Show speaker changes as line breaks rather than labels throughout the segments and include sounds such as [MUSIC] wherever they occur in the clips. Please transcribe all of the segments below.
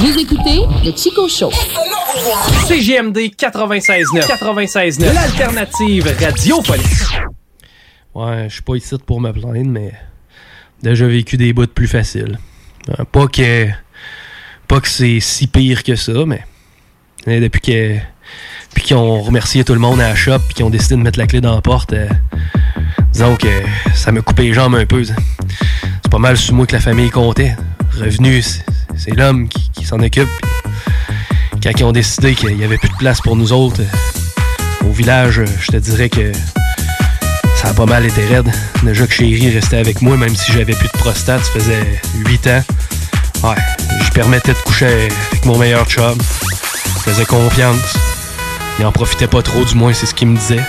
Vous écoutez le Chico Show.
CGMD 96.9. 96.9. L'alternative radiophonique.
Ouais, je suis pas ici pour me plaindre, mais déjà vécu des bouts plus faciles. Euh, Pas que pas que c'est si pire que ça, mais euh, depuis que puis qu'ils ont remercié tout le monde à la shop, puis qu'ils ont décidé de mettre la clé dans la porte, euh, disons que ça me coupé les jambes un peu. ça. C'est pas mal sous moi que la famille comptait. Revenu, c'est- c'est l'homme qui, qui s'en occupe. puis quand ils ont décidé qu'il y avait plus de place pour nous autres euh, au village, euh, je te dirais que ça a pas mal été raide. Déjà que chérie restait avec moi, même si j'avais plus de prostate, ça faisait 8 ans. Ouais, je permettais de coucher avec mon meilleur chum. Je faisais confiance. Il en profitait pas trop, du moins, c'est ce qu'il me disait.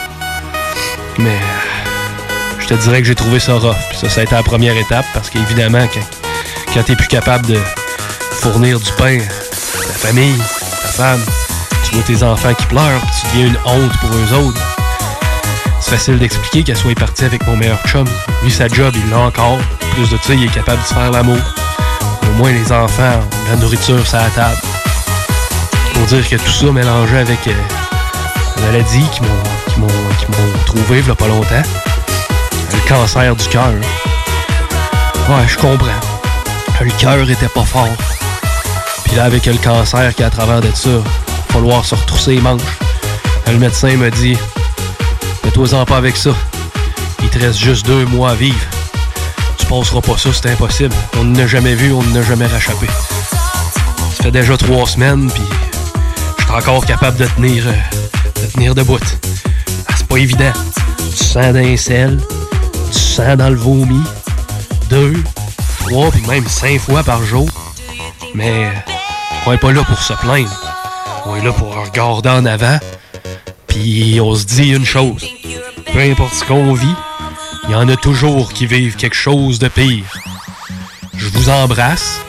Mais euh, je te dirais que j'ai trouvé ça rough. Puis ça, ça a été la première étape, parce qu'évidemment, quand, quand t'es plus capable de fournir du pain à ta famille, ta femme, tu vois tes enfants qui pleurent, puis tu deviens une honte pour eux autres. C'est facile d'expliquer qu'elle soit partie avec mon meilleur chum. Lui, sa job, il l'a encore. Plus de ça, il est capable de se faire l'amour. Au moins, les enfants ont de la nourriture sur la table. Pour dire que tout ça mélangé avec euh, les maladies qui m'ont, qui m'ont, qui m'ont trouvé il pas longtemps, le cancer du cœur. Ouais, je comprends. Le cœur était pas fort. Puis là, avec le cancer qui est à travers de ça, falloir se retrousser les manches. Le médecin me dit Mets-toi-en pas avec ça. Il te reste juste deux mois à vivre. Tu passeras pas ça, c'est impossible. On ne l'a jamais vu, on ne l'a jamais rattrapé. Ça fait déjà trois semaines, puis je suis encore capable de tenir, euh, de tenir debout. Ah, c'est pas évident. Tu sens d'un sel, tu sens dans le vomi, deux, trois, puis même cinq fois par jour. Mais euh, on est pas là pour se plaindre. On est là pour regarder en avant, puis on se dit une chose peu importe ce qu'on vit, il y en a toujours qui vivent quelque chose de pire. Je vous embrasse,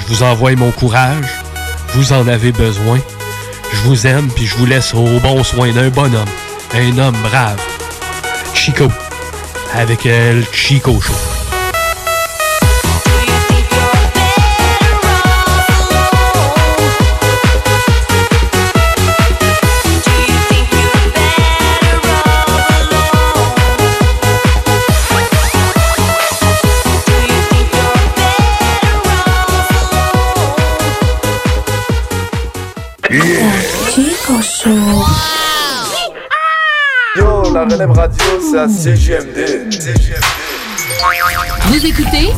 je vous envoie mon courage, vous en avez besoin. Je vous aime puis je vous laisse au bon soin d'un bonhomme, un homme brave. Chico, avec elle Chico Show.
Yo, la relève radio, c'est à CGMD.
Vous écoutez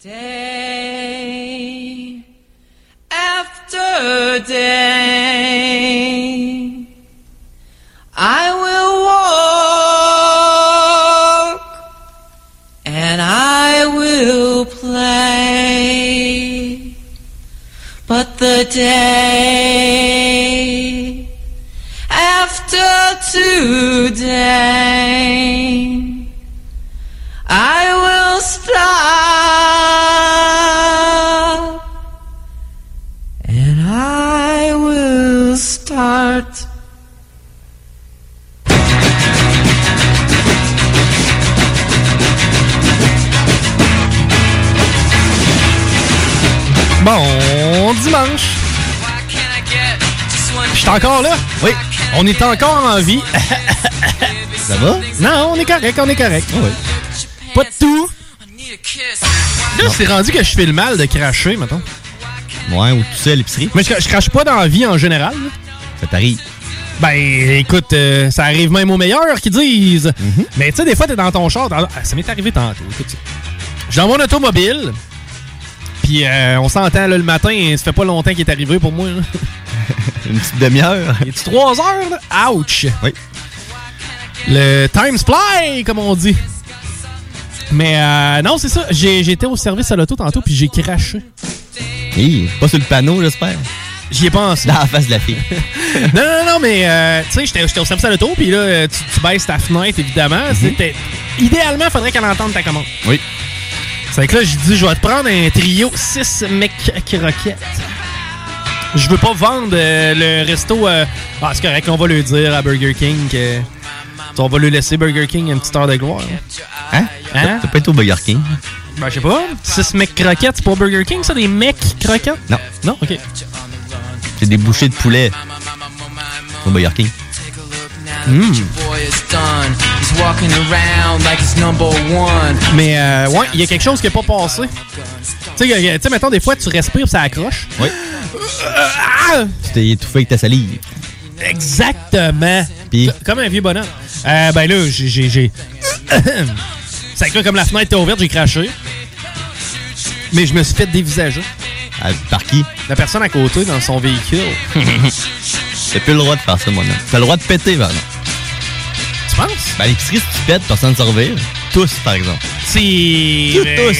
day [LAUGHS] after day I will walk and I will play but the day after today I will stop and I will start
heart.
Bon dimanche! Je suis encore là? Oui. [LAUGHS] On est encore en vie. [LAUGHS]
Ça va?
Non, on est correct, on est correct.
Ah
Pas de tout. Là, c'est rendu que je fais le mal de cracher, mettons.
Ouais, ou tout ça à l'épicerie.
Mais je, je crache pas dans la vie en général. là.
Ça t'arrive.
Ben, écoute, euh, ça arrive même aux meilleurs qui disent.
Mm-hmm.
Mais tu sais, des fois, t'es dans ton char. t'en- Ah, ça m'est arrivé tantôt. Écoute, je suis dans mon automobile. Puis euh, on s'entend là, le matin. Ça fait pas longtemps qu'il est arrivé pour moi.
[LAUGHS] Une petite demi-heure.
Il est trois heures? là? Ouch! Oui. Le time fly, comme on dit. Mais euh, non, c'est ça. J'ai- J'étais au service à l'auto tantôt, puis j'ai craché.
Hi, pas sur le panneau, j'espère.
J'y ai pensé.
Dans la face de la fille.
[LAUGHS] non, non, non, mais euh, tu sais, j'étais j'étais au service à l'auto, puis là, euh, tu, tu baisses ta fenêtre, évidemment. C'était- Idéalement, faudrait qu'elle entende ta commande.
Mhm. Oui.
C'est que là, j'ai dit, je vais te prendre un trio 6 mecs croquettes. Je veux pas vendre euh, le resto. euh, Ah, c'est correct, on va le dire à Burger King que. On va lui laisser Burger King une petite heure de gloire.
Hein?
Hein?
T'as pas été au Burger King?
Ben, je sais pas. 6 mecs croquettes, c'est pas Burger King, ça, des mecs croquettes?
Non.
Non, ok.
C'est des bouchées de poulet. Au Burger King.
Hmm.
boy is done. He's walking around like he's number one.
Mais euh, ouais, il y a quelque chose qui n'est pas passé. Tu sais, y a- tu sais, mettons, des fois, tu respires, ça accroche.
Oui.
Ah!
Tu t'es étouffé avec ta salive.
Exactement.
Puis?
C- Comme un vieux bonhomme. Euh, ben là, j'ai- j'ai... j'ai- [COUGHS] C'est que là, comme la fenêtre était ouverte, j'ai craché. Mais je me suis fait dévisager.
Ah, par qui?
La personne à côté dans son véhicule.
[LAUGHS] T'as plus le droit de faire ça, mon homme. T'as le droit de péter, pardon.
Tu penses?
Ben, à l'épicerie, si tu pètes, personne ne surveille. Tous, par exemple.
Si...
Tous, tous.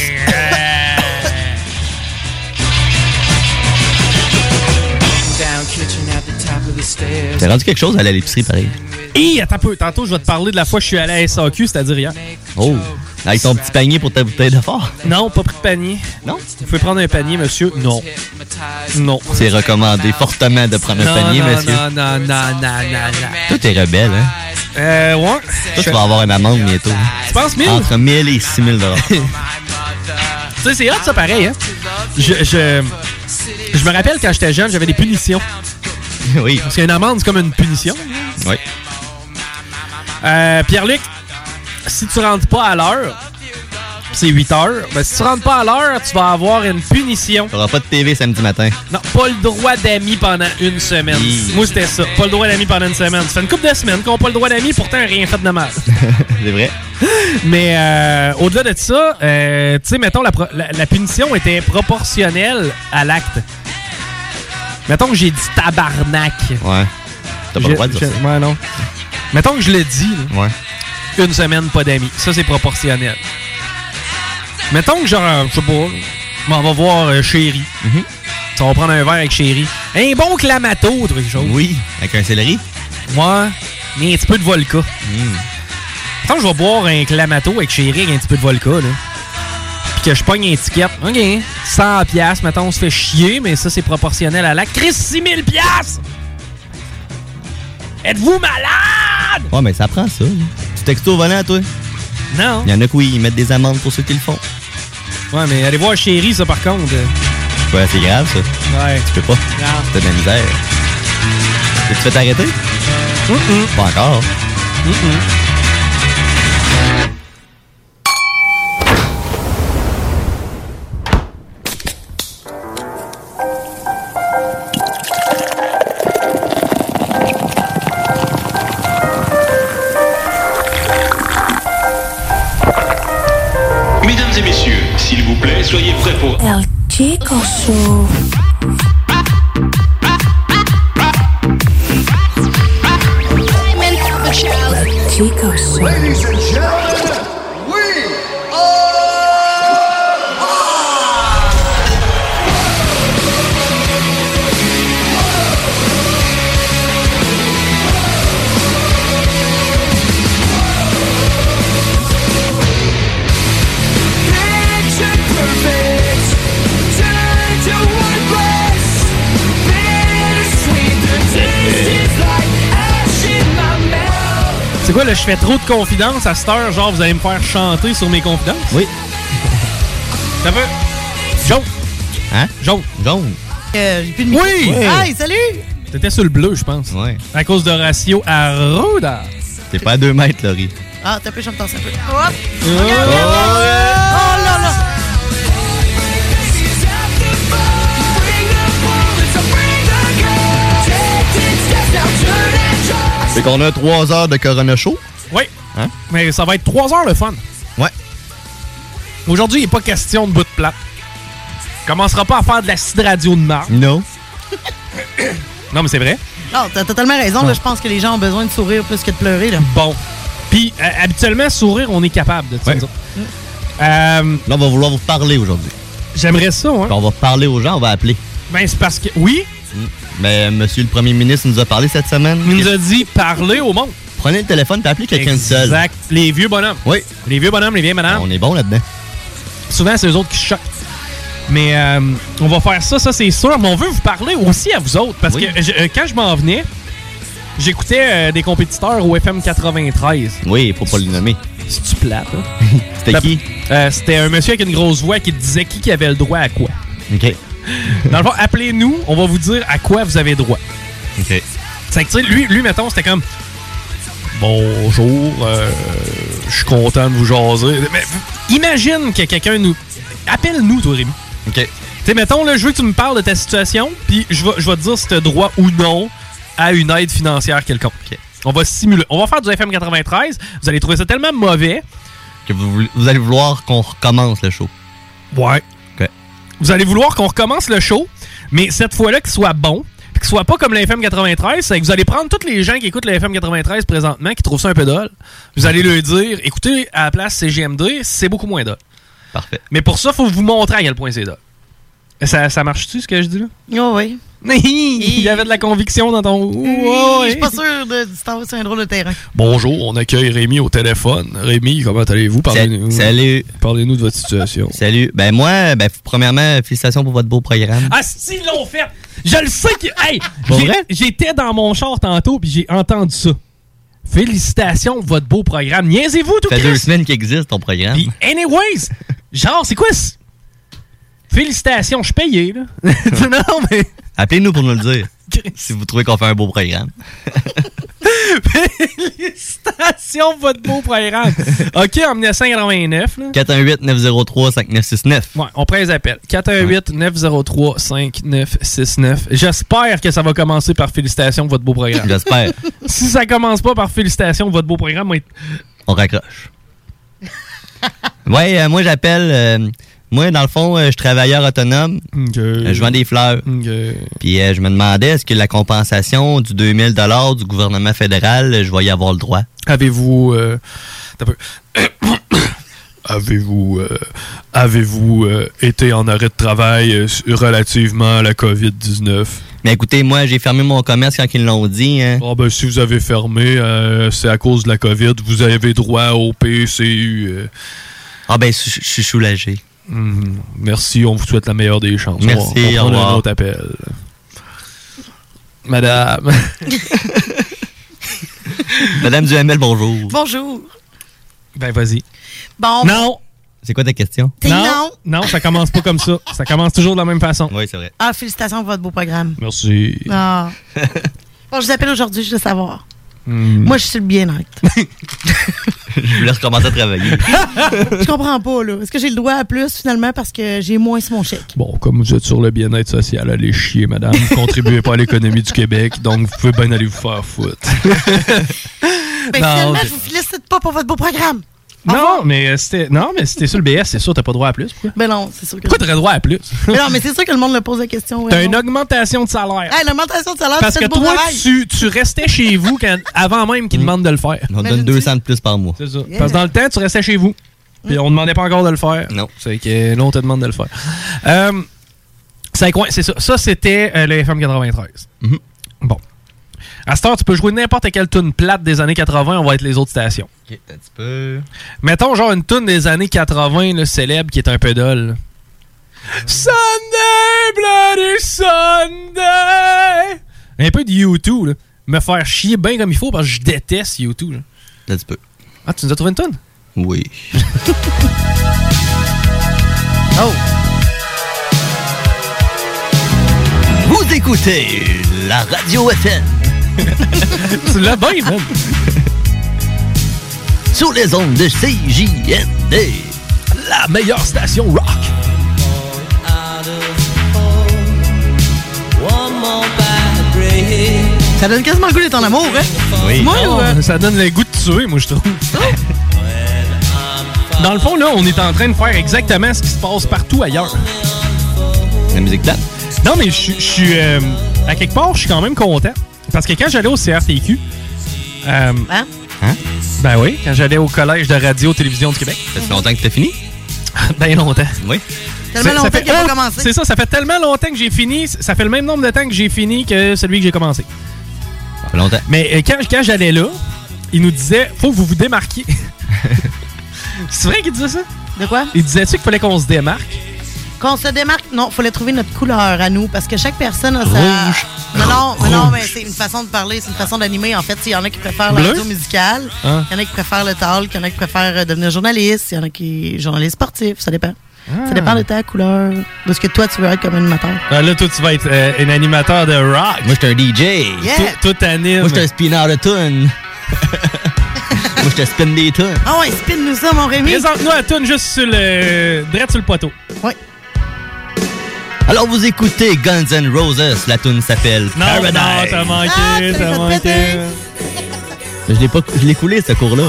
Down kitchen at the top of the stairs.
T'as rendu quelque chose à aller à l'épicerie, pareil.
Hé, attends un peu. Tantôt, je vais te parler de la fois que je suis allé à SAQ, c'est-à-dire hier.
Oh! Avec ton petit panier pour ta bouteille de fort.
Non, pas pris de panier.
Non?
Vous pouvez prendre un panier, monsieur? Non. Non.
C'est recommandé fortement de prendre un
Non,
panier,
non,
monsieur.
Non, non, non, non, non, non.
Toi, t'es rebelle, hein?
Euh, ouais.
Toi, tu vas avoir une amende bientôt.
Tu penses 1000?
Entre 1000 et 6000 dollars.
[LAUGHS] Tu sais, c'est hot, ça, pareil, hein? Je, je, je me rappelle quand j'étais jeune, j'avais des punitions.
Oui.
Parce qu'une amende, c'est comme une punition.
Oui.
Euh, Pierre-Luc, si tu rentres pas à l'heure, c'est 8 heures, ben, si tu rentres pas à l'heure, tu vas avoir une punition.
T'auras pas de TV samedi
[LAUGHS]
matin.
Non, pas le droit d'amis pendant une semaine. Moi, c'était ça. Pas le droit d'amis pendant une semaine. Ça fait une couple de semaines qu'on n'a pas le droit d'amis, pourtant, rien fait de mal.
c'est vrai.
Mais euh, au-delà de ça, euh, tu sais, mettons, la, pro- la- la punition était proportionnelle à l'acte. Mettons que j'ai dit tabarnak.
Ouais. T'as pas
Je-
le droit de
je-
dire ça.
Ouais, non. Mettons que je le dis, là.
Ouais.
une semaine, pas d'amis. Ça, c'est proportionnel. Mettons que, genre, je sais pas, bon, on va voir euh, Chéri.
Mhm.
Tu vas prendre un verre avec Chéri. Un bon clamato, ou quelque chose.
Oui, avec un céleri. Mhm.
Ouais, mais un petit peu de volca. Mettons que je vais boire un clamato avec Chéri avec un petit peu de volca, là. Puis que je pogne une étiquette. OK, 100 piastres, mettons, on se fait chier, mais ça, c'est proportionnel à la crise 6000 piastres! Êtes-vous malade?
Ouais, mais ça prend ça. Tu textes au volant, toi?
Non.
Il y en a qui, oui, ils mettent des amendes pour ceux qui le font.
Ouais, mais allez voir Chéri, ça, par contre.
Ouais, c'est grave, ça.
Ouais.
Tu peux pas.
Non.
T'as de la misère. Tu te fais t'arrêter? Pas encore.
Mesdames et messieurs, s'il vous plaît, soyez prêts pour
El Chico Show. Chico Show.
Ladies and gentlemen, we
Picture perfect, turned to worthless. Bittersweet, the taste is like.
quoi, là, je fais trop de confidences à cette heure, genre, vous allez me faire chanter sur mes confidences? Oui. Ça peut. Jaune. Hein? Jaune. Jaune.
Euh, j'ai plus de
Oui!
micro.
Ouais.
Hey, salut!
T'étais sur le bleu, je pense. Ouais. À cause de ratio à Roda.
T'es pas à deux mètres, Laurie.
Ah, t'as pu, je me tasse un peu. Hop!
Oh,
là là!
Fait qu'on a trois heures de Corona Show.
Oui.
Hein?
Mais ça va être trois heures le fun.
Ouais.
Aujourd'hui, il n'est pas question de bout de plate. On commencera pas à faire de la side radio de marre.
Non.
[COUGHS] non, mais c'est vrai.
Non, t'as totalement raison. là,
Ouais.
Je pense que les gens ont besoin de sourire plus que de pleurer. Là.
Bon. Puis, euh, habituellement, sourire, on est capable de ça. nous autres. Euh,
Là, on va vouloir vous parler aujourd'hui.
J'aimerais ça, hein?
on va parler aux gens, on va appeler.
Ben, c'est parce que. Oui?
Mais monsieur le premier ministre nous a parlé cette semaine.
Il nous a dit parler au monde.
Prenez le téléphone et appelez quelqu'un de seul.
Exact. Les vieux bonhommes.
Oui.
Les vieux bonhommes, les vieilles madames.
On est bon là-dedans.
Souvent, c'est eux autres qui choquent. Mais euh, on va faire ça, ça c'est sûr. Mais on veut vous parler aussi à vous autres. Parce que je- euh, quand je m'en venais, j'écoutais euh, des compétiteurs au FM 93.
Oui, faut pas le nommer.
C'est-tu plate, hein?
[LAUGHS] C'était qui?
Euh, C'était un monsieur avec une grosse voix qui disait qui qui avait le droit à quoi.
OK.
Dans le fond, appelez-nous, on va vous dire à quoi vous avez droit.
OK.
C'est que, tu sais, lui, lui, mettons, c'était comme Bonjour, euh, je suis content de vous jaser. Mais imagine que quelqu'un nous. Appelle-nous, toi, Rémi.
OK. Tu
sais, mettons, là, je veux que tu me parles de ta situation, puis je vais, je vais te dire si tu as droit ou non à une aide financière quelconque. On va simuler. On va faire du FM 93. Vous allez trouver ça tellement mauvais.
Que vous, vous allez vouloir qu'on recommence le show.
Ouais.
OK.
Vous allez vouloir qu'on recommence le show, mais cette fois-là qu'il soit bon, puis qu'il soit pas comme l'FM 93, c'est que vous allez prendre tous les gens qui écoutent l'FM 93 présentement, qui trouvent ça un peu dole, vous allez leur dire, écoutez, à la place CGMD, c'est beaucoup moins dole.
Parfait.
Mais pour ça, faut vous montrer à quel point c'est dole. Ça, ça marche-tu, ce que je dis là?
Oh,
[LAUGHS]
oui.
Il y avait de la conviction dans ton.
Je suis pas sûr de du temps, c'est un drôle de terrain.
Bonjour, on accueille Rémi au téléphone. Rémi, comment allez-vous?
Parlez-nous. Salut.
Parlez-nous de votre situation.
Salut. Ben moi, ben premièrement, félicitations pour votre beau programme.
Ah, si ils l'ont fait! Je le sais que. Hey!
Pas
j'ai-
vrai?
J'étais dans mon char tantôt, puis j'ai entendu ça. Félicitations pour votre beau programme. Niaisez-vous, tout
Ça fait deux
Chris!
semaines qu'il existe ton programme.
Anyways! Genre, c'est quoi ce- Félicitations, je suis payé, là. non, mais.
Appelez-nous pour nous le dire.
Ah,
si vous trouvez qu'on fait un beau programme.
Félicitations pour votre beau programme. OK, en 1989, là.
418-903-5969.
Ouais, on prend les appels. 418-903-5969. J'espère que ça va commencer par félicitations pour votre beau programme.
J'espère.
[LAUGHS] si ça commence pas par félicitations pour votre beau programme, moi,
On
[LAUGHS]
raccroche. ouais, euh, moi j'appelle. euh, moi, dans le fond, euh, je suis travailleur autonome. Euh, je vends des fleurs. Puis euh, je me demandais, est-ce que la compensation du 2000 du gouvernement fédéral, euh, je vais y avoir le droit?
Avez-vous. euh, t'as peu. [COUGHS] avez-vous. euh, avez-vous euh, été en arrêt de travail euh, s- relativement à la COVID-19?
Mais écoutez, moi, j'ai fermé mon commerce quand ils l'ont dit. Hein.
Bon, ben, si vous avez fermé, euh, c'est à cause de la COVID. Vous avez droit au PCU.
Ah, ben, je je suis soulagé.
euh. Mhm. Merci, on vous souhaite la meilleure des chances.
Merci,
on, va- on
au
prend un
revoir.
autre appel. Madame.
[LAUGHS] Madame Duhamel, bonjour.
Bonjour.
Ben, vas-y.
Bon.
Non!
C'est quoi ta question?
Non! Non, ça commence pas comme ça. Ça commence toujours de la même façon.
Oui, c'est vrai.
Ah, félicitations pour votre beau programme.
[LAUGHS]
Merci.
Ah. bon, je vous appelle aujourd'hui, je veux savoir.
Hmm.
Moi, je suis le bien-être. [LAUGHS]
je voulais recommencer à travailler.
je comprends pas, là. Est-ce que j'ai le droit à plus, finalement, parce que j'ai moins sur mon chèque?
Bon, comme vous êtes sur le bien-être social, allez chier, [LAUGHS] madame. Vous contribuez pas à l'économie du Québec, donc vous pouvez bien aller vous faire foutre.
Ben,
Non,
finalement,
j'ai-
je vous félicite pas pour votre beau programme.
non, mais euh, c'était, non, mais c'était sur le BS, c'est sûr, t'as pas droit à plus. Pourquoi,
Ben non, c'est sûr que.
pourquoi t'aurais droit à plus?
Mais
[LAUGHS]
non, mais c'est sûr que le monde me pose la question. ouais,
T'as
non.
une augmentation de salaire.
Hey, l'augmentation de salaire,
Parce
c'est
que
le beau
toi,
travail.
tu, tu restais chez vous quand- avant même qu'ils demandent de le faire.
Mm. On donne 200 de plus par mois.
C'est ça. Parce que dans le temps, tu restais chez vous. Puis on demandait pas encore de le faire. Non. C'est que là, on te demande de le faire. Euh, c'est incroyable, c'est ça. Ça, c'était euh, le FM 93.
Mm-hmm.
Bon. À cette heure, tu peux jouer n'importe quelle tune plate des années 80, on va être les autres stations.
Ok, un petit peu.
Mettons genre une tune des années 80, le célèbre qui est un peu dole. Sunday, bloody Sunday! Un peu de U2, là. Me faire chier bien comme il faut parce que je déteste U2, là.
Là, tu peux.
Ah, tu nous as trouvé une toune?
Oui.
Oh!
Vous écoutez la radio FM.
[LAUGHS] C'est la bien, même.
Sur les ondes de CJND, la meilleure station rock.
Ça donne quasiment le goût d'être en amour, hein?
Oui.
Moi, ou, euh,
Ah,
Oh.
Ça donne le goût de tuer, moi, je trouve. Dans le fond, là, on est en train de faire exactement ce qui se passe partout ailleurs.
La musique date.
Non, mais je suis- je suis. euh, à quelque part, je suis quand même content. Parce que quand j'allais au CRTQ. euh,
Hein?
Ben oui, quand j'allais au collège de radio-télévision du Québec.
Ça fait longtemps que t'as fini?
[LAUGHS] ben longtemps.
Oui.
Tellement
Ça- ça
longtemps
fait-
qu'il a pas
ah,
commencé.
C'est ça, ça fait tellement longtemps que j'ai fini. c- Ça fait le même nombre de temps que j'ai fini que celui que j'ai commencé.
Ça fait longtemps.
Mais euh, quand, quand j'allais là, ils nous disaient faut que vous vous démarquiez. [LAUGHS] C'est vrai qu'ils disaient ça?
De quoi?
Ils disaient-tu qu'il fallait qu'on se démarque?
Qu'on se démarque, non, fallait trouver notre couleur à nous parce que chaque personne a sa. Non, non, mais non, mais c'est une façon de parler, c'est une façon d'animer. En fait, il y en a qui préfèrent la
Bleu?
radio musicale, il
Ah.
y en a qui préfèrent le talk, il y en a qui préfèrent euh, devenir journaliste, il y en a qui journaliste sportif, ça dépend. Ça dépend de ta couleur, de ce que toi tu veux être comme animateur.
Ah, là, toi, tu vas être euh, un animateur de rock.
Moi, je suis un DJ.
Yeah.
Toi, t'animes.
Moi, je suis un spinner de tunes. [LAUGHS] Moi, je te spin des tunes.
Ah ouais, spin nous ça, mon Rémi. [LAUGHS]
Présente-nous à tune juste sur le. Drette sur le poteau.
Ouais.
Alors, vous écoutez Guns N' Roses. La tune s'appelle
Non, non,
Paradise.
t'as manqué,
ah,
t'as manqué.
Je l'ai pas, je l'ai coulé ce
[LAUGHS]
cours-là.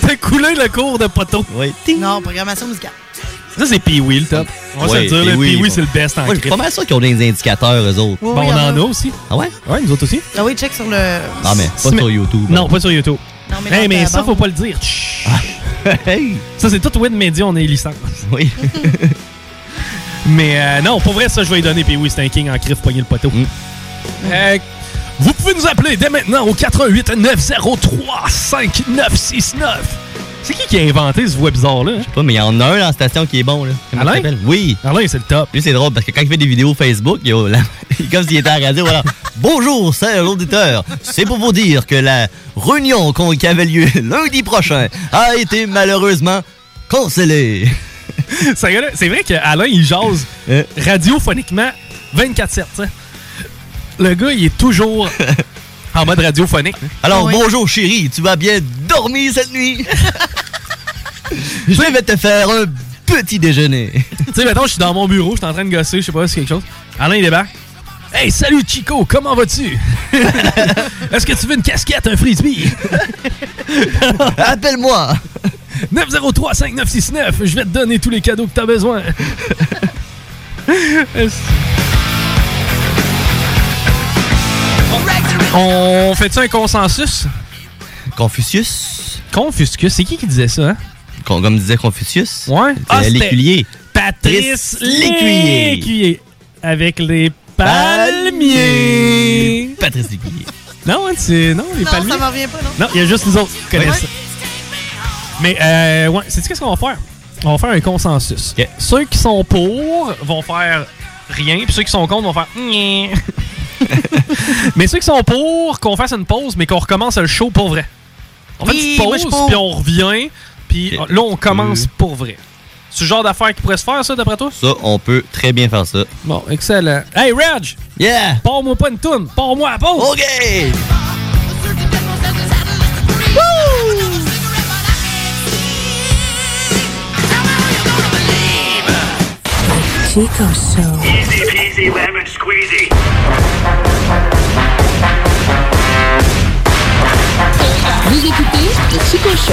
T'as coulé le cours de poteau.
Oui.
Non, programmation musicale.
Ça, c'est Pee-Wee, le top. On va se
Ouais,
le dire, là,
Pee-wee,
Pee-Wee,
ouais.
c'est le best en
Moi, je suis
crise.
pas mal sûr qu'ils ont des indicateurs, eux autres.
Oui, Bon, oui, on y en en a. a
aussi.
Ah ouais?
Ouais, nous autres aussi.
Ah oui, check sur le.
Ah, mais pas sur YouTube.
Non, pas sur YouTube.
Non, mais
Hey,
dans
mais
ta
ça,
bande.
faut pas le dire. Chut.
[LAUGHS]
Ça, c'est tout Win Media, on est licence.
Ah, Oui.
[LAUGHS] mais euh, non, pour vrai, ça, je vais lui donner. Puis oui, c'est un king en crif, pogner le poteau.
Mm.
Euh, vous pouvez nous appeler dès maintenant au 88 903 5969. C'est qui qui a inventé ce voix bizarre-là? hein?
pas, mais il y en a un dans la station qui est bon, là. Comment
Alain?
il s'appelle? Oui.
Alain, c'est le top.
Lui, c'est drôle parce que quand il fait des vidéos Facebook, il a la- [LAUGHS] il est comme s'il était à la radio,
[LAUGHS]
voilà. Bonjour, c'est l'auditeur. C'est pour vous dire que la réunion qu'on- qui avait lieu [LAUGHS] lundi prochain a été malheureusement
[LAUGHS]
cancellée.
Ce gars-là, c'est vrai qu'Alain, il jase
Euh.
radiophoniquement 24-7. ça. Le gars, il est
[LAUGHS]
toujours en mode radiophonique.
Alors, bonjour chérie, tu vas bien dormir cette
[LAUGHS]
nuit? Je vais te faire un petit déjeuner.
tu sais, mettons, je suis dans mon bureau, je suis en train de gosser, je sais pas si c'est quelque chose. Alain, il débarque. Hey, salut Chico, comment
[LAUGHS]
vas-tu? Est-ce que tu veux une casquette, un frisbee?
Appelle-moi!
903-5969, je vais te donner tous les cadeaux que
[LAUGHS]
t'as besoin. On fait-tu un consensus?
Confucius?
Confucius, c'est qui qui disait ça, hein?
Con- Comme disait Confucius?
Ouais.
C'est
Ah, c'était
l'écuyer.
Patrice
Patrice
Lécuyer.
Lécuyer.
Avec les palmiers.
Patrice Lécuyer.
Non, hein, c'est. Non, les
Non,
palmiers.
ça m'en revient pas, non?
Non, il y a juste nous autres qui connaissent ça. Mais, euh, ouais, c'est qu'est-ce qu'on va faire? On va faire un consensus. Ceux qui sont pour vont faire rien, puis ceux qui sont contre vont faire. [LAUGHS] Gna. mais ceux qui sont pour qu'on fasse une pause, mais qu'on recommence le show pour vrai. On fait
Oui,
une
moi, je
petite
suis pour.
pause, puis on revient, puis là, on commence pour vrai. C'est le genre d'affaire qui pourrait se faire, ça, d'après toi?
Ça, on peut très bien faire ça.
Bon, excellent. Hey, Raj!
Yeah!
Pars-moi pas une toune, pars-moi à pause!
OK!
Chico Show.
Vous écoutez le Chico Show.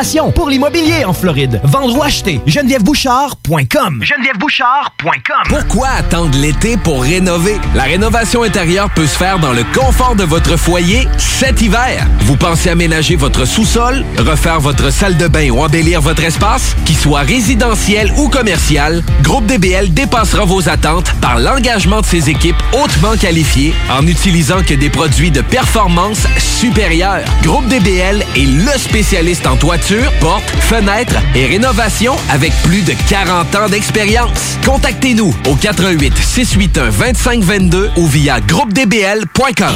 solutions pour l'immobilier en Floride. Vendre ou acheter, genevièvebouchard.com. Genevièvebouchard.com.
Pourquoi attendre l'été pour rénover? La rénovation intérieure peut se faire dans le confort de votre foyer cet hiver. Vous pensez aménager votre sous-sol, refaire votre salle de bain ou embellir votre espace? Qu'il soit résidentiel ou commercial, Groupe DBL dépassera vos attentes par l'engagement de ses équipes hautement qualifiées en utilisant que des produits de performance supérieure. Groupe DBL est le spécialiste en toiture, portes, fenêtres et rénovation avec plus de 40 ans d'expérience. Contactez-nous au 88 681 2522 ou via groupedbl.com.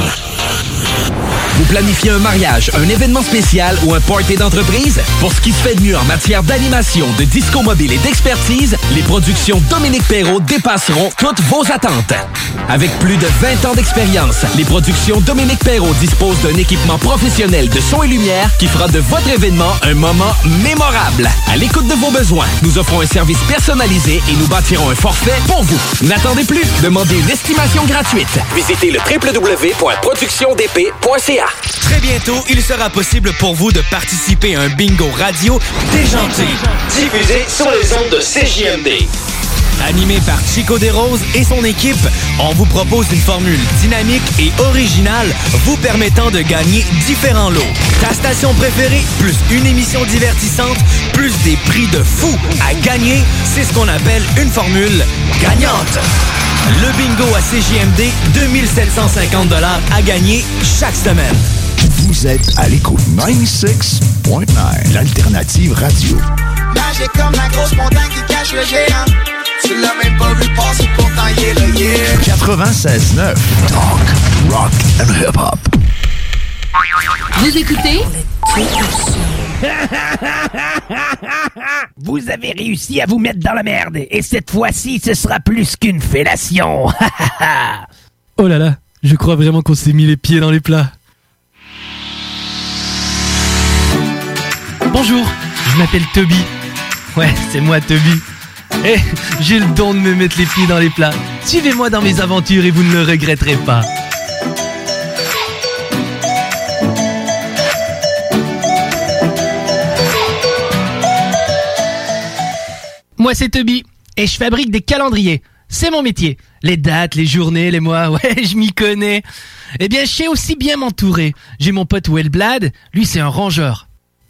Vous planifiez un mariage, un événement spécial ou un party d'entreprise? Pour ce qui se fait de mieux en matière d'animation, de disco mobile et d'expertise, les productions Dominique Perrault dépasseront toutes vos attentes. Avec plus de 20 ans d'expérience, les productions Dominique Perrault disposent d'un équipement professionnel de son et lumière qui fera de votre événement un moment mémorable. À l'écoute de vos besoins, nous offrons un service personnalisé et nous bâtirons un forfait pour vous. N'attendez plus, demandez une estimation gratuite. Visitez le www.productiondp.ca.
Très bientôt, il sera possible pour vous de participer à un bingo radio déjanté, diffusé sur les ondes de CJMD. Animé par Chico Desroses et son équipe, on vous propose une formule dynamique et originale vous permettant de gagner différents lots. Ta station préférée, plus une émission divertissante, plus des prix de fou à gagner, c'est ce qu'on appelle une formule gagnante. Le bingo à CJMD, 2750 à gagner chaque semaine.
Vous êtes à l'écoute 96.9, l'alternative radio.
Magique comme la grosse montagne qui cache le géant. Tu l'as même pas vu passer pourtant il est là, yeah.
96.9, talk, rock and hip-hop.
Vous
[LAUGHS]
écoutez
Vous avez réussi à vous mettre dans la merde, et cette fois-ci, ce sera plus qu'une
[LAUGHS]
fellation.
Oh là là, je crois vraiment qu'on s'est mis les pieds dans les plats. Bonjour, je m'appelle Toby. Ouais, c'est moi Toby. Eh, j'ai le don de me mettre les pieds dans les plats. Suivez-moi dans mes aventures et vous ne le regretterez pas.
Moi, c'est Toby et je fabrique des calendriers. C'est mon métier. Les dates, les journées, les mois, [LAUGHS] ouais, je m'y connais. Eh bien, je sais aussi bien m'entourer. J'ai mon pote Wellblad, lui c'est un rangeur.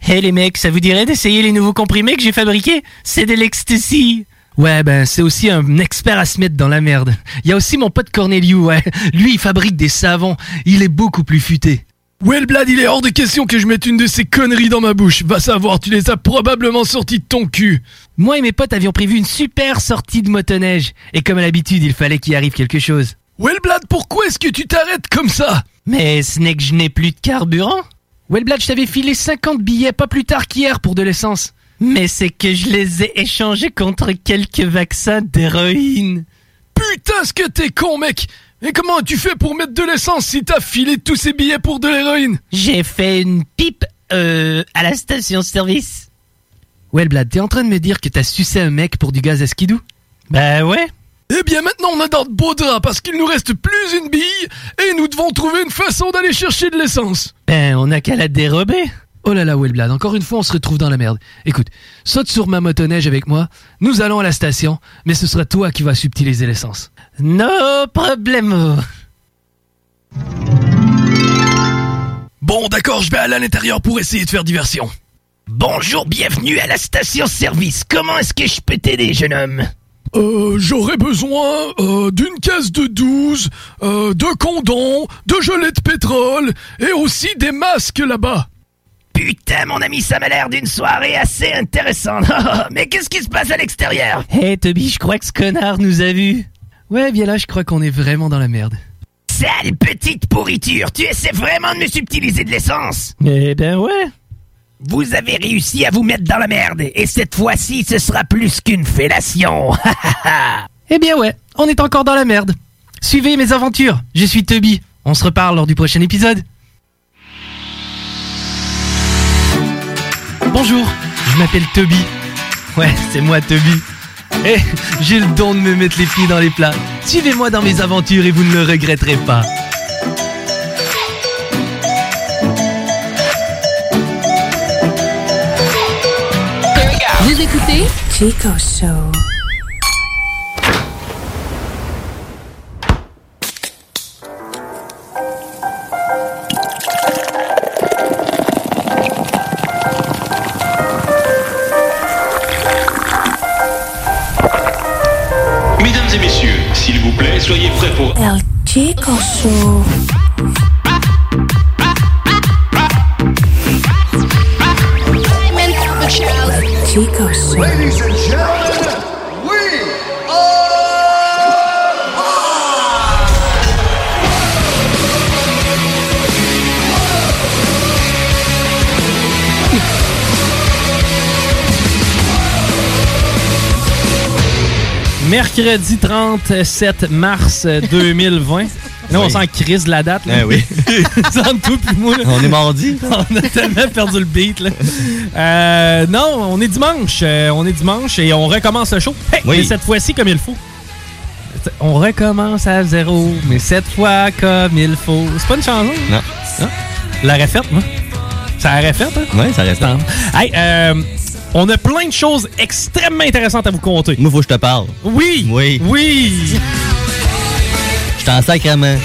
Hé les mecs, ça vous dirait d'essayer les nouveaux comprimés que j'ai fabriqués C'est de l'ecstasy Ouais, ben c'est aussi un expert à se mettre dans la merde. Il y a aussi mon pote Corneliou, ouais. Lui, il fabrique des savons. Il est beaucoup plus futé.
Wellblad, il est hors de question que je mette une de ces conneries dans ma bouche. Va savoir, tu les as probablement sorties de ton cul.
Moi et mes potes avions prévu une super sortie de motoneige. Et comme à l'habitude, il fallait qu'il arrive quelque chose.
Wellblad, pourquoi est-ce que tu t'arrêtes comme ça
Mais ce n'est que je n'ai plus de carburant. Wellblad, je t'avais filé 50 billets pas plus tard qu'hier pour de l'essence. Mais c'est que je les ai échangés contre quelques vaccins d'héroïne.
Putain, ce que t'es con, mec Et comment tu fait pour mettre de l'essence si t'as filé tous ces billets pour de l'héroïne
J'ai fait une pipe euh, à la station-service. Wellblad, t'es en train de me dire que t'as sucé un mec pour du gaz à skidou Bah ouais.
Eh bien maintenant on a dans de beaux draps parce qu'il nous reste plus une bille et nous devons trouver une façon d'aller chercher de l'essence.
Ben on n'a qu'à la dérober. Oh là là, Wellblad, encore une fois on se retrouve dans la merde. Écoute, saute sur ma motoneige avec moi, nous allons à la station, mais ce sera toi qui vas subtiliser l'essence. No problemo.
Bon d'accord, je vais aller à l'intérieur pour essayer de faire diversion.
Bonjour, bienvenue à la station-service. Comment est-ce que je peux t'aider, jeune homme
Euh, j'aurais besoin euh, d'une caisse de 12, euh, de condons, de gelée de pétrole et aussi des masques là-bas.
Putain, mon ami, ça m'a l'air d'une soirée assez intéressante. [LAUGHS] Mais qu'est-ce qui se passe à l'extérieur
Hé Eh, Toby, je crois que ce connard nous a vus. Ouais, bien là, je crois qu'on est vraiment dans la merde.
Sale petite pourriture, tu essaies vraiment de me subtiliser de l'essence
Eh ben ouais.
Vous avez réussi à vous mettre dans la merde, et cette fois-ci, ce sera plus qu'une fellation. [LAUGHS]
Eh bien ouais, on est encore dans la merde. Suivez mes aventures, je suis Toby. On se reparle lors du prochain épisode. Bonjour, je m'appelle Toby. Ouais, c'est moi Toby. Eh, j'ai le don de me mettre les pieds dans les plats. Suivez-moi dans mes aventures et vous ne le regretterez pas.
Chico Show.
Mesdames et messieurs, s'il vous plaît, soyez prêts pour...
El Chico Show. Chico Show. Ladies and gentlemen,
Mercredi 37 mars
[LAUGHS]
2020. Là, on
Oui.
s'en crise de la date. Là.
Eh
[LAUGHS]
oui.
Entre toi puis moi, là.
On est mardi.
[LAUGHS] on a tellement perdu le beat. Là. Euh, non, on est dimanche. Euh, on est dimanche et on recommence le show. Hey,
Oui.
mais cette fois-ci comme il faut. On recommence à zéro, mais cette fois comme il faut. C'est pas une chanson?
Non.
La refaite, Hein? moi. Ça la refaite, hein?
Ouais, ça reste.
Hey, euh, on a plein de choses extrêmement intéressantes à vous conter.
Moi, faut que je te parle.
Oui.
Oui.
Oui.
Je t'en sacrement.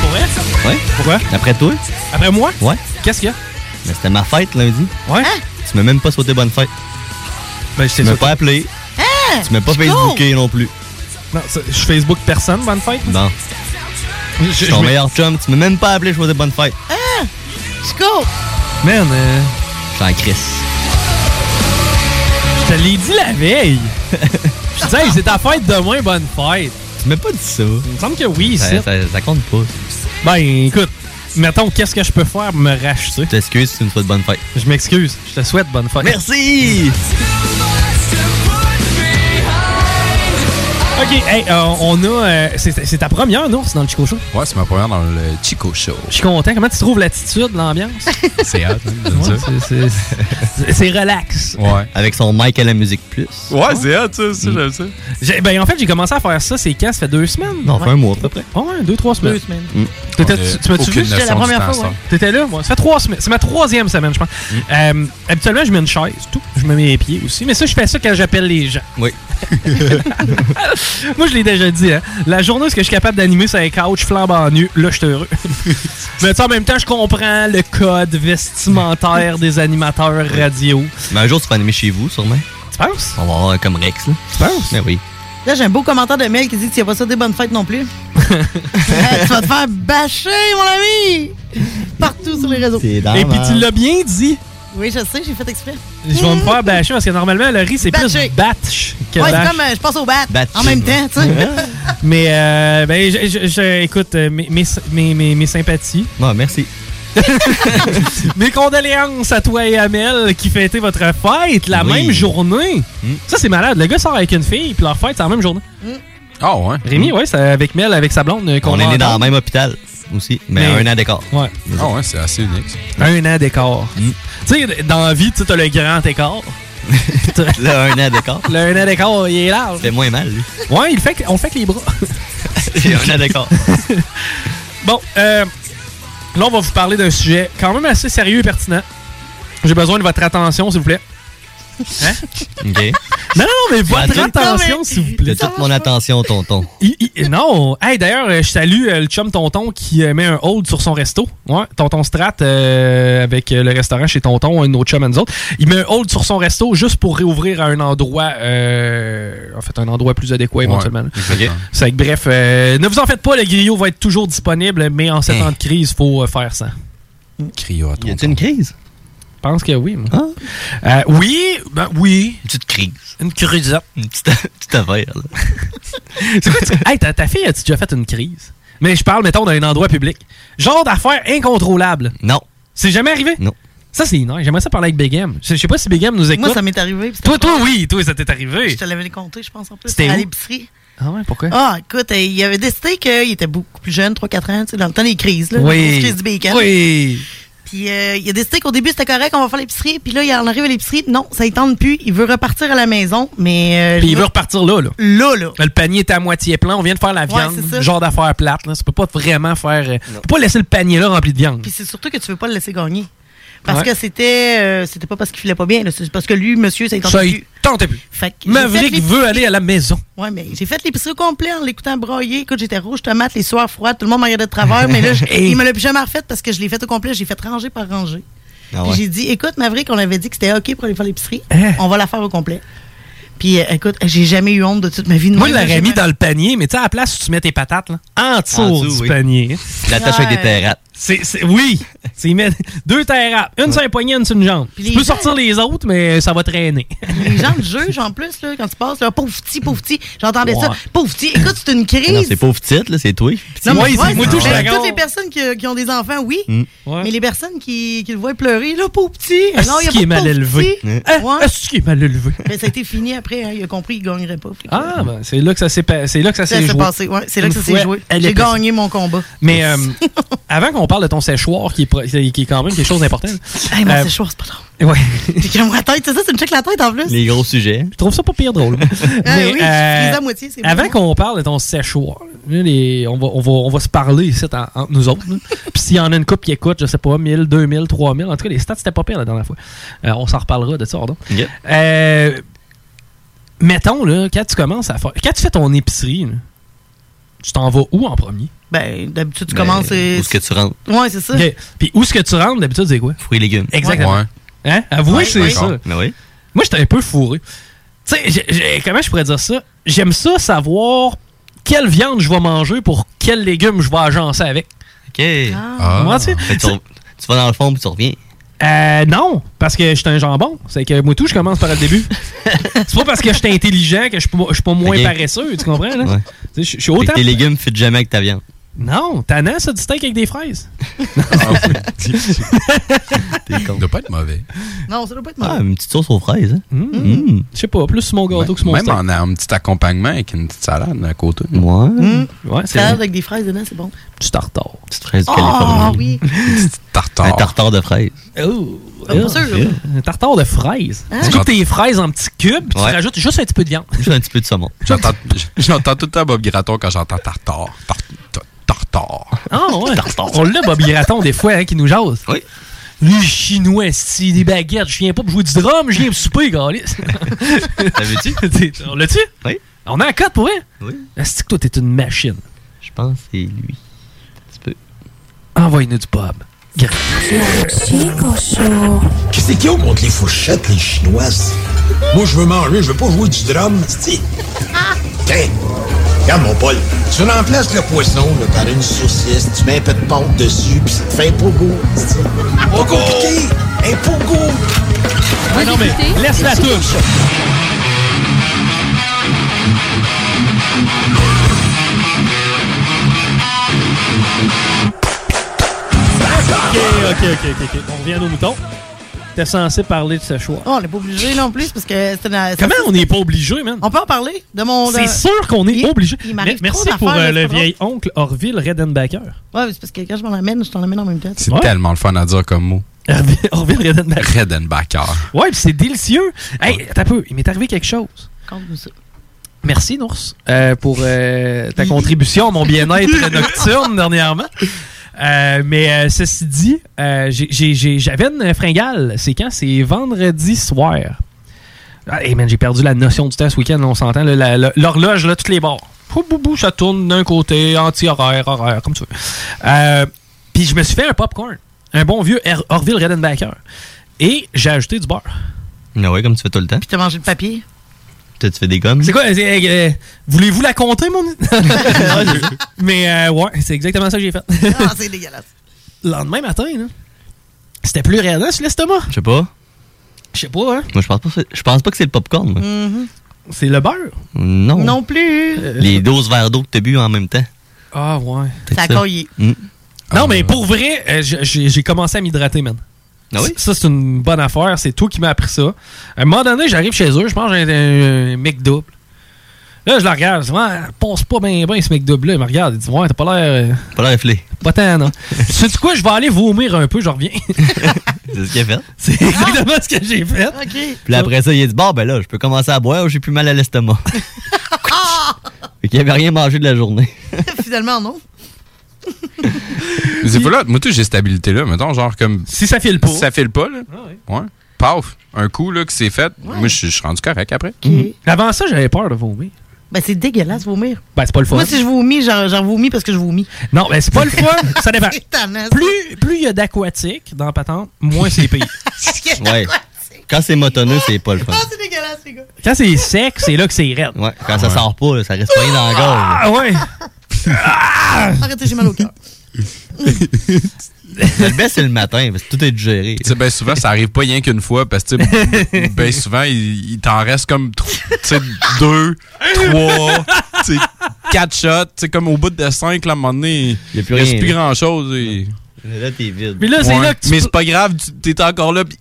Pour vrai?
Ouais.
Pourquoi?
Après toi?
Après moi?
Ouais.
Qu'est-ce qu'il y a?
Mais c'était ma fête lundi.
Ouais.
Tu m'as même pas sauté bonne fête.
Ben, je
Tu m'as pas appelé.
Hein?
Tu m'as pas
C'est cool.
Facebooké non plus.
Non, ça- je Facebook personne, bonne fête.
Non.
Je
suis
je
ton
me-
meilleur chum. Tu m'as même pas appelé, je faisais bonne fête.
Ah! Chico!
Man, euh,
Je t'en crisse.
je te l'ai dit la veille. [LAUGHS] je disais, hey, c'est ta fête demain, bonne fête.
Tu m'as pas dit ça.
Il me semble que oui,
Ça,
c'est.
ça- ça compte pas.
Ben, écoute, mettons, qu'est-ce que je peux faire pour me racheter?
Je t'excuse si tu me souhaites bonne fête.
Je m'excuse. Je te souhaite bonne fête.
Merci!
OK, hey, euh, on a. euh, c'est c'est ta première, non? C'est dans le Chico Show.
Ouais, c'est ma première dans le Chico Show.
Je suis content. Comment tu trouves l'attitude, l'ambiance?
[LAUGHS] C'est hot, hein, de
Ouais,
dire.
[LAUGHS]
C'est- C'est relax.
Ouais.
Avec son mic à la musique plus.
Ouais, c'est hot, ça, ça,
Mm.
j'aime ça.
J'ai- Ben, en fait, j'ai commencé à faire ça, c'est quand? Ça fait deux semaines?
Non, ça fait un mois à peu près. Mm.
Ah ouais, deux, trois semaines.
Deux semaines.
T'étais-
On a
tu tu m'as-tu
aucune
vu? C'était
notion du temps ensemble.
T'étais là, moi. Ça fait trois semaines. C'est ma troisième semaine, je pense.
Mm.
Euh, habituellement, je mets une chaise, tout. Je me mets les pieds aussi. Mais ça, je fais ça quand j'appelle les gens.
Oui.
[LAUGHS] Moi, je l'ai déjà dit, hein. La journée où est-ce que je suis capable d'animer sur un couch flambant nu, là, je
[LAUGHS]
suis heureux. Mais tu sais, en même temps, je comprends le code vestimentaire des animateurs radio.
Mais un jour, tu vas animer chez vous, sûrement.
Tu penses?
On va avoir un comme Rex, là.
Tu penses?
Mais oui.
Là, j'ai un beau commentaire de Mel qui dit que tu n'as pas ça des bonnes fêtes non plus. Hey, tu vas te faire bâcher, mon ami! Partout sur les réseaux.
Et
Et puis, tu l'as bien dit.
Oui, je sais, j'ai fait exprès.
Je vais me faire bâcher parce que normalement, le riz, c'est plus
Batcher.
batch que
Ouais, c'est
bash.
comme euh, je passe au bat en même temps, tu sais.
Mais, euh, ben, je, je- je- écoute, euh, mes, mes, mes, mes- mes sympathies.
Bon, Ah, merci.
[LAUGHS] mes condoléances à toi et à Mel qui fêtaient votre fête la
Oui.
même journée.
Mm.
Ça, c'est malade. Le gars sort avec une fille, puis leur fête, c'est la même journée.
Ah, ouais.
Rémi, ouais, c'est avec Mel, avec sa blonde. euh, qu'on
Hmm. On
a
est né dans
entendu.
le même hôpital aussi, mais,
Mais-
un an d'écart.
Ouais.
Ah, ouais, c'est assez unique. ça.
Un an d'écart.
Mm.
Tu sais, dans la vie, tu sais, t'as le grand
[LAUGHS]
écart.
Là, un an d'écart.
Le un an d'écart, il est large.
Fait moins mal, lui.
Ouais, il fait, que- on fait que
[LAUGHS]
les bras.
J'ai un an d'écart.
[LAUGHS] Bon, euh, là, on va vous parler d'un sujet quand même assez sérieux et pertinent. J'ai besoin de votre attention, s'il vous plaît. Hein?
OK.
[LAUGHS] Non, non, mais
T'as
votre
tout-
attention, s'il vous plaît.
T'as toute mon attention, tonton.
I- i- non! Hey, d'ailleurs, euh, je salue euh, le chum Tonton qui euh, met un hold sur son resto. Ouais, Tonton Strat, euh, avec euh, le restaurant chez Tonton, un de nos chums et nous autres. Il met un hold sur son resto juste pour réouvrir à un endroit, euh, en fait, un endroit plus adéquat éventuellement. là.
exactement.
C'est que, bref, euh, ne vous en faites pas, le griot va être toujours disponible, mais
Eh.
en ces temps de crise, faut euh, faire ça.
Crio à
Y
ton
a-t-il une crise?
Je pense que oui. moi.
Ah.
Euh, oui, ben oui.
Une petite crise.
Une crise.
Une petite, [LAUGHS] petite affaire, là.
[LAUGHS] C'est quoi, tu- Hey, ta, ta fille, as-tu déjà fait une crise? Mais je parle, mettons, d'un endroit public. Genre d'affaires incontrôlables.
Non.
C'est jamais arrivé?
Non.
Ça, c'est énorme. J'aimerais ça parler avec Begam. Je je sais pas si Begam nous écoute.
Moi, ça m'est arrivé. puis
toi, toi, oui. Toi, ça t'est arrivé.
Je te l'avais compté, je pense, en plus.
C'était
à
où?
l'épicerie.
Ah ouais, pourquoi?
Ah, écoute, euh, il avait décidé qu'il était beaucoup plus jeune, 3-4 ans, tu sais, dans le temps des crises, là.
oui.
Les crises du bacon.
Oui.
Puis euh, il a décidé qu'au début, c'était correct, on va faire l'épicerie. Puis là, il en arrive à l'épicerie. Non, ça y tente plus. Il veut repartir à la maison, mais. euh,
Puis il
là-
veut repartir là, là.
Là, là.
Le panier est à moitié plein. On vient de faire la
Ouais,
viande.
c'est ça.
genre d'affaires plates. Là. Tu peux pas vraiment faire. euh, Tu peux pas laisser le panier là rempli de viande.
Puis c'est surtout que tu veux pas le laisser gagner.
Parce
Ouais.
que c'était euh, c'était pas parce qu'il filait pas bien, là, c'est parce que lui, monsieur, ça il
Ça, il tentait plus.
Fait que j'ai fait
Maverick
les-
veut aller à la maison.
Ouais, mais j'ai fait l'épicerie au complet en l'écoutant broyer. Écoute, j'étais rouge tomate, les soirs froides, tout le monde m'en regardait de travers, mais
[LAUGHS]
là, je-
Hey.
il me l'a plus jamais refait parce que je l'ai fait au complet, j'ai fait ranger par ranger.
Ah
Puis
ouais. Hein?
J'ai dit, écoute, Maverick, on avait dit que c'était OK pour aller faire l'épicerie, on va la faire au complet. Puis euh, écoute, j'ai jamais eu honte de toute ma vie. de
Moi,
même,
je
là,
l'aurais
j'ai
mis
même-
dans le panier, mais tu sais, à la place où tu mets tes patates, là, en dessous,
En dessous,
du
oui.
panier.
L'attache avec des Ouais. terrattes.
C'est- c'est- oui, Tu y mets deux terrattes. Une sur un poignet, une sur une jambe. Tu
les
peux
gens-
sortir les autres, mais ça va traîner.
Les gens te jugent en plus, là, quand tu passes, là, pauvre petit, pauvre petit. J'entendais
Ouais.
ça, pauvre petit. Écoute, c'est
Ah
une crise.
Non, c'est pauvre petite, là, c'est toi.
Non, mais ouais,
moi,
c'est-
tout, je
ben,
suis d'accord.
toutes les personnes qui, qui ont des enfants, oui.
Mm.
Mais les personnes qui, qui le voient pleurer, là, pauvre petit.
Est-ce
non, il y a
qu'il
pas
Ah, est
de
mal
pauvre
élevé?
petit.
Hein?
Ouais.
Est-ce qu'il est mal élevé?
Ben, ça a été fini après. hein. Il a compris qu'il ne gagnerait pas. Fait que-
Ah, ben, c'est là que ça s'est pa- c'est là que ça
Ça
s'est
s'est
joué.
passé, ouais, c'est là que
Une
ça s'est
fois,
joué.
elle
J'ai
est passée.
gagné mon combat. [LAUGHS]
Mais euh, avant qu'on parle de ton séchoir, qui est, pro- qui est quand même quelque chose d'important.
Hey, mon
Euh,
séchoir, c'est pas drôle.
Ouais.
J'ai crème la tête, c'est ça, tu me checkes la tête en plus. Ah
Les gros sujets.
Je trouve ça pas
[LAUGHS]
pire drôle. euh,
oui, je suis à moitié, c'est bon.
avant qu'on parle de ton séchoir, là, les- on, va, on, va, on va se parler ici en- entre
[LAUGHS]
nous autres. là. Puis s'il y en a une coupe qui écoute, je sais pas, 1000, 2000, 3000. En tout cas, les stats, c'était pas pire la dernière fois. Euh, on s'en reparlera de ça, pardon.
Yep.
Euh, mettons, là, quand tu commences à faire. Quand tu fais ton épicerie, là, tu t'en vas où en premier?
Ben, d'habitude, tu commences.
Où
euh,
est-ce que tu rentres?
Ouais, c'est ça.
Ok. Puis où est-ce que tu rentres, d'habitude, c'est quoi?
Fruits et légumes.
Exactement.
Ouais.
Hein? Avouez
Ouais,
que c'est
ouais.
ça.
Ah, ben oui.
Moi, j'étais un peu fourré. Tu sais, j'ai- j'ai- comment je pourrais dire ça? J'aime ça savoir quelle viande je vais manger pour quels légumes je vais agencer avec.
OK.
Ah. Moi, tu sais,
Fait que tu,
c'est-
re- tu vas dans le fond puis tu reviens.
Euh, non, parce que j'étais un jambon. C'est que moi, tout, je commence par
[LAUGHS]
le début. c'est pas parce que j'étais intelligent que je suis pas- je suis pas moins
Ok.
paresseux, tu comprends? là?
Ouais.
Tu sais, Je je suis
Fait que
autant.
tes légumes ne jamais avec ta viande.
Non, tannant, ça, du steak avec
[LAUGHS]
des fraises.
T'es con.
doit pas être mauvais.
Non, ça doit pas être
Ah,
mal.
une petite sauce aux fraises. Hein?
Je sais pas, plus mon gâteau que Mmh. mon
Même
steak.
en a un petit accompagnement avec une petite salade à côté.
Ouais.
Mmh. Ouais,
Ça a l'air avec des fraises dedans, c'est bon.
Du tartare.
Petite fraise de
Ah
Californie.
oui.
Tartare.
Un tartare de fraises.
Oh,
Ah, pas sûr.
Un tartare de fraises. Tu coupes tes fraises en petits cubes, puis
Ouais.
tu rajoutes juste un petit peu de viande.
Juste un petit peu de saumon.
[LAUGHS] J'entends j'entends tout le temps Bob Graton quand j'entends tartare. Tar- tar- Tartare.
Ah ouais. On l'a, Bobby Raton, des fois, hein, qui nous jase.
Oui.
Les Chinois, si des baguettes, je viens pas pour jouer du drum, je viens pour souper, Galis.
[LAUGHS] T'avais-tu?
On l'a-tu?
Oui.
On a un code pour vrai?
Oui.
Est-ce que toi, t'es une machine?
Je pense que c'est lui.
Envoie-nous du pub.
Chico Show.
Qu'est-ce qu'ils ont contre les fourchettes, les chinoises? Moi, je veux manger, je veux pas jouer du drum, si. Ah! Tiens, regarde mon Paul. Tu remplaces le poisson là, par une saucisse, tu mets un peu de pâte dessus, puis ça te fait un pogo. c'ti. Pas compliqué, un pogo.
Ouais, Ah non, mais laisse la touche. Ok, ok, ok, ok, ok. On revient à nos moutons. T'es censé parler de ce choix.
Oh, on n'est pas obligé non plus parce que c'était dans-
Comment on n'est pas obligé, man?
On peut en parler de mon. de-
C'est sûr qu'on est
Il-
obligé.
il m'arrive
Mais- Merci
trop
pour
d'affaires,
euh,
là,
le
c'est pas
vieil oncle Orville Redenbacher.
Ouais, mais c'est parce que quand je m'en amène, je t'en amène en même temps.
C'est
Ouais.
tellement le fun à dire comme mot.
Orville Redenbacher.
Redenbacher.
Ouais, puis c'est délicieux. Hey, attends un peu, il m'est arrivé quelque chose.
Compte-nous ça.
Merci, Nours, euh, pour euh, ta contribution à mon [LAUGHS] bien-être euh, nocturne dernièrement. Euh, mais euh, ceci dit, euh, j'ai- j'ai- j'ai- j'avais une fringale. C'est quand? C'est vendredi soir. Ah, hey man, j'ai perdu la notion du temps ce week-end, là, on s'entend. là, la- la- L'horloge, là, toutes les bords. Pou, bou, bou, ça tourne d'un côté, anti-horaire, horaire, comme tu veux. Euh, Puis je me suis fait un popcorn. Un bon vieux Her- Orville Redenbacher. Et j'ai ajouté du beurre.
Ah ouais, comme tu fais tout le temps.
Puis t'as mangé le papier.
Tu fais des gommes.
C'est quoi? c'est- euh, Voulez-vous la
[LAUGHS]
compter, mon... [LAUGHS] Mais euh, ouais, c'est exactement ça que j'ai fait.
Ah, c'est dégueulasse.
[LAUGHS] Le lendemain matin, là, c'était plus raide sur l'estomac.
Je sais pas.
Je sais pas, hein? Mm-hmm.
Moi, je pense pas, que c'est- je pense pas que c'est le popcorn. moi.
C'est le beurre? Oh. Euh.
Non.
Non plus.
Les 12 verres d'eau que t'as bu en même temps.
Ah ouais.
Peut-être ça.
[LAUGHS]
Mm.
Non, mais pour vrai, euh, j- j'ai j'ai commencé à m'hydrater, man.
Ah oui?
Ça, c'est une bonne affaire. C'est toi qui m'as appris ça. À un moment donné, j'arrive chez eux, je mange un, un, un McDouble. Là, je la regarde, je dis, ouais, pense pas bien, bien ce McDouble-là. Il me regarde, il dit, ouais, t'as pas l'air. euh,
Pas l'air efflé.
pas tant, non. [LAUGHS] Sais-tu quoi, je vais aller vomir un peu,
[LAUGHS]
je reviens.
C'est ce qu'il a fait.
[LAUGHS] c'est exactement ce que j'ai fait.
OK.
Puis là, après ça, il a dit Bon, ben là, je peux commencer à boire, j'ai plus mal à l'estomac.
[LAUGHS]
fait qu'il avait rien mangé de la journée.
Finalement, non.
C'est pas là. Moi, tu sais, j'ai stabilité là. Mettons, genre comme. Si
ça file pas.
Si ça file pas, là. Ouais. Paf, un coup, là, que c'est fait. Moi, je je suis rendu correct après.
Avant ça, j'avais peur de vomir.
Ben, c'est dégueulasse, vomir.
Ben, c'est pas le fun.
Moi, si je vomis, j'en j'en vomis parce que je vomis.
Non, ben, c'est pas le fun. Ça dépend.
[LAUGHS] C'est tannant, ça.
Plus plus il y
[LAUGHS]
a d'aquatique dans la patente, moins c'est pire.
Ouais. Quand c'est motonneux, c'est pas le fun.
Ah, c'est dégueulasse, les gars.
Quand c'est sec, c'est là que c'est raide.
Ouais, quand ça sort pas, là, ça reste poigné dans la gorge. là.
Ah ouais.
Ah!
Ah!
Arrêtez, j'ai mal
[LAUGHS]
au cœur.
Le best, c'est le matin, parce que tout est digéré.
Tu sais, ben souvent, ça arrive pas rien qu'une fois, parce que, tu sais, ben souvent, il, il t'en reste comme, tr- tu sais, deux, trois, tu sais, quatre shots. Tu sais, comme au bout de cinq, là, à un moment donné, il
plus
reste
rien,
plus
là.
grand-chose. et-
Là, t'es vide.
Mais là, c'est là que tu Mais c'est pas grave, tu- t'es encore là, puis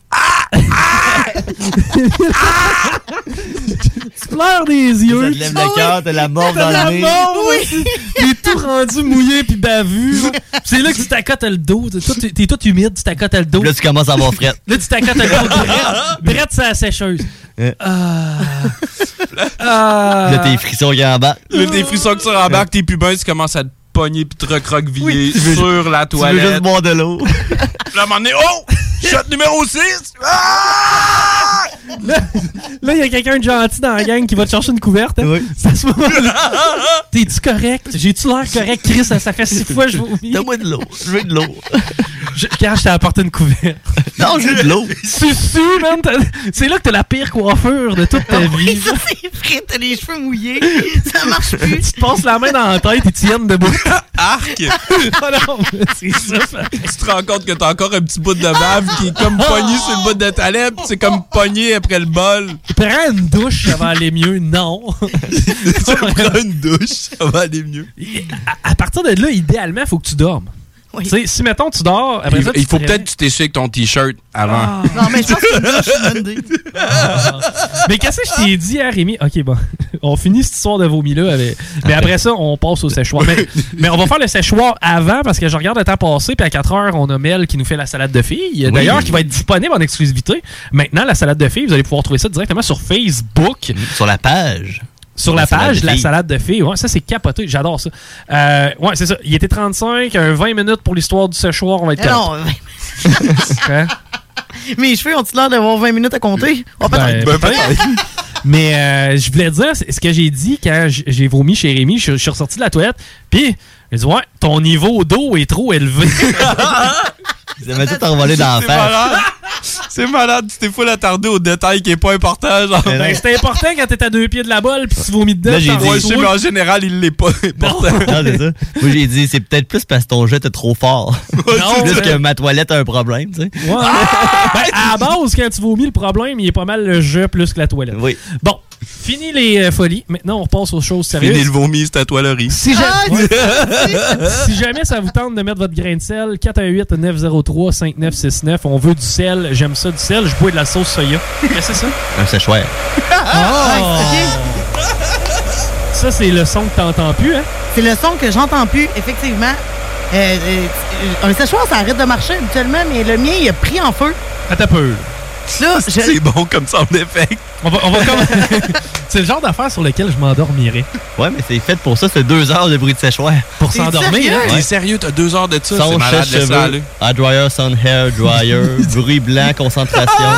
[LAUGHS] Tu pleures des yeux.
Ça te lève le cœur, t'as la mort dans le nez.
Oui. T'es tout rendu mouillé puis bavu. là. Puis C'est là que tu t'accotes le dos. T'es tout, t'es tout humide, tu t'accotes le dos.
Là, tu commences à avoir frette.
Là, tu t'accotes le dos. Brette, brette, c'est la sécheuse. Ah. Ah.
Là, t'es frisson qui est en bas.
là, des frissons que tu rembarques, tes pubins, tu commences à te pogner, puis te recroqueviller
Oui, tu veux-
sur la
Tu veux
toilette.
juste boire de l'eau.
Puis à un moment donné, oh! Shot numéro 6!
Là, [LAUGHS] là, il y a quelqu'un de gentil dans la gang qui va te chercher une couverte. hein. C'est à
[LAUGHS]
ce moment-là. T'es-tu correct? J'ai-tu l'air correct, Chris? Ça, ça fait six fois que je vomis.
Donne-moi de l'eau. Je veux de l'eau.
Je- Quand je t'ai apporté une couverte.
Non, je veux de l'eau.
Susu, man! t'as- C'est là que t'as la pire coiffure de toute
Ah
ta
Oui,
vie.
ça, c'est vrai, t'as les cheveux mouillés. Ça marche plus.
Tu te passes la main dans la tête et tu tiennes debout.
Arc!
[LAUGHS] Ah non, mais c'est ça.
tu te rends compte que t'as encore un petit bout de bave qui est comme pogné sur le bout de ta lèvre, puis c'est comme pogné après le bol.
Prends une douche, ça va aller mieux. Non.
[LAUGHS] Prends une douche, ça va aller mieux.
À partir de là, idéalement, faut que tu dormes. Tu sais, Si, mettons, tu dors, après
Il,
ça,
il
tu te
faut peut-être
réveilles. Ah,
que tu t'essuies avec ton t-shirt avant.
Non, mais je pense que c'est une douche, c'est une bonne idée.
[LAUGHS] Mais qu'est-ce que je t'ai dit, hein, Rémi? Ok, bon. [LAUGHS] On finit cette histoire de vomi-là. avec- Mais après ça, on passe au séchoir. [LAUGHS] Mais, mais on va faire le séchoir avant parce que je regarde le temps passer. Puis à 4 heures, on a Mel qui nous fait la salade de filles.
Oui.
D'ailleurs, qui va être disponible en exclusivité. Maintenant, la salade de filles, vous allez pouvoir trouver ça directement sur Facebook.
Sur la page.
Sur la, page, la salade de filles. Ouais, ça, c'est capoté. J'adore ça. Euh, ouais, c'est ça. Il était 35, un 20 minutes pour l'histoire du séchoir. On va être
Eh non,
correct. Hein?
mes cheveux ont-ils l'air d'avoir 20 minutes à compter? Oh,
Ben,
peut-être.
peut-être.
[LAUGHS]
Mais euh, je voulais dire, c'est- ce que j'ai dit quand j- j'ai vomi chez Rémi, je je suis ressorti de la toilette, puis j'ai dit Ouais, ton niveau d'eau est
[LAUGHS]
trop élevé.
Ils avaient tout envolé dans la
C'est
face.
malade. C'est malade, tu t'es full attardé au détail qui est pas important. Genre.
ben, c'est important quand t'es à deux pieds de la balle, puis tu vomis dedans.
Là, j'ai
t'en
dit-
vas
Ouais, je sais,
sur-
mais en général, il l'est pas important.
Non, c'est ça. Moi, j'ai dit, c'est peut-être plus parce que ton jet est trop [LAUGHS] fort.
Non,
plus
mais-
que ma toilette a un problème, tu sais.
Ouais.
Ah!
Ben, à la base, quand tu vomis, le problème, il est pas mal le jeu plus que la toilette.
Oui.
Bon, fini les euh, folies. Maintenant, on repasse aux choses sérieuses.
Fini le vomi, c'est à toi, Laurie.
Si jamais,
Ah,
Ouais. [LAUGHS] si jamais ça vous tente de mettre votre grain de sel, 418-903-5969. On veut du sel. J'aime ça, du sel. Je bois de la sauce soya. Qu'est-ce que c'est ça? Ah,
Un séchoir.
Ah!
Ah!
Ça, c'est le son que t'entends plus, hein?
C'est le son que j'entends plus, effectivement. Euh, euh, un séchoir, ça arrête de marcher habituellement, mais le mien, il a pris en feu.
Attends un peu.
Là, je-
C'est bon comme ça, en effet.
On va, on va comme... [LAUGHS] c'est le genre d'affaire sur lequel je m'endormirais.
Ouais, mais c'est fait pour ça, c'est deux heures de bruit de séchoir.
Pour s'endormir, hein?
T'es sérieux, t'as deux heures de ça, c'est
Son
malade, laisse ça aller.
sèche-cheveux, hot dryer, sun hair dryer,
[LAUGHS]
bruit blanc, concentration,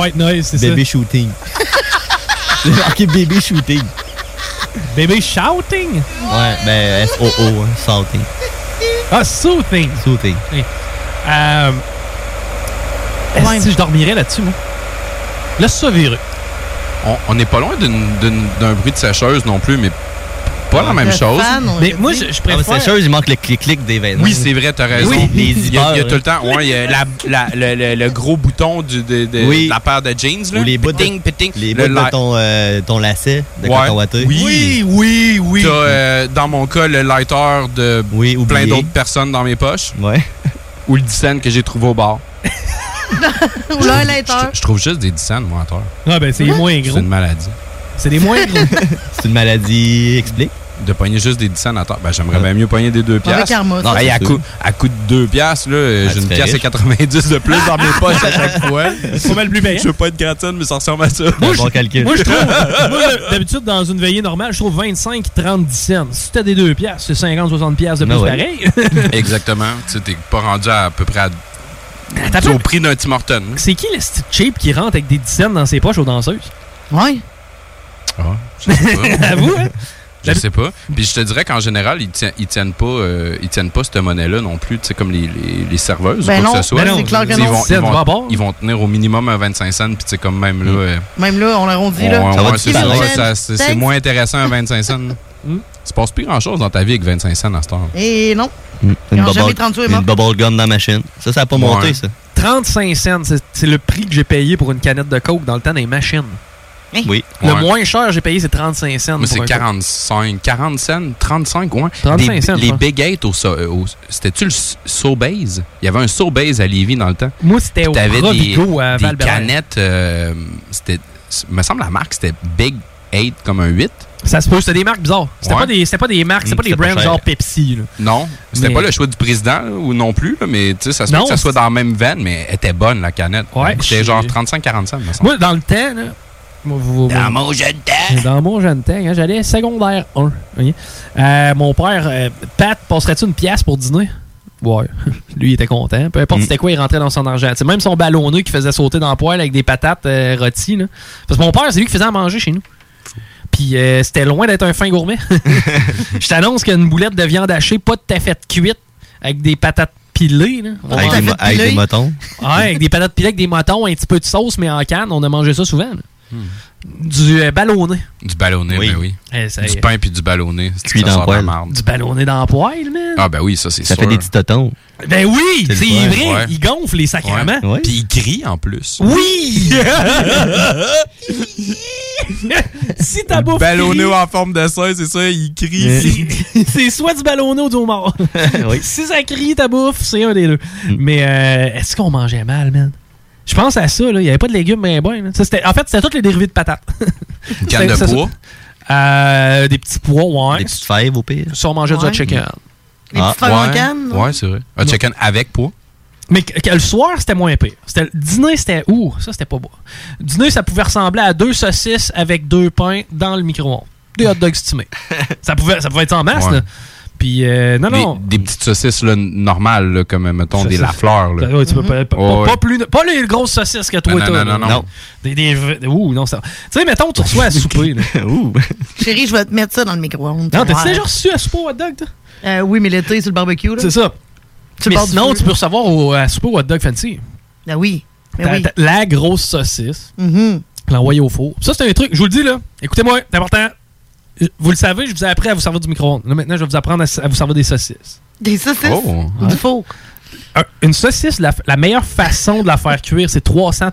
White noise, c'est ça.
baby shooting. [LAUGHS] J'ai marqué baby shooting.
Baby shouting.
Ouais, ben S-O-O, hein, shouting.
Ah, soothing.
Shooting.
Euh... Est-ce
Ouais.
que je dormirais là-dessus, moi? Laisse ça virer.
On- On n'est pas loin d'une- d'une- d'un bruit de sécheuse non plus, mais pas la même
Le
chose.
fan, on
Mais
l'a
moi,
dit.
je, je
Ah, mais
préfère...
c'est sûr, il manque le clic-clic des vêtements.
Oui, c'est vrai, t'as raison.
Oui. Les
il y a, il y a
zippers,
tout le temps. Ouais, il y a la- la- le, le- le gros bouton du, de, de-
Oui.
de la paire de jeans. Là.
Ou les bouts de-
Péting, péting.
Les
Le
bouts de
la-
ton, euh, ton lacet de
Ouais.
coton watté.
Oui, oui, oui. T'as, euh, dans mon cas, le lighter de
Oui,
plein
oublié.
d'autres personnes dans mes poches
Ouais.
ou le 10 cents que j'ai trouvé au bar.
Ou là, un lighter.
Je, je trouve juste des 10 cents, moi, à terre.
Ah, ben, c'est les moins
C'est
gros.
une maladie.
C'est les moins gros.
C'est une maladie, explique.
de pogner juste des 10 cents à terre. Ben, j'aimerais bien mieux pogner des 2 piastres.
karma, ça.
Non,
Ouais,
hey, à,
c'est
coup, à coup de 2 piastres, là, euh, j'ai une
fais
pièce et
riche.
90 de plus dans mes poches à chaque fois.
[LAUGHS] C'est pas mal plus payant.
Je veux pas être gratine, mais ça ressemble à ça.
Moi, je- Moi, je trouve, moi, d'habitude, dans une veillée normale, je trouve 25, 30, 10 cents. Si t'as des 2 piastres, c'est 50, 60 piastres de plus
Ah ouais.
pareil.
Exactement. Tu sais, t'es pas rendu à, à peu près à-
t'as
au
pas-
prix d'un Tim Horton.
C'est qui le petit cheap qui rentre avec des 10 cents dans ses poches aux danseuses?
Ouais.
Ah Je sais pas.
Avoue, hein?
Je sais pas. Puis je te dirais qu'en général, ils, tient- ils tiennent pas, euh, ils tiennent pas cette monnaie-là non plus, tu sais, comme les, les, les serveuses
Ben
ou quoi
non,
que ce soit.
ben non, c'est clair que
ils,
non.
Vont,
C'est
ils,
du bas bord.
vont, ils vont tenir au minimum un 25 cents, puis tu sais, comme même là. euh,
Même là, Mm. on l'arrondit, là.
ouais, ouais, c'est ça, ouais, ça- c'est- c'est
Thanks.
moins intéressant à 25 cents. Tu passes plus grand-chose dans ta vie avec 25 cents à ce temps.
Et non.
Une
Ils ont
bubble-
jamais 38
une
morts. Hein?
bubble gum dans la machine. Ça, ça a pas
Ouais.
monté, ça.
35 cents, c'est- c'est le prix que j'ai payé pour une canette de coke dans le temps des machines.
Oui.
Le moins cher que j'ai payé, c'est 35 cents.
Moi,
pour
c'est
un
45. 40 cents, 35, ouais.
35
Des-
cents, je
Les
pense.
Baguettes au. so- au- C'était-tu le Sobase? Il y avait un Sobase à Lévis dans le temps.
Coke. Moi, c'était au
T'avais des,
Robigo à
des
val
canettes. euh, c'était, c- me semble la marque c'était Big 8 comme un 8.
Ça se peut, c'était des marques bizarres. C'était
Ouais.
pas des, c'était pas des marques, c'était pas
Mm,
des
c'était pas
brands
cher.
genre Pepsi. là.
Non, c'était
Mais-
pas le choix du président là, ou non plus, là, mais tu sais, ça se peut
Non,
que ça soit dans la même veine, mais elle était bonne la canette.
Ouais,
C'était
je-
genre 35-40 cents, me semble.
Moi, dans le temps, là, moi, vous- vous-
Dans mon jeune temps.
Dans mon jeune temps, quand j'allais secondaire 1. ok, euh, mon père, euh, Pat, passerais-tu une pièce pour dîner? Ouais. [LAUGHS] Lui, il était content. Peu importe
Mm.
c'était quoi, il rentrait dans son argent. C'est même son ballonneux qui faisait sauter dans le poêle avec des patates euh, rôties. là. Parce que mon père, c'est lui qui faisait à manger chez nous. Puis euh, c'était loin d'être un fin gourmet. [LAUGHS] Je t'annonce qu'une boulette de viande hachée, pas tout à fait cuite, avec des patates pilées. là. On
Avec
mangeait-
des, mo- avec des motons.
Ouais, avec des patates pilées, avec des motons, un petit peu de sauce, mais en canne. On a mangé ça souvent. là.
Hmm.
Du euh, ballonné.
Du ballonné, ben oui.
Eh, ça y
du
est.
pain puis du ballonné. C'est
Cuit
que ça
dans
sort de la
poêle.
marde.
Du ballonné dans la poêle, man.
Ah ben oui, ça c'est
Ça
sûr.
fait des petits totons.
Ben oui,
C'est
c'est
le fun.
vrai.
Ouais.
Il gonfle les sacrements.
Ouais. Puis il crie en plus. [LAUGHS]
Oui! [LAUGHS] si ta bouffe
Ballonné
crie,
en forme de sein, c'est ça, il crie.
[LAUGHS] c'est soit du ballonné ou
[LAUGHS]
du homard.
Oui.
Si ça crie ta bouffe, c'est un des deux.
Mm.
Mais euh, est-ce qu'on mangeait mal, man? Je pense à ça, là. Il n'y avait pas de légumes, mais bon. là. Ça, c'était- en fait, c'était toutes les dérivés
[LAUGHS]
de patates.
Une canne
C'est-
de
c'est ça.
poids.
Euh, des petits pois, ouais.
Des petites fèves, au pire.
Si on mangeait du hot
Ouais.
chicken.
Les Ah. petites fèves en
ouais.
canne,
Ouais, c'est vrai. Un chicken avec poids.
Mais que- que le soir, c'était moins pire. C'était, le dîner, c'était. Ouh, ça, c'était pas beau. Dîner, ça pouvait ressembler à deux saucisses avec deux pains dans le micro-ondes. Des hot
[LAUGHS]
dogs stimés. ça, pouvait, ça pouvait être en masse,
Ouais.
là. Puis, euh, non,
des,
non.
des petites saucisses là, normales, là, comme mettons des
Saucisses.
lafleurs. Là.
Ouais, tu peux pas, pas-
Ouais,
pas
ouais.
plus, pas les grosses saucisses que toi,
Non, non,
t'as,
non,
là.
non, non.
Des, des vrais- ouh, non, ça. Tu sais, mettons,
[LAUGHS]
tu reçois à souper. là.
Chérie, je vais te mettre ça dans le micro-ondes.
Non,
tu
t'as-tu
vois.
déjà reçu à souper au hot dog, toi?
Euh, oui, mais l'été, sur le barbecue, là.
C'est ça.
Sur le
Mais
bord du
sinon,
feu.
tu peux recevoir au, à souper au hot dog fancy.
Ben oui. Ben
T'as-
oui.
t'as La grosse saucisse.
Mhm.
l'envoyer au four. Ça, c'est un truc, je vous le dis là. Écoutez-moi, c'est important. Je- Vous le savez, je vous ai appris à vous servir du micro-ondes. Là, maintenant, je vais vous apprendre à, s- à vous servir des saucisses.
Des saucisses.
Oh,
Du four.
Un- une saucisse, la, f- la meilleure façon de la faire cuire, c'est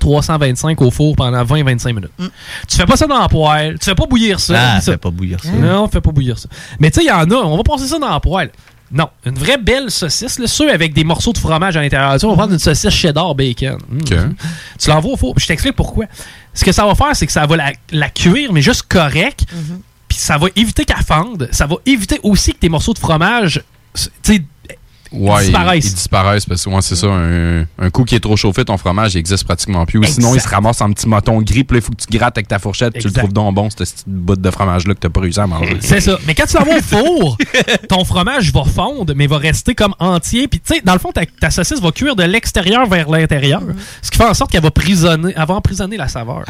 300-325 au four pendant 20-25 minutes. Tu fais pas ça dans la poêle, tu fais pas bouillir ça.
Ah,
dis ça.
fais pas bouillir ça.
Non, fais pas bouillir ça. Mais tu sais, il y en a, on va passer ça dans la poêle. Non, une vraie belle saucisse, là, ceux avec des morceaux de fromage à l'intérieur. Tu vas prendre une saucisse cheddar bacon. Mm. Tu l'envoies au four. Puis Je t'explique pourquoi. Ce que ça va faire, c'est que ça va la, la cuire, mais juste correct. Puis ça va éviter qu'elle fende. Ça va éviter aussi que tes morceaux de fromage s- tu sais,
Ouais, ils-
disparaissent.
Ils, disparaissent parce que ouais, c'est ça, un, un coup qui est trop chauffé, ton fromage il existe pratiquement plus. Ou sinon, il se
Exact.
ramasse en petit moton gris, puis là, il faut que tu grattes avec ta fourchette, tu le
Exact.
trouves donc bon, cette petite bout de fromage-là que t'as pas réussi à manger.
[LAUGHS] C'est ça. Mais quand tu l'envoies au four, ton fromage va fondre, mais va rester comme entier. Puis, tu sais, dans le fond, ta, ta saucisse va cuire de l'extérieur vers l'intérieur.
Mhm.
Ce qui fait en sorte qu'elle va prisonner, elle va emprisonner la saveur.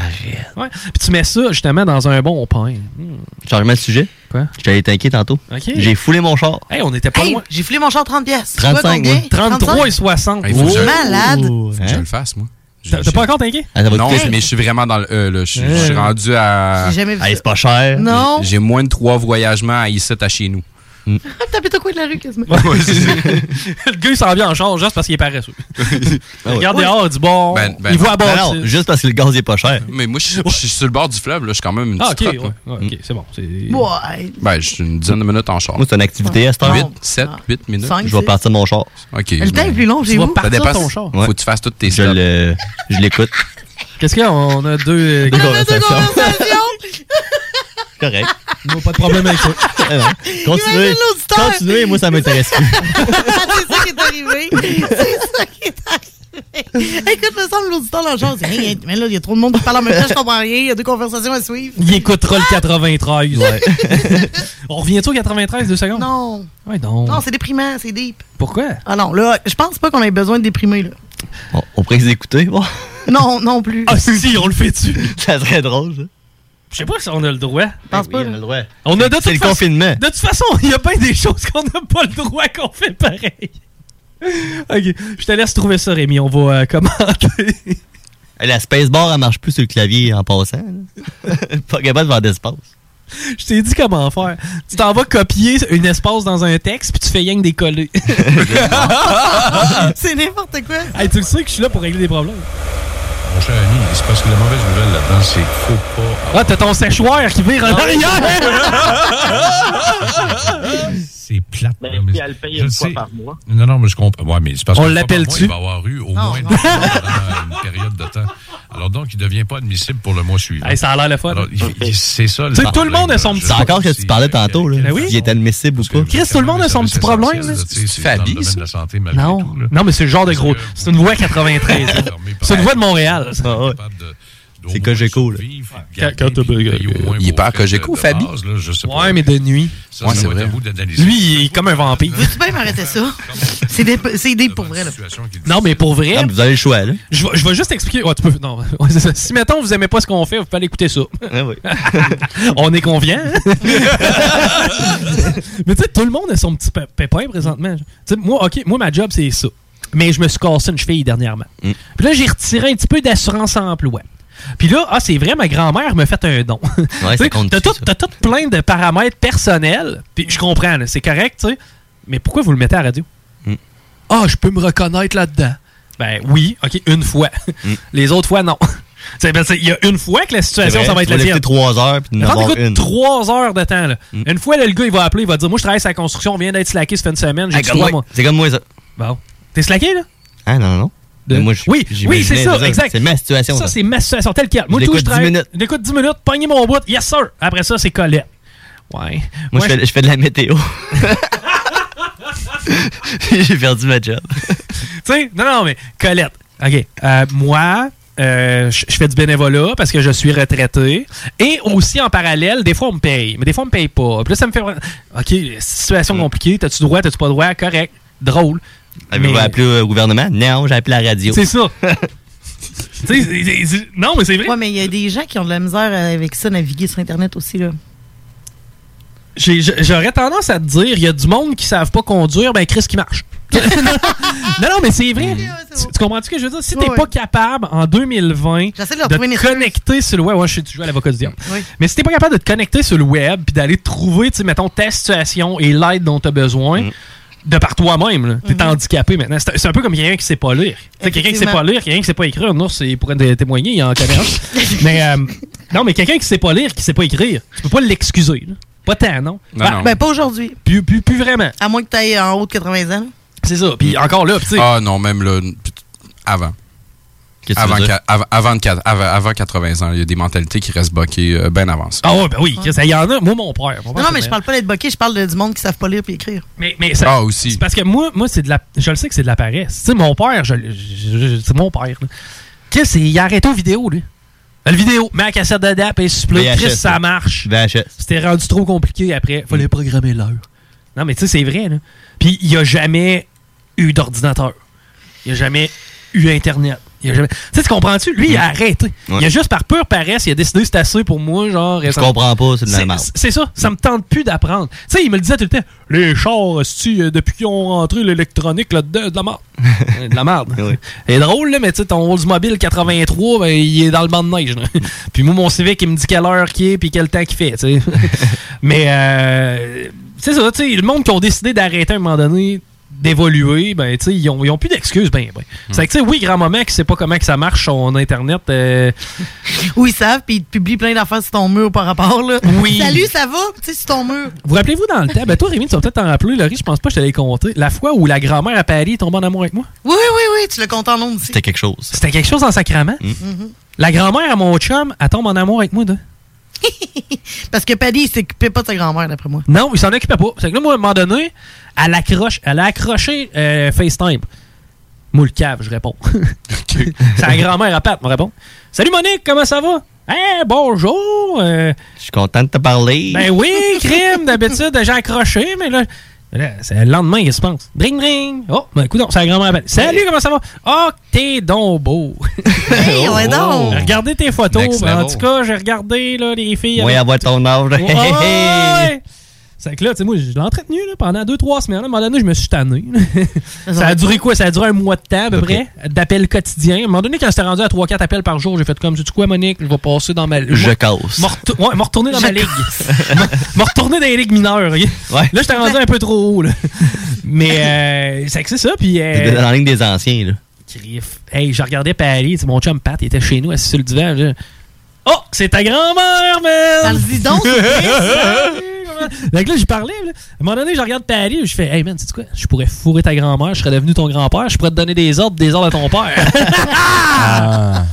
Ouais. Puis, tu mets ça, justement, dans un bon pain.
Ah,
Mm.
Tu remets le sujet?
Quoi?
Je t'avais t'inquiéter tantôt.
Ok.
J'ai foulé mon char.
Hey, on était pas
Hey,
loin.
j'ai filé mon char 30 pièces.
35, moi.
33 et 60.
Hey, faut que je-
Malade.
Faut que je le fasse, moi.
T'as t'as pas encore tanké?
Ah,
Non, mais je suis vraiment dans le E, là. Je suis- je suis
Ouais.
rendu à.
J'ai jamais vu
Hey,
ça.
Ah, c'est pas cher.
Non.
J'ai moins de trois voyagements à ici à chez nous.
Ah, T'as pété au coin de la rue, quasiment.
[LAUGHS] le gars, il s'en vient en charge juste parce qu'il
[LAUGHS]
est paresseux. Regarde dehors, il dit bon.
Ah Ben- ben
il
non.
voit à bord.
Ben non,
c'est-
Juste parce que le gaz est pas cher.
Mais moi, je suis- je suis sur le bord du fleuve, là. Je suis quand même une
Ah,
petite
ok,
trotte, là.
ouais, ouais, ok, c'est bon. c'est-
[LAUGHS] Ouais. [LAUGHS]
Ben, je suis une dizaine de minutes en char.
Moi, c'est une activité à cette heure.
8, 7,
Ah.
8 minutes.
Cinq,
Je vais partir de mon char.
OK. Ben,
Le temps est plus long, j'ai
vas
vous.
partir
Ça dépasse-
ton char.
Faut que tu fasses toutes tes
Je le- je l'écoute.
Qu'est-ce qu'on a deux.
[LAUGHS]
euh,
Deux conversations.
Conversation.
Correct.
[LAUGHS] Non, pas de problème avec ça.
[LAUGHS] Eh non. Continuez,
Imagine l'auditeur.
continuez, moi ça m'intéresse
[LAUGHS]
plus.
c'est ça qui
[LAUGHS]
est arrivé. C'est ça qui est arrivé. Écoute, me semble l'auditeur dans le genre, c'est, hey, mais là, il y a trop de monde qui parle en même temps, je comprends rien, il y a deux conversations à suivre.
Il écoutera le 93. [LAUGHS] On revient-tu au 93, deux secondes?
Non.
Ouais,
Oh.
donc.
Non, c'est déprimant, c'est deep.
Pourquoi?
Ah non, là, je pense pas qu'on ait besoin de déprimer, là.
On, on pourrait les écouter, bon.
Non, non plus.
Ah si, on le
[LAUGHS]
fait dessus.
Ça serait drôle, ça.
Je sais pas si on a le droit.
Pense pas. on a le droit.
On a de
C'est
toute
le
façon-
confinement.
De toute façon, il y a bien des choses qu'on n'a pas le droit qu'on fait pareil. Ok, je te laisse trouver ça, Rémi. On va
[LAUGHS]
euh, commenter.
Eh, La spacebar, elle marche plus sur le clavier en passant. là. [LAUGHS] pas capable de faire d'espace.
Je t'ai dit comment faire. Tu t'en vas copier une espace dans un texte, puis tu fais rien
[LAUGHS]
que décoller. [LAUGHS]
c'est n'importe quoi.
hey, tu le sais que je suis là pour régler des problèmes.
Mon cher ami, il se passe que la mauvaise nouvelle là-dedans, c'est qu'il faut pas.
Ah, t'as ton séchoir qui vire en
arrière! C'est plate. là, mais je le sais. Non, non, mais je comprends. Ouais, mais c'est parce
On
que le
l'appelle-tu?
Il va avoir eu au moins deux fois pendant une période de temps. [LAUGHS] Alors donc, il ne devient pas admissible pour le mois suivant.
ça a l'air le fun.
Alors, il- il- c'est ça.
Tu sais, tout le monde a son petit-
C'est encore que tu parlais tantôt, là.
Ben
Il est admissible ou pas.
Chris, tout le monde a son petit problème. là.
Fabi,
de la santé, malgré
Non.
tout, là.
non, mais c'est le genre de gros. C'est une voix
[LAUGHS]
93. là. c'est une voix de Montréal. ça.
C'est Cogeco, là.
Il est pas à
Cogeco, Fabi?
Ouais,
mais de nuit.
Ça, ça va être à vous d'analyser.
Lui, il est comme un vampire.
Tu peux m'arrêter ça. C'est des, c'est des pour vrai, là.
Non, mais pour vrai.
vous avez le choix, là.
Je vais, je vais juste expliquer. Ouais, tu peux. Non, [LAUGHS] Ouais, c'est ça. Si mettons vous aimez pas ce qu'on fait, vous pouvez aller écouter ça.
Ah
[LAUGHS] On est convient. [LAUGHS] mais tu sais, tout le monde a son petit pe- pépin présentement. Tu sais, moi, ok, moi ma job c'est ça. Mais je me suis cassé une cheville dernièrement.
Mm.
Puis là, j'ai retiré un petit peu d'assurance emploi. Puis là, ah, c'est vrai, ma grand-mère me fait un don.
Ouais,
[LAUGHS]
ça
Tu sais,
compte
T'as tout, t'as tout plein de paramètres personnels. Puis je comprends, là, c'est correct, tu sais. Mais pourquoi vous le mettez à la radio? Ah, je peux me reconnaître là-dedans. Ben oui, ok, une fois.
Mm.
[LAUGHS] Les autres fois, non. C'est- ben, c'est- Il y a une fois que la situation,
vrai,
ça va
tu
être
vas
la
l'écouter
tienne.
trois heures, puis en
Attends,
avoir
t'écoutes
une. Mm.
trois heures de temps. Là. Une fois, là, le gars, il va appeler, il va dire Moi, je travaille sur la construction, on vient d'être slacké, ça fait une semaine, j'ai
Hey,
dit
comme
trois
moi-
mois.
C'est comme moi, ça.
Bon. T'es slacké, là
Ah, non, non. Mais moi, je-
Oui,
j'imaginais
oui, c'est ça,
déjà-
exact.
C'est ma situation.
Ça, c'est ma situation, telle qu'elle. Moi,
Je
tout,
l'écoute
je
dix
travaille.
minutes.
J'écoute 10 minutes, pognez mon bout, yes, sir. Après ça, c'est Colette. Ouais.
Moi, je fais- je fais de la météo. [LAUGHS] J'ai perdu ma job.
[LAUGHS] Tu sais, non, non, mais Colette. OK. euh, moi, euh, je je fais du bénévolat parce que je suis retraité. Et aussi, en parallèle, des fois, on me paye. Mais des fois, on me paye pas. Puis là, ça me fait... OK,
Mm.
situation compliquée. T'as-tu droit, t'as-tu pas droit? Correct. Drôle.
Avez-vous
Mais-
appelé au gouvernement? Non, j'ai appelé la radio.
C'est ça. [LAUGHS] Tu sais, c'est- c'est- c'est- non, mais c'est vrai.
Ouais, mais il y a des gens qui ont de la misère euh, avec ça, naviguer sur Internet aussi, là.
J'ai- j'- J'aurais tendance à te dire, il y a du monde qui savent pas conduire, ben Chris qui
[LAUGHS]
marche. non, non, mais c'est vrai. Tu, tu comprends ce que je veux dire? Si t'es pas capable en 2020
de leur trouver une
de
excuse.
connecter sur le web, ouais, je suis toujours à l'avocat du diable. Mais si t'es pas capable de te connecter sur le web puis d'aller trouver, tu sais, mettons, ta situation et l'aide dont t'as besoin. De par toi-même, là. t'es
Mm-hmm.
handicapé maintenant. C'est c'est un peu comme quelqu'un qui sait pas lire. Tu sais, Quelqu'un qui sait pas lire, quelqu'un qui sait pas écrire, non, c'est pourrait te témoigner, il y a en
[LAUGHS]
caméra. mais euh, non, mais quelqu'un qui sait pas lire, qui sait pas écrire, tu peux pas l'excuser. là. Pas tant, non?
Non, non.
Ben, pas aujourd'hui.
Plus, plus, vraiment.
À moins que tu ailles en haut de 80 ans.
C'est ça. Puis encore là, tu sais.
Ah non, même là, n- put- avant.
Qu'est-ce que
Avant,
tu veux
qua- av- avant, de qua- av- avant 80 ans, il y a des mentalités qui restent bloquées euh, bien avant ça.
Ah ouais, ben oui, Chris, il y en a. Moi, mon père. mon père,
Non, non,
c'est
mais je
bien.
parle pas d'être boqué, je parle de, du monde qui savent pas lire puis écrire.
Mais, mais ça,
Ah, aussi.
c'est parce que moi, moi c'est de la, je le sais que c'est de la paresse. Tu sais, mon père, je, je- je- c'est mon père. là. Chris, il a arrêté aux vidéos, lui. Le vidéo, mets la cassette de DAP et supplé.
VHS,
Chris, ça
là.
marche.
VHS.
C'était rendu trop compliqué après. Fallait programmer l'heure. Non, mais tu sais, c'est vrai, là. Puis il n'y a jamais eu d'ordinateur. Il n'y a jamais eu Internet. Il y a jamais... Tu sais, tu comprends-tu? Lui, il a arrêté.
Ouais.
Il a juste par pure paresse, il a décidé c'est assez pour moi, genre.
Je comprends pas, c'est de la merde.
C'est ça, ça me tente plus d'apprendre. Tu sais, il me le disait tout le temps. Les chars, esti, euh, depuis qu'ils ont rentré l'électronique là-dedans, de
[LAUGHS]
la merde. Euh, de la merde. [LAUGHS] C'est drôle, là, mais tu sais, ton Oldsmobile 83, ben, il est dans le banc de
[LAUGHS]
neige. là. puis moi, mon Civic, il me dit quelle heure qu'il est puis quel temps qu'il fait. tu sais. mais euh, c'est ça, tu sais, le monde qui ont décidé d'arrêter à un moment donné d'évoluer, ben, tu sais, ils ont, ils ont plus d'excuses, ben, ben.
Hmm.
C'est que, tu sais, oui, grand-maman qui sait pas comment que ça marche son Internet,
[LAUGHS]
euh,
Ou ils savent, puis ils te publient plein d'affaires sur ton mur par rapport, là.
Oui.
[LAUGHS] Salut, ça va? Tu sais, sur ton mur.
Vous rappelez-vous dans le temps? Ben toi, Rémi, tu vas peut-être t'en rappeler, Laurie, je pense pas que je t'allais compter. La fois où la grand-mère à Paris est tombée en amour avec moi.
Oui, oui, oui, tu le comptes en nombre aussi. Mm-hmm.
C'était quelque chose. Hmm.
C'était quelque chose en sacrament. La grand-mère à mon chum, elle tombe en amour avec moi, là.
Parce que Paddy, il s'occupait pas de sa grand-mère, d'après moi.
Non, il s'en occupait pas. C'est que là, moi, à un moment donné, elle, accroche, elle a accroché euh, FaceTime. Moule cave, je réponds. [LAUGHS] C'est la grand-mère à Pat, me répond. Salut Monique, comment ça va? Hey, bonjour! euh,
Je suis content de te parler.
ben oui, crime, d'habitude, j'ai accroché, mais là. mais là, C'est le lendemain, il se pense. Dring, dring! Oh, ben, écoute, c'est la grand-mère appelle. Salut, comment ça va? Oh, t'es donc beau!
Hey, ouais, donc!
Regardez tes photos.
Oh. Next
ben, en
level.
tout cas, j'ai regardé là, les filles.
Oui,
avec-
avoir ton âge.
Ouais,
[LAUGHS]
ouais. C'est que là, tu sais, moi, je l'ai entretenu là, pendant 2-3 semaines. Là. À un moment donné, je me suis tanné. là. ça a duré quoi Ça a duré un mois de temps, à peu près, d'appels quotidiens. À un moment donné, quand j'étais rendu à 3-4 appels par jour, j'ai fait comme, tu quoi, Monique, je vais passer dans ma.
Je
Moi-
casse.
M'a retou- ouais, m'a retourné dans
Je
ma ligue. [LAUGHS] M'a- M'a retourné dans les ligues mineures. ok? Là, j'étais rendu un peu trop
[LAUGHS]
haut. Là. Mais euh, c'est que c'est ça. Puis. euh,
Dans la ligne des anciens, là.
[LAUGHS] Griff. Hey, je regardais Paris, tu sais, mon chum Pat, il était chez nous, assis sur le divan. je- Oh, c'est ta grand-mère, man!
dis donc, c'est
[LAUGHS]
bien, Donc là, je parlais. là. À un moment donné, je regarde Paris, je fais, hey man, sais-tu quoi? Je pourrais fourrer ta grand-mère, je serais devenu ton grand-père, je pourrais te donner des ordres, des ordres à ton père.
Ah.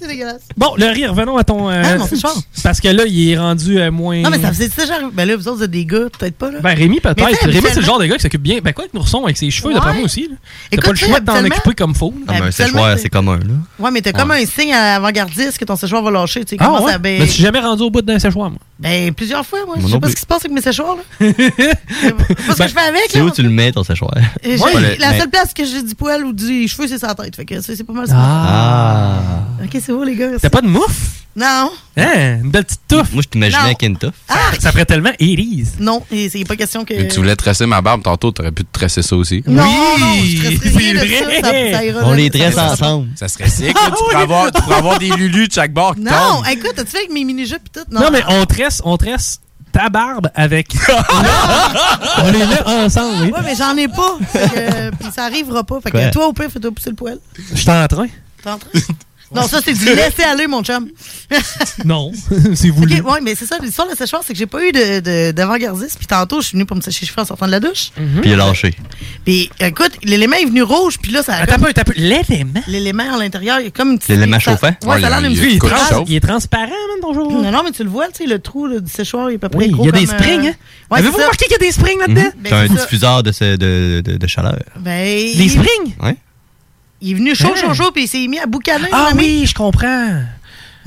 C'est dégueulasse.
[LAUGHS] Bon, le rire, revenons à ton. euh,
Ah, mon petit char.
parce que là, il est rendu euh, moins.
Non, mais ça faisait déjà arrivé. Ben là, vous autres, vous êtes des gars, peut-être pas, là.
Ben, Rémi,
Mais tu sais,
peut-être. Rémi, c'est le
habituellement-
genre de gars qui s'occupe bien. Ben, quoi, avec Nourson, avec ses cheveux,
Ouais.
d'après moi aussi. là. T'as
Écoute,
pas le
tu sais,
choix de t'en
habituellement-
occuper comme faut. là.
Ah, ben, un
Habituellement,
séchoir,
c'est-
c'est commun, là.
Ouais, mais t'as comme un signe à- avant-gardiste que ton séchoir va lâcher. Tu sais,
Ah,
comment
ouais?
ça. Ben,
Mais je suis jamais rendu au bout d'un séchoir, moi.
ben, plusieurs fois, moi.
Moi
Je sais
non
pas ce
plus.
qui se passe avec mes séchoirs, là. Je sais pas ce que je fais avec,
C'est
là.
où tu le mets, ton séchoir?
Euh, j'ai-
Pas le-
la
mais-
seule place que j'ai du poil ou du cheveu, c'est sa tête. Fait que c'est c'est pas mal ça.
Ah.
Ok, c'est beau, les gars.
T'as pas de mouf?
Non,
Hein? Une belle petite touffe.
Moi, je
t'imaginais Non. Ah. avec
une touffe.
Ça ferait tellement Elise.
non, et c'est pas question que.
Mais tu voulais tresser ma barbe tantôt, t'aurais pu te tresser ça aussi.
Non, non,
[LAUGHS]
je stresserais rien de ça, ça- ça ira là. Ça-
Ça serait sick.
Ah,
là. tu, pourrais avoir, tu pourrais avoir des lulus de chaque bord qui
Non, euh,
tombent.
écoute, t'as-tu fait avec mes mini-jupes pis tout?
Non, mais on tresse, on tresse ta barbe
[LAUGHS]
avec. on les met ensemble, oui.
Ouais, mais j'en ai pas. Fait que, Puis ça arrivera pas. Fait que
Quoi?
toi, au pire, fais-toi pousser le poil.
Je suis en train.
T'es en train? Non, ça, c'est du laisser aller, mon chum.
Non, [LAUGHS] c'est voulu.
OK, ouais, mais c'est ça, l'histoire de la séchoir, c'est que j'ai pas eu de- de- d'avant-gardiste. Puis tantôt, je suis venue pour me sécher les cheveux en sortant de la douche.
Puis il a lâché.
Puis écoute, l'élément est venu rouge, puis là, ça. Attends un peu,
attends un peu. L'élément?
L'élément à l'intérieur, il y a comme une petite.
L'élément
ça-
chauffant?
Ouais, ça
Ouais,
a
il y a-
l'air d'une
il y a
petite
quelque
trace.
chose. Il
est transparent, man, bonjour.
Non, non, mais tu le vois, tu sais, le trou là, du séchoir, il est à peu près
Oui,
gros
il y a des
comme, euh,
springs, hein?
Ouais,
Avez-vous
c'est ça.
remarqué qu'il y a des springs là-dedans?
Mhm. T'as un diffuseur de, ce- de, de, de chaleur.
Ben,
Des
il-
springs?
Ouais.
Il est venu chaud,
Hein?
chaud, chaud, puis il s'est mis à boucaner.
Ah
mon ami.
oui, je comprends. Ben,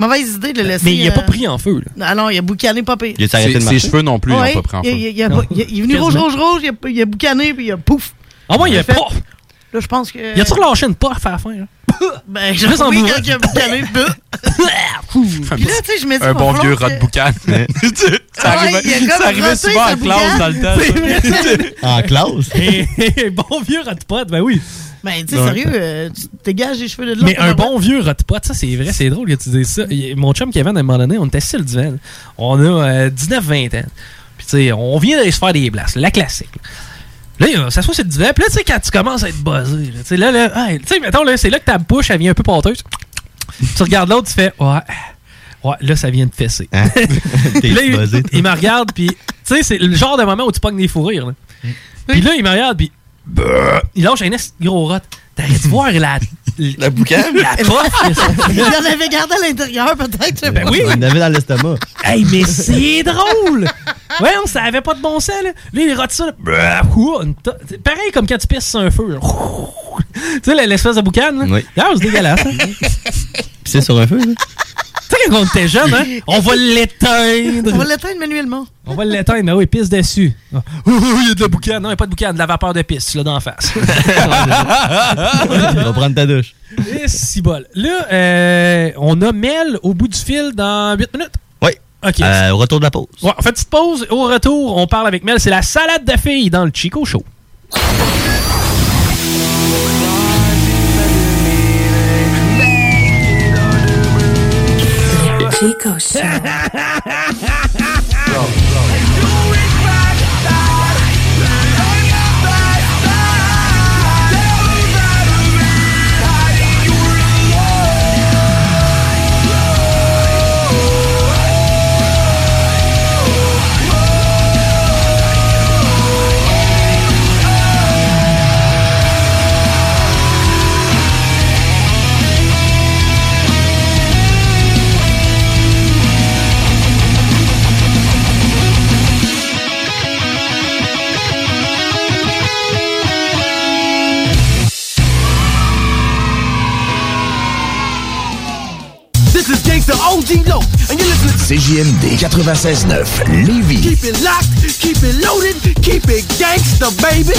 Mauvaise idée de le laisser.
Mais il a pas
euh,
pris en feu, là.
Ah non, il a boucané pas pire.
Il a arrêté de Ses- marcher? ses cheveux non plus, ils ont
Ouais,
pas pris en
il-
feu.
il- il a
Non.
pas- Il il est venu rouge,
Quasiment.
rouge, rouge, il a, il a boucané, puis il a pouf.
Ah ouais, il a
fait-
pouf!
Là, je pense que.
euh,
Il a-tu relâché une pof à la fin, là?
Ben, j'ai
Juste en
oui,
mourant.
quand il a boucané, bah. Puis là, tu sais, je me dis.
Un
va
bon
falloir
vieux
que-
rot [LAUGHS] boucan.
[LAUGHS]
ça
Ah ouais,
arrivait,
il a comme
ça arrivait
roté
souvent
sa
en classe
boucane.
dans le temps.
[LAUGHS]
[LAUGHS]
En classe?
bon vieux rotpote, ben oui.
Ben, tu sais,
Ouais.
sérieux, euh, tu dégages les cheveux de l'autre.
Mais un bon vieux rotpot, ça c'est vrai, c'est drôle que tu dises ça. Il- Mon chum Kevin, à un moment donné, on était assis sur le divan. là. On a 19-20 ans. Puis tu sais, on vient d'aller se faire des blasts, la classique. Là, Là, on s'assoit sur le divan. Puis là, tu sais, quand tu commences à être buzzé, là, tu sais, là, là, hey, tu sais, mettons, là, c'est là que ta bouche, elle vient un peu pâteuse. tu regardes l'autre, tu fais, ouais, ouais, là, ça vient de fesser. [LAUGHS] Puis là, il, il me regarde, puis, tu sais, c'est le genre de moment où tu pognes des fous rires. là.
Mm.
Puis là, il me regarde, puis, Brrr. il lâche un esti de gros rot.
[LAUGHS]
T'arrêtes de voir la. La
boucane?
La
[LAUGHS]
poche.
[LAUGHS] Il en avait gardé à l'intérieur, peut-être. je sais
Ben
pas.
oui.
Il en avait dans l'estomac.
Hey, mais c'est drôle! Ouais, on savait pas de bon sens, là. Là, il rote ça, là. Brrr, ouh, une to- c'est Pareil comme quand tu pisses sur un feu, là. [LAUGHS] Ouh. Tu sais, l'espèce de boucane, là.
Oui.
Ah, c'est dégueulasse, hein.
C'est sur [LAUGHS] un feu, là.
Tu sais, quand on était jeune, hein, on va l'éteindre.
On va l'éteindre manuellement.
On va l'éteindre, mais oui, pisse dessus. Ah. Ouh, ouh, il y a de la boucane. Non, il n'y a pas de boucane, de la vapeur de pisse, là, d'en face. Ah.
[LAUGHS] Il va prendre ta douche.
Et si bol. Là, euh, on a Mel au bout du fil dans 8 minutes.
Oui.
OK.
Euh, au retour de la pause.
Ouais, on fait une petite pause. Au retour, on parle avec Mel. C'est la salade de filles dans le Chico Show.
Chico Show.
Chico
Gene Lowe, and you're listening to
CJMD 96.9, Lévis.
Keep It Locked, Keep It Loaded, Keep It Gangsta, baby.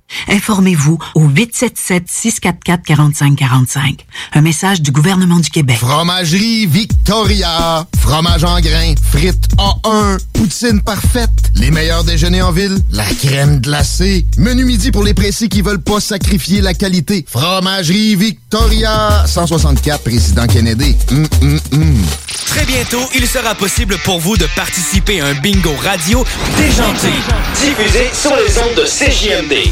Informez-vous au 877-644-4545. Un message du gouvernement du Québec.
Fromagerie Victoria. Fromage en grains. Frites A1. Poutine parfaite. Les meilleurs déjeuners en ville. La crème glacée. Menu midi pour les pressés qui veulent pas sacrifier la qualité. Fromagerie Victoria. 164 Président Kennedy. Hum, hum, hum.
Très bientôt, il sera possible pour vous de participer à un bingo radio déjanté,
diffusé sur les ondes de CJMD.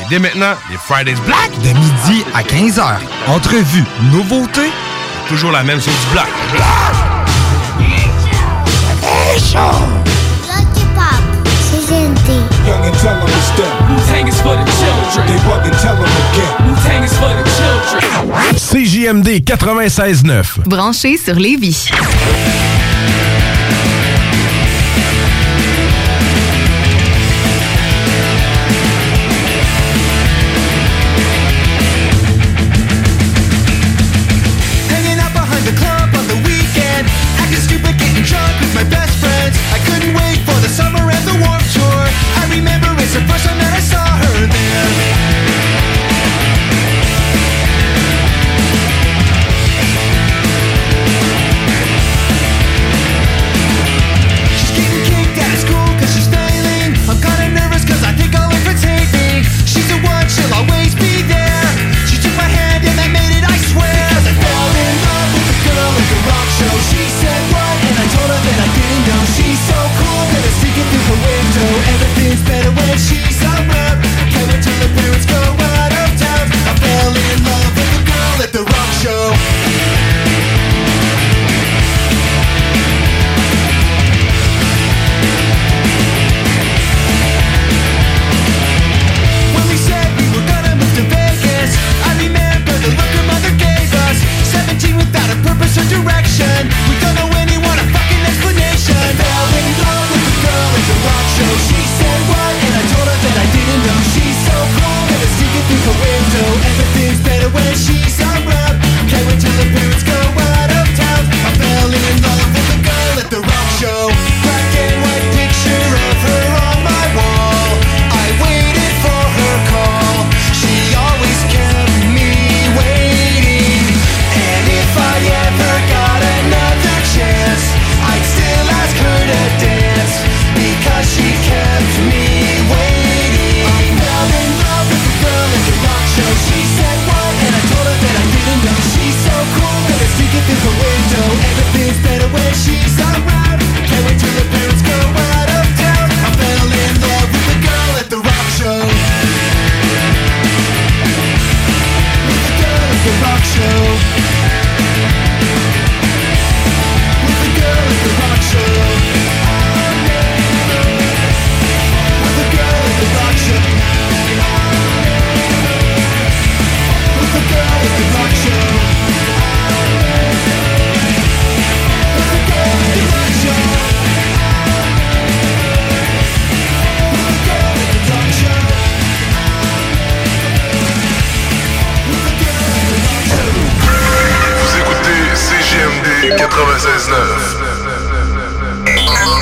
Et dès maintenant, les Fridays Black. De midi à 15h, entrevues, nouveautés.
Toujours la même sauce du bloc.
Bloc hip-hop, CGMD.
Young and tell 'em it's them. Wu-Tang is for the children. They walk and tell 'em again. Wu-Tang is for the children.
CJMD 96.9.
Branché sur Lévis.
Hanging out behind the club on the weekend. Acting stupid, getting drunk with my best friends. I couldn't wait for the summer and the warm tour. I remember it's the first time that I saw her there.
show. With the girl at the rock show. Oh, yeah. With the girl at the rock show. Oh, yeah. With the girl at the rock show. Oh, yeah. With the girl at the rock show.
Vous écoutez CGMD 96.9.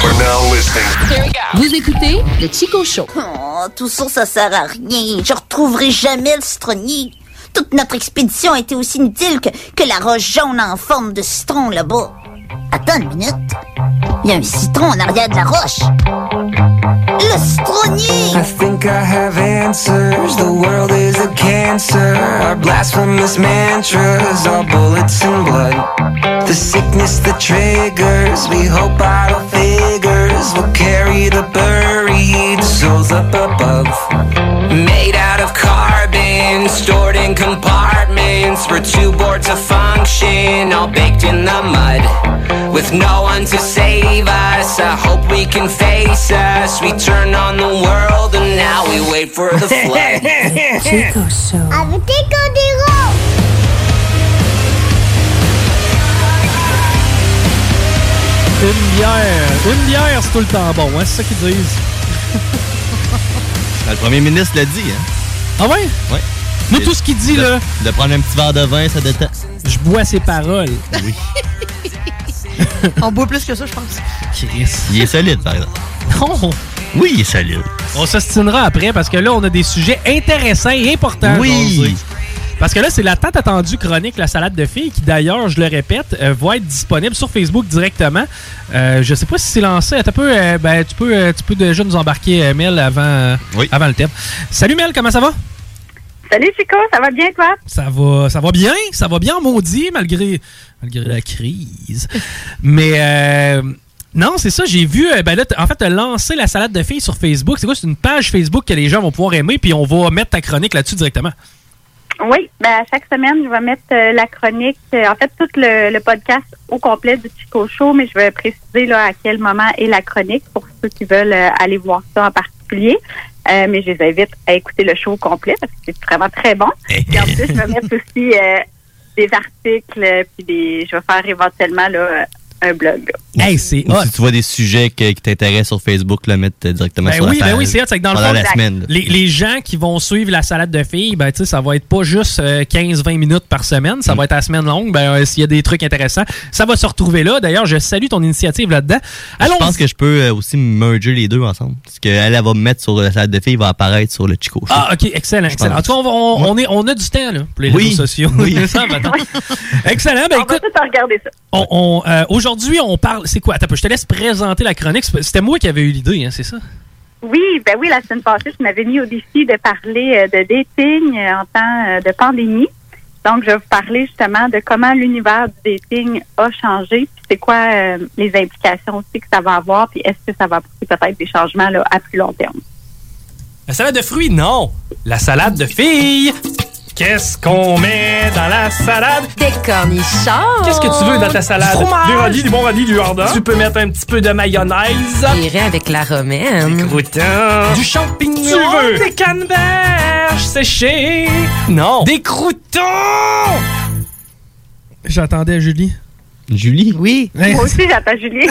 We're now listening.
Vous écoutez le Chico Show.
Oh, tout ça, ça sert à rien. Je retrouverai jamais le citronnier. Toute notre expédition était aussi inutile que, que la roche jaune en forme de citron là-bas. Attends une minute. Il y a un citron en arrière de la roche. Le citronnier!
I think I have answers. The world is a cancer. Our blasphemous mantras are bullets and blood. The sickness that triggers. We hope idle figures will carry the buried souls up above. Made out of carbon, stored in compartments. We're too bored to function, all baked in the mud. With no one to save us, I hope we can face us. We turn on the world and now we wait for the flood.
Chico Show.
Avec tes cordéraux.
Une bière. Une bière, c'est tout le temps bon, hein? C'est ça qu'ils disent.
Ben, le premier ministre l'a dit, hein?
Ah ouais?
Ouais.
Moi, tout ce qu'il dit,
De-
là,
De prendre un petit verre de vin, ça détend.
je bois ses paroles. Oui.
On boit plus que ça, je pense.
Il est solide, par exemple.
Non!
Oui, il est solide.
On s'ostinera après parce que là, on a des sujets intéressants et importants.
Oui.
aujourd'hui. Parce que là, c'est la tant attendue chronique La Salade de filles qui, d'ailleurs, je le répète, euh, va être disponible sur Facebook directement. Euh, je sais pas si c'est lancé. Attends un peu, euh, ben, tu, peux, euh, tu peux déjà nous embarquer, euh, Mel, avant, euh, avant le thème. Salut, Mel, comment ça va?
Salut Chico, ça va bien toi?
Ça va, ça va bien, ça va bien en maudit malgré, malgré la crise. Mais euh, non, c'est ça, j'ai vu, euh, ben là, t'as- en fait, t'as lancé la salade de filles sur Facebook. C'est quoi? C'est une page Facebook que les gens vont pouvoir aimer, puis on va mettre ta chronique là-dessus directement.
Oui, ben, à chaque semaine, je vais mettre euh, la chronique, euh, en fait, tout le, le podcast au complet du Chico Show, mais je vais préciser là, à quel moment est la chronique pour ceux qui veulent euh, aller voir ça en particulier. Euh, mais je les invite à écouter le show au complet parce que c'est vraiment très bon. Et en plus, je vais mettre aussi euh, des articles, euh, puis des, je vais faire éventuellement là, euh, un blog. là.
Hey, c'est
Ou Si tu vois des sujets que- qui t'intéressent sur Facebook, le mettre euh, directement
Ben
sur
oui,
la
ben
page.
oui, c'est hot, c'est que dans le
Pendant
fond,
la semaine. là.
les, les gens qui vont suivre la salade de filles, ben tu sais, ça va être pas juste euh, 15-20 minutes par semaine,
Mm.
ça va être à semaine longue, ben euh, s'il y a des trucs intéressants, ça va se retrouver là. D'ailleurs, je salue ton initiative là-dedans.
Je pense que je peux euh, aussi merger les deux ensemble. Parce qu'elle, elle va me mettre sur euh, la salade de filles, il va apparaître sur le Chico. Show.
Ah, ok, excellent, excellent. En tout cas, on, va- on- on est, on a du temps là, pour les
Oui.
réseaux sociaux.
Oui.
[LAUGHS] Ça va, attends. excellent, ben écoute. On- on, euh, Aujourd'hui, on parle. C'est quoi? Attends, un peu, je te laisse présenter la chronique. C'est- C'était moi qui avais eu l'idée, hein, c'est ça?
Oui, ben oui, la semaine passée, je m'avais mis au défi de parler euh, de dating euh, en temps euh, de pandémie. Donc, je vais vous parler justement de comment l'univers du dating a changé, puis c'est quoi euh, les implications aussi que ça va avoir, puis est-ce que ça va apporter peut-être des changements là, à plus long terme.
La salade de fruits, non! La salade de filles! Qu'est-ce qu'on met dans la salade?
Des cornichons.
Qu'est-ce que tu veux dans ta salade? Du radis, du bon radis, du hardin. Tu peux mettre un petit peu de mayonnaise.
J'irai avec la romaine. Des
croûtons. Du champignon. Tu veux? Des canneberges séchées. Non. Des croûtons. J'attendais Julie. Hein?
Julie?
Oui.
Moi aussi, j'attends Julie.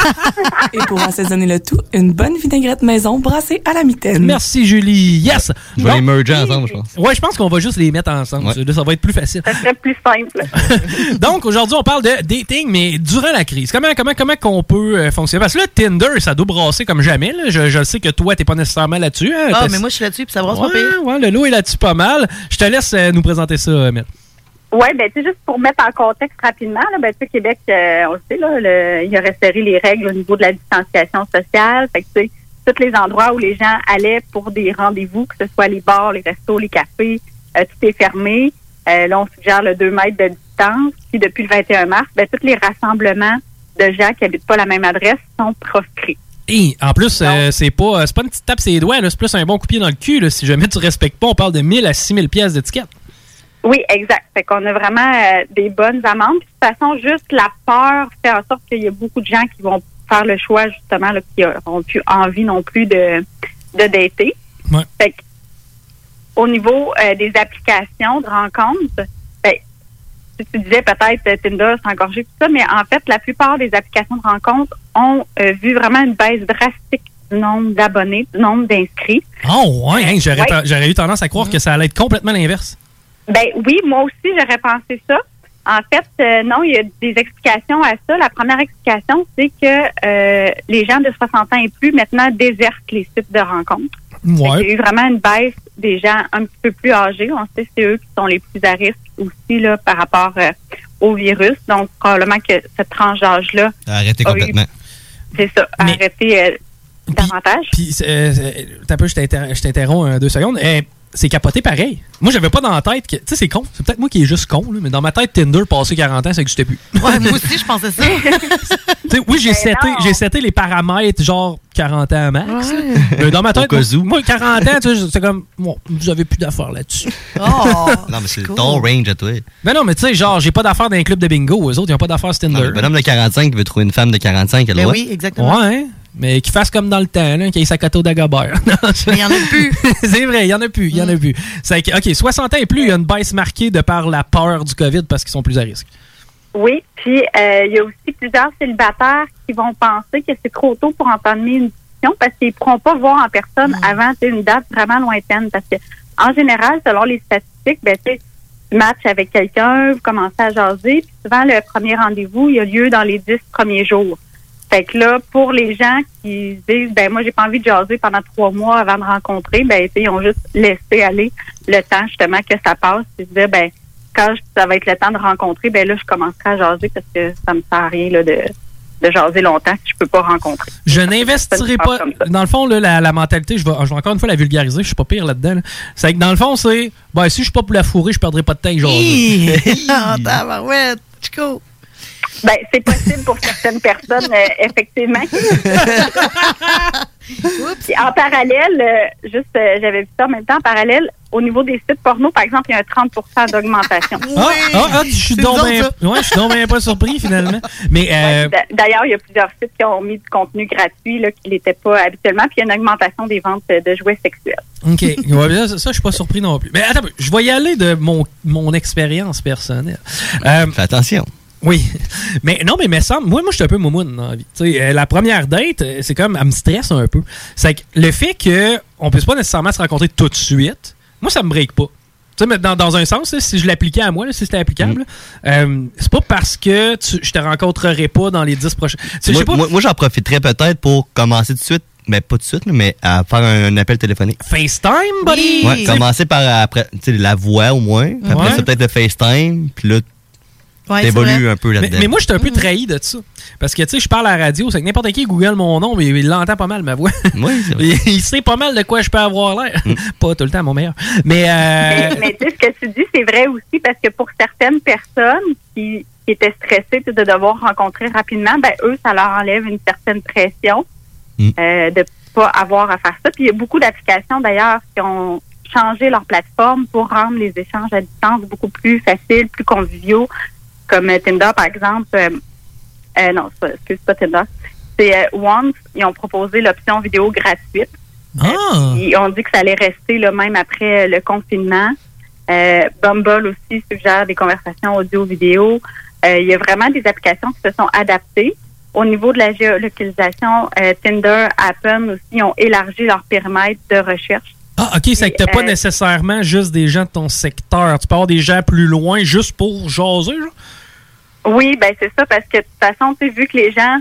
[LAUGHS] Et pour assaisonner le tout, une bonne vinaigrette maison brassée à la mitaine.
Merci Julie. Yes.
Je vais
Donc-
les merger ensemble, je pense.
Ouais, je pense qu'on va juste les mettre ensemble. Là, ça va être plus facile.
Ça serait plus simple.
[LAUGHS] Donc, aujourd'hui, on parle de dating, mais durant la crise. Comment comment comment qu'on peut euh, fonctionner? Parce que là, Tinder, ça doit brasser comme jamais. là. Je, je sais que toi, t'es pas nécessairement là-dessus. hein,
Ah,
parce-
mais moi, je suis là-dessus, puis ça brasse pas pire.
Ouais, ouais, le lot est là-dessus pas mal. Je te laisse euh, nous présenter ça, euh, Mel.
Oui, ben tu sais, juste pour mettre en contexte rapidement, là, ben tu sais, Québec, euh, on le sait, là, le- il a resserré les règles au niveau de la distanciation sociale. Fait que tu sais, tous les endroits où les gens allaient pour des rendez-vous, que ce soit les bars, les restos, les cafés, euh, tout est fermé. Euh, là, on suggère le 2 mètres de distance. Puis depuis le 21 mars, ben tous les rassemblements de gens qui habitent pas la même adresse sont proscrits.
Et en plus, euh, c'est pas, euh, c'est pas une petite tape sur les doigts, là, c'est plus un bon coup de pied dans le cul. là. si jamais tu respectes pas, on parle de 1000 à 6000 pièces d'étiquette.
Oui, exact. Fait qu'on a vraiment euh, des bonnes amendes. Puis, de toute façon, juste la peur fait en sorte qu'il y a beaucoup de gens qui vont faire le choix, justement, là, qui n'auront plus envie non plus de, de dater.
Ouais.
Fait que, au niveau euh, des applications de rencontres, ben, tu- tu disais peut-être euh, Tinder, c'est engorgé, tout ça, mais en fait, la plupart des applications de rencontres ont euh, vu vraiment une baisse drastique du nombre d'abonnés, du nombre d'inscrits.
Oh, ouais, Mm. hein, j'aurais
Ouais.
ten- j'aurais eu tendance à croire que ça allait être complètement l'inverse.
Ben oui, moi aussi, j'aurais pensé ça. En fait, euh, non, il y a des explications à ça. La première explication, c'est que euh, les gens de 60 ans et plus maintenant désertent les sites de rencontres. Fait qu'il y a eu vraiment une baisse des gens un petit peu plus âgés. On sait que c'est eux qui sont les plus à risque aussi là, par rapport euh, au virus. Donc, probablement que cette tranche d'âge-là,
Arrêtez
Ah oui.
complètement.
c'est ça, arrêter euh, davantage.
Puis, euh, euh, t'as un peu, je t'inter- je t'interromps euh, deux secondes. Eh, c'est capoté pareil. Moi, j'avais pas dans la tête que. Tu sais, c'est con. C'est peut-être moi qui est juste con, là, mais dans ma tête, Tinder, passé 40 ans, ça n'existait plus.
Ouais, moi aussi, je pensais ça.
Tu sais, oui, j'ai seté, j'ai seté les paramètres, genre 40 ans max.
Ouais.
Mais dans ma tête,
Au cas où.
moi, 40 ans, tu sais, c'est comme. Bon, vous avez plus d'affaires là-dessus. Oh, [LAUGHS]
non, mais c'est ton range à toi.
Ben non, mais tu sais, genre, j'ai pas d'affaires dans les clubs de bingo. Eux autres, ils ont pas d'affaires sur Tinder.
Le bonhomme de 45 qui veut trouver une femme de 45, elle
Ben
doit.
oui, exactement. Ouais, hein? Mais qui fasse comme dans le temps, là, qui ait sa coteau [LAUGHS] d'agabert. Mais il y en a plus. [LAUGHS] Mm. c'est vrai, il y en a plus, il y en a plus. C'est que, OK, 60 ans et plus, il y a une baisse marquée de par la peur du COVID parce qu'ils sont plus à risque.
Oui, puis euh, il y a aussi plusieurs célibataires qui vont penser que c'est trop tôt pour entamer une discussion parce qu'ils ne pourront pas voir en personne avant tu sais, une date vraiment lointaine. Parce que en général, selon les statistiques, ben, tu sais, tu matches avec quelqu'un, vous commencez à jaser, puis souvent le premier rendez-vous, il y a lieu dans les dix premiers jours. Fait que là, pour les gens qui se disent, ben moi, j'ai pas envie de jaser pendant trois mois avant de rencontrer, ben tu sais, ils ont juste laissé aller le temps justement que ça passe, puis se dire, ben quand je- ça va être le temps de rencontrer, ben là, je commencerai à jaser parce que ça me sert à rien là, de, de jaser longtemps si je peux pas rencontrer.
Je n'investirai pas. Dans le fond, là, la, la mentalité, je vais, je vais encore une fois la vulgariser, je suis pas pire là-dedans. là. C'est que dans le fond, c'est. Ben, si je suis pas pour la fourrer, je perdrai pas de temps avec jaser. [LAUGHS]
[LAUGHS] Ah, tabarouette, Chico.
Ben, c'est possible pour certaines personnes, euh,
[LAUGHS]
effectivement. Puis en parallèle, euh, juste, euh, j'avais vu ça en même temps, en parallèle, au niveau des sites porno, par exemple, il y a un 30 d'augmentation.
Ah, ah, ah, je suis
C'est
donc
nous
ben-
autres,
ouais, je suis donc ben pas surpris finalement. Mais euh,
D'a- D'ailleurs, il y a plusieurs sites qui ont mis du contenu gratuit là, qui n'était pas habituellement, puis il y a une augmentation des ventes euh, de jouets sexuels.
OK. Ouais, mais ça, ça, je suis pas surpris non plus. Mais attends, un peu, je vais y aller de mon, mon expérience personnelle. Euh,
Fais attention.
Oui. [LAUGHS] Mais non, mais me semble, moi, moi, je suis un peu moumoune dans la vie. Tu sais, euh, la première date, euh, c'est comme, elle me stresse un peu. C'est que le fait qu'on puisse pas nécessairement se rencontrer tout de suite, moi, ça me break pas. Tu sais, mais dans, dans un sens, là, si je l'appliquais à moi, là, si c'était
Mm.
applicable, euh, c'est pas parce que tu- je te rencontrerai pas dans les 10 prochains. Tu sais, je
Moi,
sais pas.
moi- moi, j'en profiterais peut-être pour commencer tout de suite, mais pas tout de suite, là, mais à faire un, un appel téléphonique.
FaceTime, buddy!
Ouais, commencer par euh, après, tu sais, la voix au moins. puis Après
Ouais.
ça, peut-être le FaceTime. Puis là, t'évolues un peu là-dedans.
Mais, mais moi, je suis un peu trahi de ça. Parce que, tu sais, je parle à la radio, c'est que n'importe qui google mon nom, mais il l'entend pas mal,
[LAUGHS]
ma voix. il, il sait pas mal de quoi je peux avoir l'air.
Mm.
[LAUGHS] Pas tout le temps, mon meilleur. Mais,
[LAUGHS]
euh,
Mais, mais tu sais, ce que tu dis, c'est vrai aussi parce que pour certaines personnes qui, qui étaient stressées tu sais, de devoir rencontrer rapidement, ben eux, ça leur enlève une certaine pression euh, de pas avoir à faire ça. Puis il y a beaucoup d'applications d'ailleurs qui ont changé leur plateforme pour rendre les échanges à distance beaucoup plus faciles, plus conviviaux, comme euh, Tinder par exemple. Euh, euh, non, c'est pas- excuse pas Tinder. C'est euh, Once, ils ont proposé l'option vidéo gratuite.
Ah!
Ils ont dit que ça allait rester là, même après euh, le confinement. Euh, Bumble aussi suggère des conversations audio-vidéo. Euh, il y a vraiment des applications qui se sont adaptées. Au niveau de la géolocalisation, euh, Tinder, Appen aussi, ils ont élargi leur périmètre de recherche.
ah, OK, c'est que t'as pas nécessairement juste des gens de ton secteur. Tu peux avoir des gens plus loin juste pour jaser, genre.
Oui, ben c'est ça, parce que de toute façon, tu sais, vu que les gens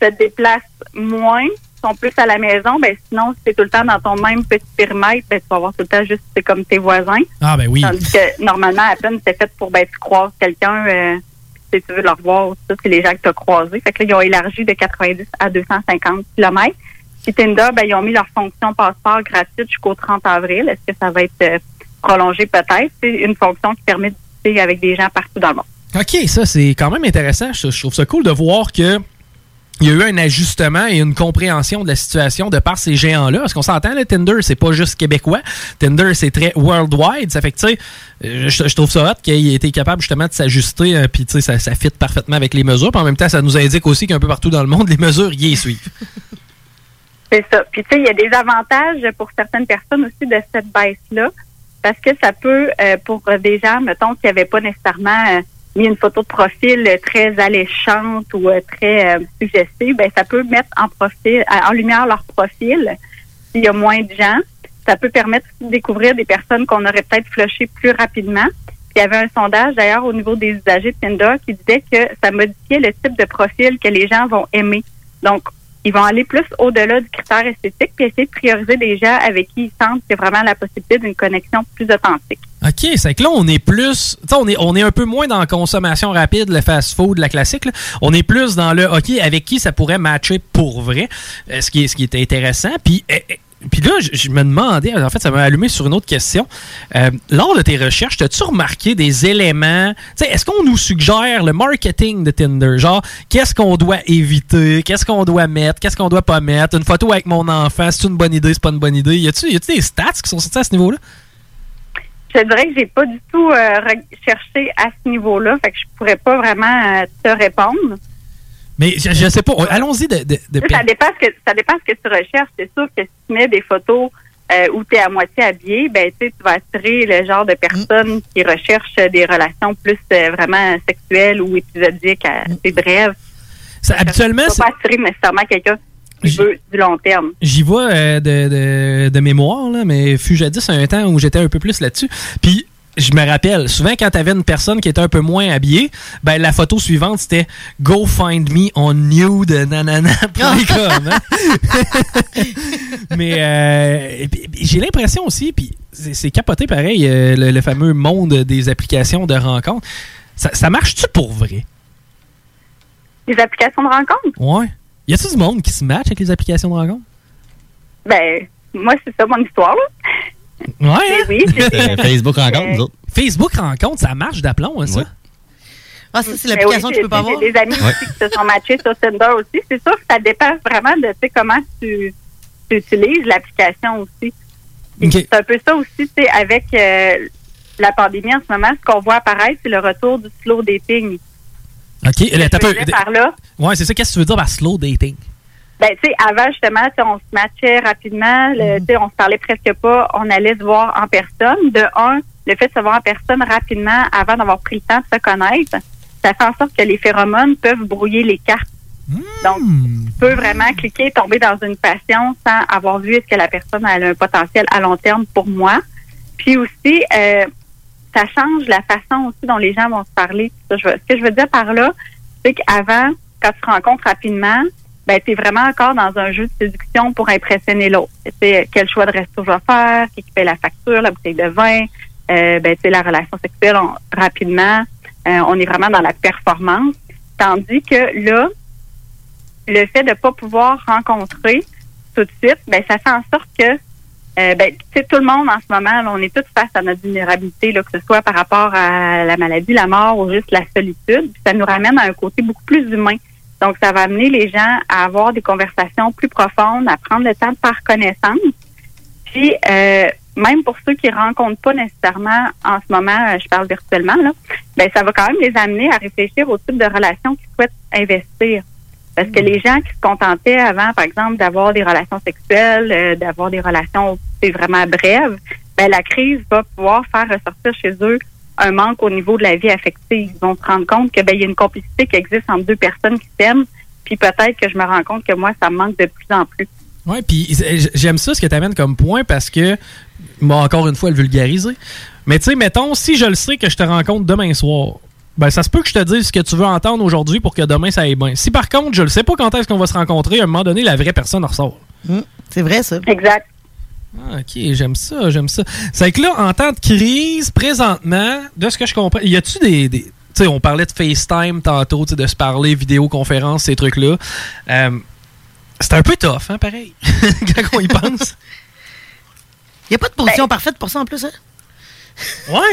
se déplacent moins, sont plus à la maison, ben sinon, si t'es tout le temps dans ton même petit périmètre, ben tu vas avoir tout le temps juste, c'est comme tes voisins.
Ah, ben oui.
Tandis que normalement, à peine, c'est fait pour, ben, tu croises quelqu'un, euh, si tu veux le revoir, ça, c'est les gens que tu as croisés. Fait que là, ils ont élargi de 90 à 250 km. Puis Tinder, ben, ils ont mis leur fonction passeport gratuite jusqu'au 30 avril. Est-ce que ça va être euh, prolongé peut-être? C'est une fonction qui permet de discuter avec des gens partout dans le monde.
OK, ça, c'est quand même intéressant. Je, je trouve ça cool de voir que il y a eu un ajustement et une compréhension de la situation de par ces géants-là. Parce qu'on s'entend, là, Tinder, c'est pas juste québécois. Tinder, c'est très worldwide. Ça fait que, tu sais, euh, je, je trouve ça hot qu'il ait été capable justement de s'ajuster. hein, Puis, tu sais, ça, ça fit parfaitement avec les mesures. Puis en même temps, ça nous indique aussi qu'un peu partout dans le monde, les mesures y les suivent.
C'est ça. Puis tu sais, il y a des avantages pour certaines personnes aussi de cette baisse-là, parce que ça peut, euh, pour des gens, mettons, qui n'avaient pas nécessairement euh, mis une photo de profil euh, très alléchante ou euh, très euh, suggestive, ben ça peut mettre en profil, en lumière leur profil s'il y a moins de gens. Ça peut permettre aussi de découvrir des personnes qu'on aurait peut-être flushées plus rapidement. Puis, il y avait un sondage d'ailleurs au niveau des usagers de Tinder qui disait que ça modifiait le type de profil que les gens vont aimer. Donc, ils vont aller plus au-delà du critère esthétique puis essayer de prioriser des gens avec qui ils sentent qu'il y a vraiment la possibilité d'une connexion plus authentique.
OK, c'est que là, on est plus. tu sais, on est, on est un peu moins dans la consommation rapide, le fast-food, la classique. là. On est plus dans le OK, avec qui ça pourrait matcher pour vrai, euh, ce qui est, ce qui est intéressant. Puis, euh, euh, puis là, je- je me demandais, en fait, ça m'a allumé sur une autre question. Euh, lors de tes recherches, as-tu remarqué des éléments tu sais, Est-ce qu'on nous suggère le marketing de Tinder Genre, qu'est-ce qu'on doit éviter Qu'est-ce qu'on doit mettre Qu'est-ce qu'on doit pas mettre Une photo avec mon enfant, c'est une bonne idée, c'est pas une bonne idée Y a-tu y a-tu des stats qui sont sortis à ce niveau-là
Je te dirais que j'ai pas du tout euh, re- cherché à ce niveau-là, fait que je pourrais pas vraiment euh, te répondre.
Mais je, je sais pas. On- Allons-y de, de- de-
Ça dépend ce que ça dépend ce que tu recherches. C'est sûr que si tu mets des photos euh, où tu es à moitié habillé, ben tu sais, tu vas attirer le genre de
Mm.
personnes qui recherchent euh, des relations plus euh, vraiment sexuelles ou épisodiques à assez brèves.
Mm. habituellement,
tu vas pas attirer nécessairement quelqu'un qui veut du long terme.
J'y vois euh, de, de- de mémoire, là, mais fut jadis un temps où j'étais un peu plus là-dessus. Puis je me rappelle, souvent quand t'avais une personne qui était un peu moins habillée, ben la photo suivante c'était Go find me on nude [LAUGHS]
Ah.
nanana.com. hein. [LAUGHS] mais euh, et puis- puis j'ai l'impression aussi, puis c'est c'est capoté pareil, euh, le, le fameux monde des applications de rencontres. Ça, ça marche-tu pour vrai?
Les applications de rencontre?
Ouais. Y a-tu du monde qui se match avec les applications de rencontre?
Ben moi c'est ça mon histoire là.
Ouais. hein?
Oui,
Euh, Facebook rencontre, nous autres.
Facebook rencontre, ça marche d'aplomb, hein, ça?
Ah, ça, c'est
l'application que tu peux pas avoir.
J'ai des amis
Ouais.
aussi qui se sont matchés sur Tinder aussi. C'est sûr que ça dépend vraiment de tu sais, comment tu, tu utilises l'application aussi. Puis C'est un peu ça aussi, tu sais, avec euh, la pandémie en ce moment, ce qu'on voit apparaître, c'est le retour du slow dating.
OK, là,
Je
t'as peu.
disais par là.
Ouais, c'est ça. Qu'est-ce que tu veux dire par slow dating?
Ben, tu sais, avant, justement, tu sais, on se matchait rapidement, le- tu sais, on se parlait presque pas, on allait se voir en personne. De un, le fait de se voir en personne rapidement avant d'avoir pris le temps de se connaître, ça fait en sorte que les phéromones peuvent brouiller les cartes. Donc, tu peux vraiment cliquer, tomber dans une passion sans avoir vu est-ce que la personne elle a un potentiel à long terme pour moi. Puis aussi, euh, ça change la façon aussi dont les gens vont se parler. Ça, je veux- ce que je veux dire par là, c'est qu'avant, quand tu te rencontres rapidement, ben, tu es vraiment encore dans un jeu de séduction pour impressionner l'autre. Tu sais, quel choix de resto je vais faire, qui paye la facture, la bouteille de vin, euh, ben, tu sais, la relation sexuelle on- rapidement. Euh, on est vraiment dans la performance. Tandis que là, le fait de ne pas pouvoir rencontrer tout de suite, ben, ça fait en sorte que euh, ben, tu sais, tout le monde en ce moment, là, on est tous face à notre vulnérabilité, là, que ce soit par rapport à la maladie, la mort ou juste la solitude. Puis ça nous ramène à un côté beaucoup plus humain. Donc, ça va amener les gens à avoir des conversations plus profondes, à prendre le temps de faire connaissance. Puis, euh, même pour ceux qui rencontrent pas nécessairement en ce moment, euh, je parle virtuellement, là, ben, ça va quand même les amener à réfléchir au type de relation qu'ils souhaitent investir. Parce que les gens qui se contentaient avant, par exemple, d'avoir des relations sexuelles, euh, d'avoir des relations c'est vraiment brèves, ben, la crise va pouvoir faire ressortir chez eux un manque au niveau de la vie affective. Ils vont se rendre compte que ben, il y a une complicité qui existe entre deux personnes qui s'aiment, puis peut-être que je me rends compte que moi, ça me manque de plus en plus.
Ouais, puis euh, j- j'aime ça ce que tu amènes comme point parce que, bon, encore une fois, le vulgariser. Mais tu sais, mettons, si je le sais que je te rencontre demain soir, ben ça se peut que je te dise ce que tu veux entendre aujourd'hui pour que demain ça aille bien. Si par contre, je le sais pas quand est-ce qu'on va se rencontrer, à un moment donné, la vraie personne en ressort.
C'est vrai, ça. [LAUGHS]
Exact.
Ah, ok, j'aime ça, j'aime ça. C'est que là, en temps de crise, présentement, de ce que je comprends, y a-tu des. des- tu sais, on parlait de FaceTime tantôt, tu sais, de se parler, vidéoconférence, ces trucs-là. Euh, c'est un peu tough, hein, pareil, quand on y pense.
Il n'y a pas de position parfaite pour ça en plus, hein?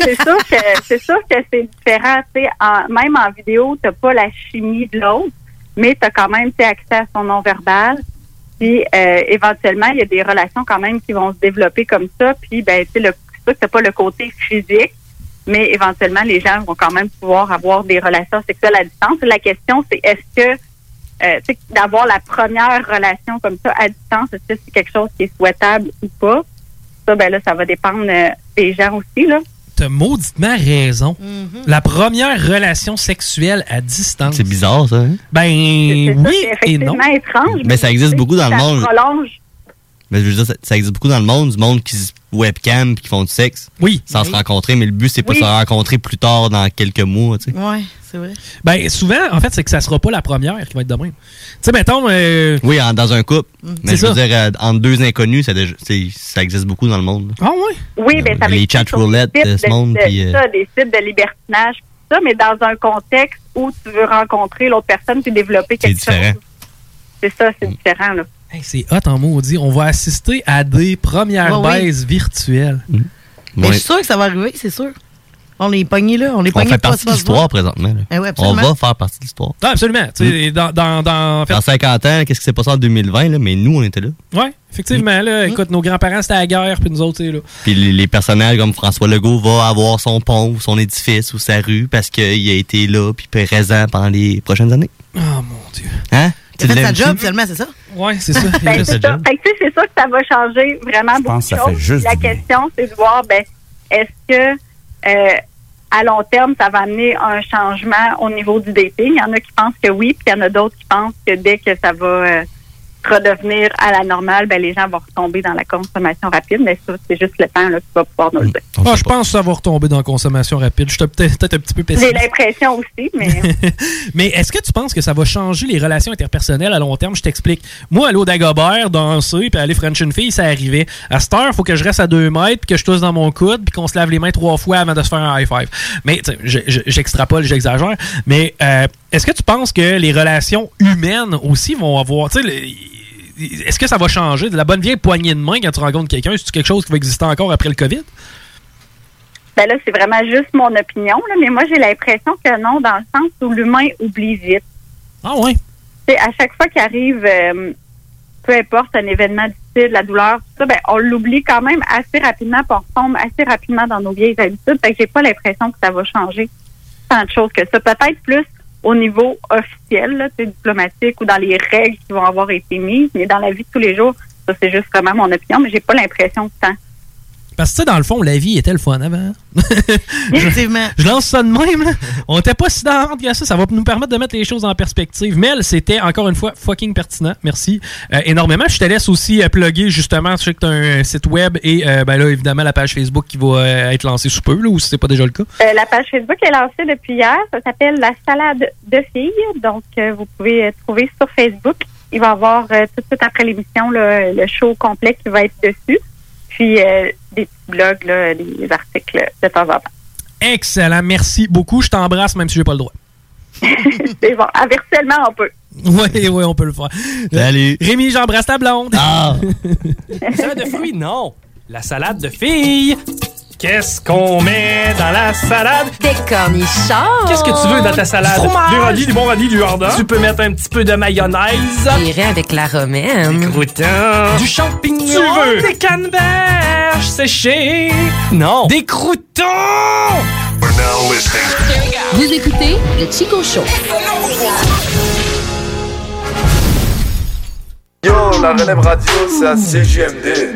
C'est sûr que c'est sûr que c'est différent. tu sais, en- même en vidéo, t'as pas la chimie de l'autre. mais tu as quand même tu sais, accès à son non-verbal. Puis euh, éventuellement, il y a des relations quand même qui vont se développer comme ça. Puis ben, tu sais, le- c'est sûr que t'as pas le côté physique, mais éventuellement, les gens vont quand même pouvoir avoir des relations sexuelles à distance. La question, c'est est-ce que euh, tu sais, d'avoir la première relation comme ça à distance, est-ce que c'est quelque chose qui est souhaitable ou pas? Ça, ben là, ça va dépendre euh, des gens aussi, là.
T'as mauditement raison.
Mm-hmm.
La première relation sexuelle à distance. C'est
bizarre, ça. hein?
Ben
Ça,
oui
c'est
et non.
effectivement étrange.
Mais Ben, ça existe beaucoup dans
ça
le monde.
prolonge
Mais je veux dire, ça, ça existe beaucoup dans le monde, du monde qui se webcam puis qui font du sexe.
Oui.
Sans se
Oui.
rencontrer, mais le but, c'est pas
Oui.
de se rencontrer plus tard dans quelques mois, tu sais.
Ouais, c'est vrai.
Ben souvent, en fait, c'est que ça sera pas la première qui va être de même. Tu sais, mettons. euh, Mm.
Oui, en- dans un couple. Mais
C'est
je veux
ça.
dire, euh, entre deux inconnus, ça, déjà- c'est- ça existe beaucoup dans le monde.
Ah oui?
Oui, ben, ça
Euh, Les
m'explique
chat
sur des
roulette
sites
de ce monde, puis, euh,
ça, des sites de libertinage, tout ça, mais dans un contexte où tu veux rencontrer l'autre personne puis développer quelque chose. C'est ça, c'est différent. Là.
Hey, c'est hot en maudit. On va assister à des premières
Ouais, oui.
baises virtuelles.
Mm.
Mais je suis sûr que ça va arriver, c'est sûr. On est pognés là. On est
On
pognés
fait partie de l'histoire présentement. là.
Eh oui,
On
absolument.
va faire partie de l'histoire. Mm.
Ah, absolument. Tu sais, dans, dans, dans, en fait,
Dans 50 ans, qu'est-ce qui s'est passé en 2020, là, mais nous, on était là.
ouais, effectivement. Là, écoute, nos grands-parents, c'était à la guerre, puis nous autres, tu sais, là.
Puis les, les personnages comme François Legault va avoir son pont, ou son édifice ou sa rue parce qu'il a été là puis présent pendant les prochaines années.
Oh mon Dieu.
Hein?
Tu fait sa
l'aimes-tu?
job, finalement, c'est ça?
Ouais, c'est
ça. Il a fait
Ben,
sa
c'est ça.
job.
Fait que, tu sais, c'est sûr que ça va changer vraiment beaucoup
pense
de
que ça fait
choses.
juste
La
du bien.
question, c'est de voir, ben, est-ce que euh, à long terme, ça va amener un changement au niveau du dating? Il y en a qui pensent que oui, puis il y en a d'autres qui pensent que dès que ça va euh, redevenir à la normale, ben, les gens vont retomber dans la consommation rapide, mais ça, c'est juste le temps là, qui va pouvoir nous le dire.
Ah, je pense que ça va retomber dans la consommation rapide. Je suis peut-être peut-être un petit peu
J'ai
pessimiste.
l'impression aussi, mais
[LAUGHS] Mais est-ce que tu penses que ça va changer les relations interpersonnelles à long terme? Je t'explique. Moi, aller au Dagobert, danser, puis aller French une fille, ça arrivait. À cette heure, faut que je reste à deux mètres, puis que je tousse dans mon coude, puis qu'on se lave les mains trois fois avant de se faire un high five. Mais tu sais, je- je- j'extrapole, j'exagère. Mais euh, est-ce que tu penses que les relations humaines aussi vont avoir... tu sais, le- Est-ce que ça va changer? De la bonne vieille poignée de main quand tu rencontres quelqu'un, c'est quelque chose qui va exister encore après le COVID?
ben là, c'est vraiment juste mon opinion, là, mais moi, j'ai l'impression que non, dans le sens où l'humain oublie vite.
Ah ouais?
Tu sais, à chaque fois qu'il arrive, euh, peu importe, un événement difficile, la douleur, tout ça, ben, on l'oublie quand même assez rapidement, puis on retombe assez rapidement dans nos vieilles habitudes. Fait que j'ai pas l'impression que ça va changer tant de choses que ça. Peut-être plus au niveau officiel, là, tu sais, diplomatique, ou dans les règles qui vont avoir été mises, mais dans la vie de tous les jours, ça, c'est juste vraiment mon opinion, mais j'ai pas l'impression que tant.
Parce que, tu sais, dans le fond, la vie était le fun avant. [LAUGHS] Effectivement. [LAUGHS] Je, lance ça de même. là. On était pas si dans la honte que ça. Ça va nous permettre de mettre les choses en perspective. Mel, c'était encore une fois fucking pertinent. Merci euh, énormément. Je te laisse aussi euh, plugger, justement, je sais que tu as un site web et, euh, ben là, évidemment, la page Facebook qui va euh, être lancée sous peu, là, ou si c'est pas déjà le cas.
Euh, la page Facebook est lancée depuis hier. Ça s'appelle La salade de filles. Donc, euh, vous pouvez euh, trouver sur Facebook. Il va y avoir euh, tout de suite après l'émission le, le show complet qui va être dessus. Puis, euh, des petits blogs, là, des articles de temps en temps. [LAUGHS]
Excellent. Merci beaucoup. Je t'embrasse, même si j'ai pas le droit.
C'est bon. Ah, virtuellement, on peut.
Oui, oui, on peut le faire.
Salut.
Rémi, j'embrasse ta blonde. [LAUGHS]
Ah!
salade de fruits, non. La salade de filles. Qu'est-ce qu'on met dans la salade?
Des cornichons.
Qu'est-ce que tu veux dans ta salade? Du radis, du bon radis, du hardin. Tu peux mettre un petit peu de mayonnaise.
J'irai avec la romaine. Des
croûtons. Du champignon. Ah. Tu veux? Des canneberges séchées. Non. Des croûtons.
Vous écoutez le Chico Show.
Yo, la relève radio, c'est à CGMD.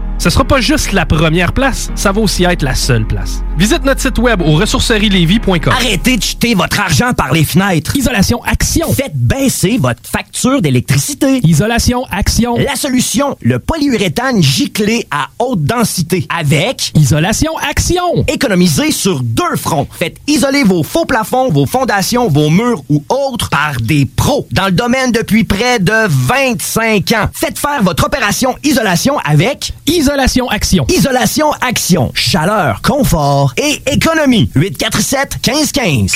ce sera pas juste la première place, ça va aussi être la seule place. Visite notre site web au ressourcerielevy.com.
Arrêtez de jeter votre argent par les fenêtres.
Isolation Action.
Faites baisser votre facture d'électricité.
Isolation Action.
La solution, le polyuréthane giclé à haute densité avec
Isolation Action.
Économisez sur deux fronts. Faites isoler vos faux plafonds, vos fondations, vos murs ou autres par des pros dans le domaine depuis près de 25 ans. Faites faire votre opération isolation avec
Isolation Action.
Isolation Action. Chaleur, confort et économie. 847 1515.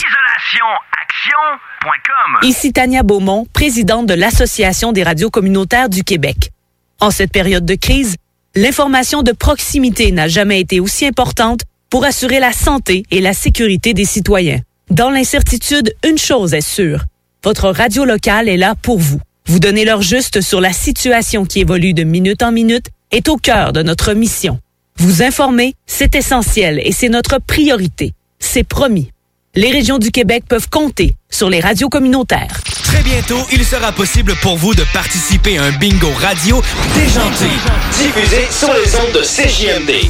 Ici Tania Beaumont, présidente de l'Association des radios communautaires du Québec. En cette période de crise, l'information de proximité n'a jamais été aussi importante pour assurer la santé et la sécurité des citoyens. Dans l'incertitude, une chose est sûre. Votre radio locale est là pour vous. Vous donner leur juste sur la situation qui évolue de minute en minute est au cœur de notre mission. Vous informer, c'est essentiel et c'est notre priorité. C'est promis. Les régions du Québec peuvent compter sur les radios communautaires.
Très bientôt, il sera possible pour vous de participer à un bingo radio déjanté, diffusé sur les ondes de CJMD.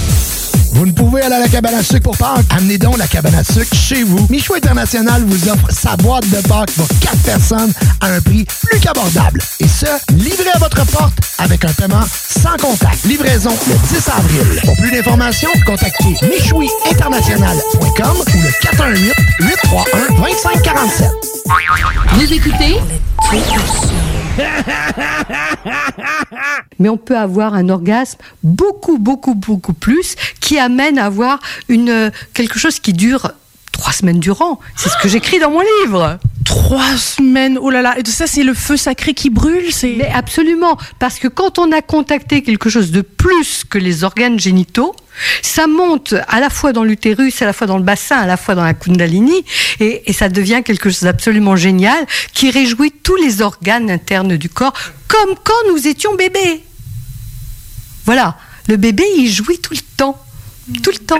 Vous ne pouvez aller à la cabane à sucre pour Pâques? Amenez donc la cabane à sucre chez vous. Michou International vous offre sa boîte de Pâques pour 4 personnes à un prix plus qu'abordable. Et ce, livré à votre porte avec un paiement sans contact. Livraison le 10 avril. Pour plus d'informations, contactez michouiinternational.com ou le 418-831-2547.
Vous écoutez
Mais on peut avoir un orgasme beaucoup, beaucoup, beaucoup plus qui amène à avoir une, quelque chose qui dure trois semaines durant. C'est ce que j'écris dans mon livre.
Trois semaines, oh là là, et tout ça c'est le feu sacré qui brûle, c'est...
Mais absolument, parce que quand on a contacté quelque chose de plus que les organes génitaux, ça monte à la fois dans l'utérus, à la fois dans le bassin, à la fois dans la kundalini, et, et ça devient quelque chose d'absolument génial qui réjouit tous les organes internes du corps, comme quand nous étions bébés. Voilà, le bébé il jouit tout le temps, tout le temps.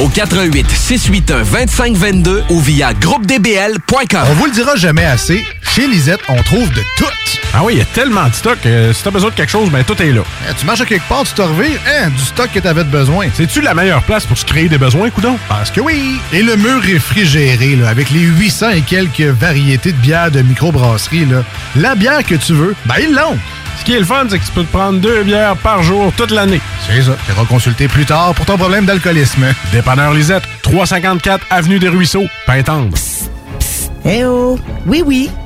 au 88 681 2522 ou via groupedbl.com.
On vous le dira jamais assez, chez Lisette, on trouve de tout.
Ah oui, il y a tellement de stock. euh, si t'as besoin de quelque chose, ben tout est là.
Eh, tu marches à quelque part, tu te revires, hein, du stock que t'avais de besoin.
C'est-tu la meilleure place pour se créer des besoins, coudon?
Parce que oui! Et le mur réfrigéré, là, avec les 800 et quelques variétés de bières de microbrasserie, là, la bière que tu veux, ben ils l'ont!
Ce qui est le fun, c'est que tu peux te prendre deux bières par jour toute l'année.
C'est ça. Tu consulter plus tard pour ton problème d'alcoolisme.
Dépanneur Lisette, 354 Avenue des Ruisseaux, Pintendre.
Eh oh! Oui, oui,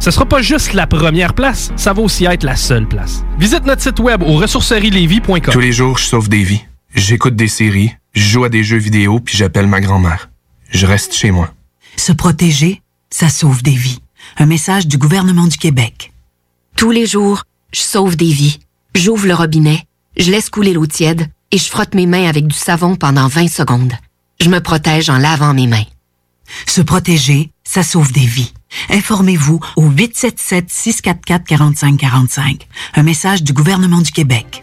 Ce sera pas juste la première place, ça va aussi être la seule place. Visite notre site web au ressourcerielevy.com.
Tous les jours, je sauve des vies. J'écoute des séries, je joue à des jeux vidéo, puis j'appelle ma grand-mère. Je reste chez moi.
Se protéger, ça sauve des vies. Un message du gouvernement du Québec.
Tous les jours, je sauve des vies. J'ouvre le robinet, je laisse couler l'eau tiède et je frotte mes mains avec du savon pendant 20 secondes. Je me protège en lavant mes mains.
Se protéger, ça sauve des vies. Informez-vous au 877-644-4545. Un message du gouvernement du Québec.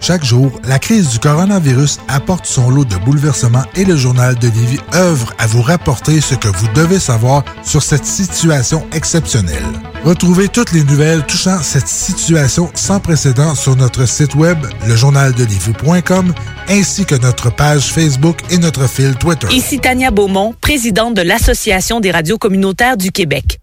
Chaque jour, la crise du coronavirus apporte son lot de bouleversements et le journal de Livy œuvre à vous rapporter ce que vous devez savoir sur cette situation exceptionnelle. Retrouvez toutes les nouvelles touchant cette situation sans précédent sur notre site web, lejournaldelivy.com, ainsi que notre page Facebook et notre fil Twitter.
Ici Tania Beaumont, présidente de l'Association des radios communautaires du Québec.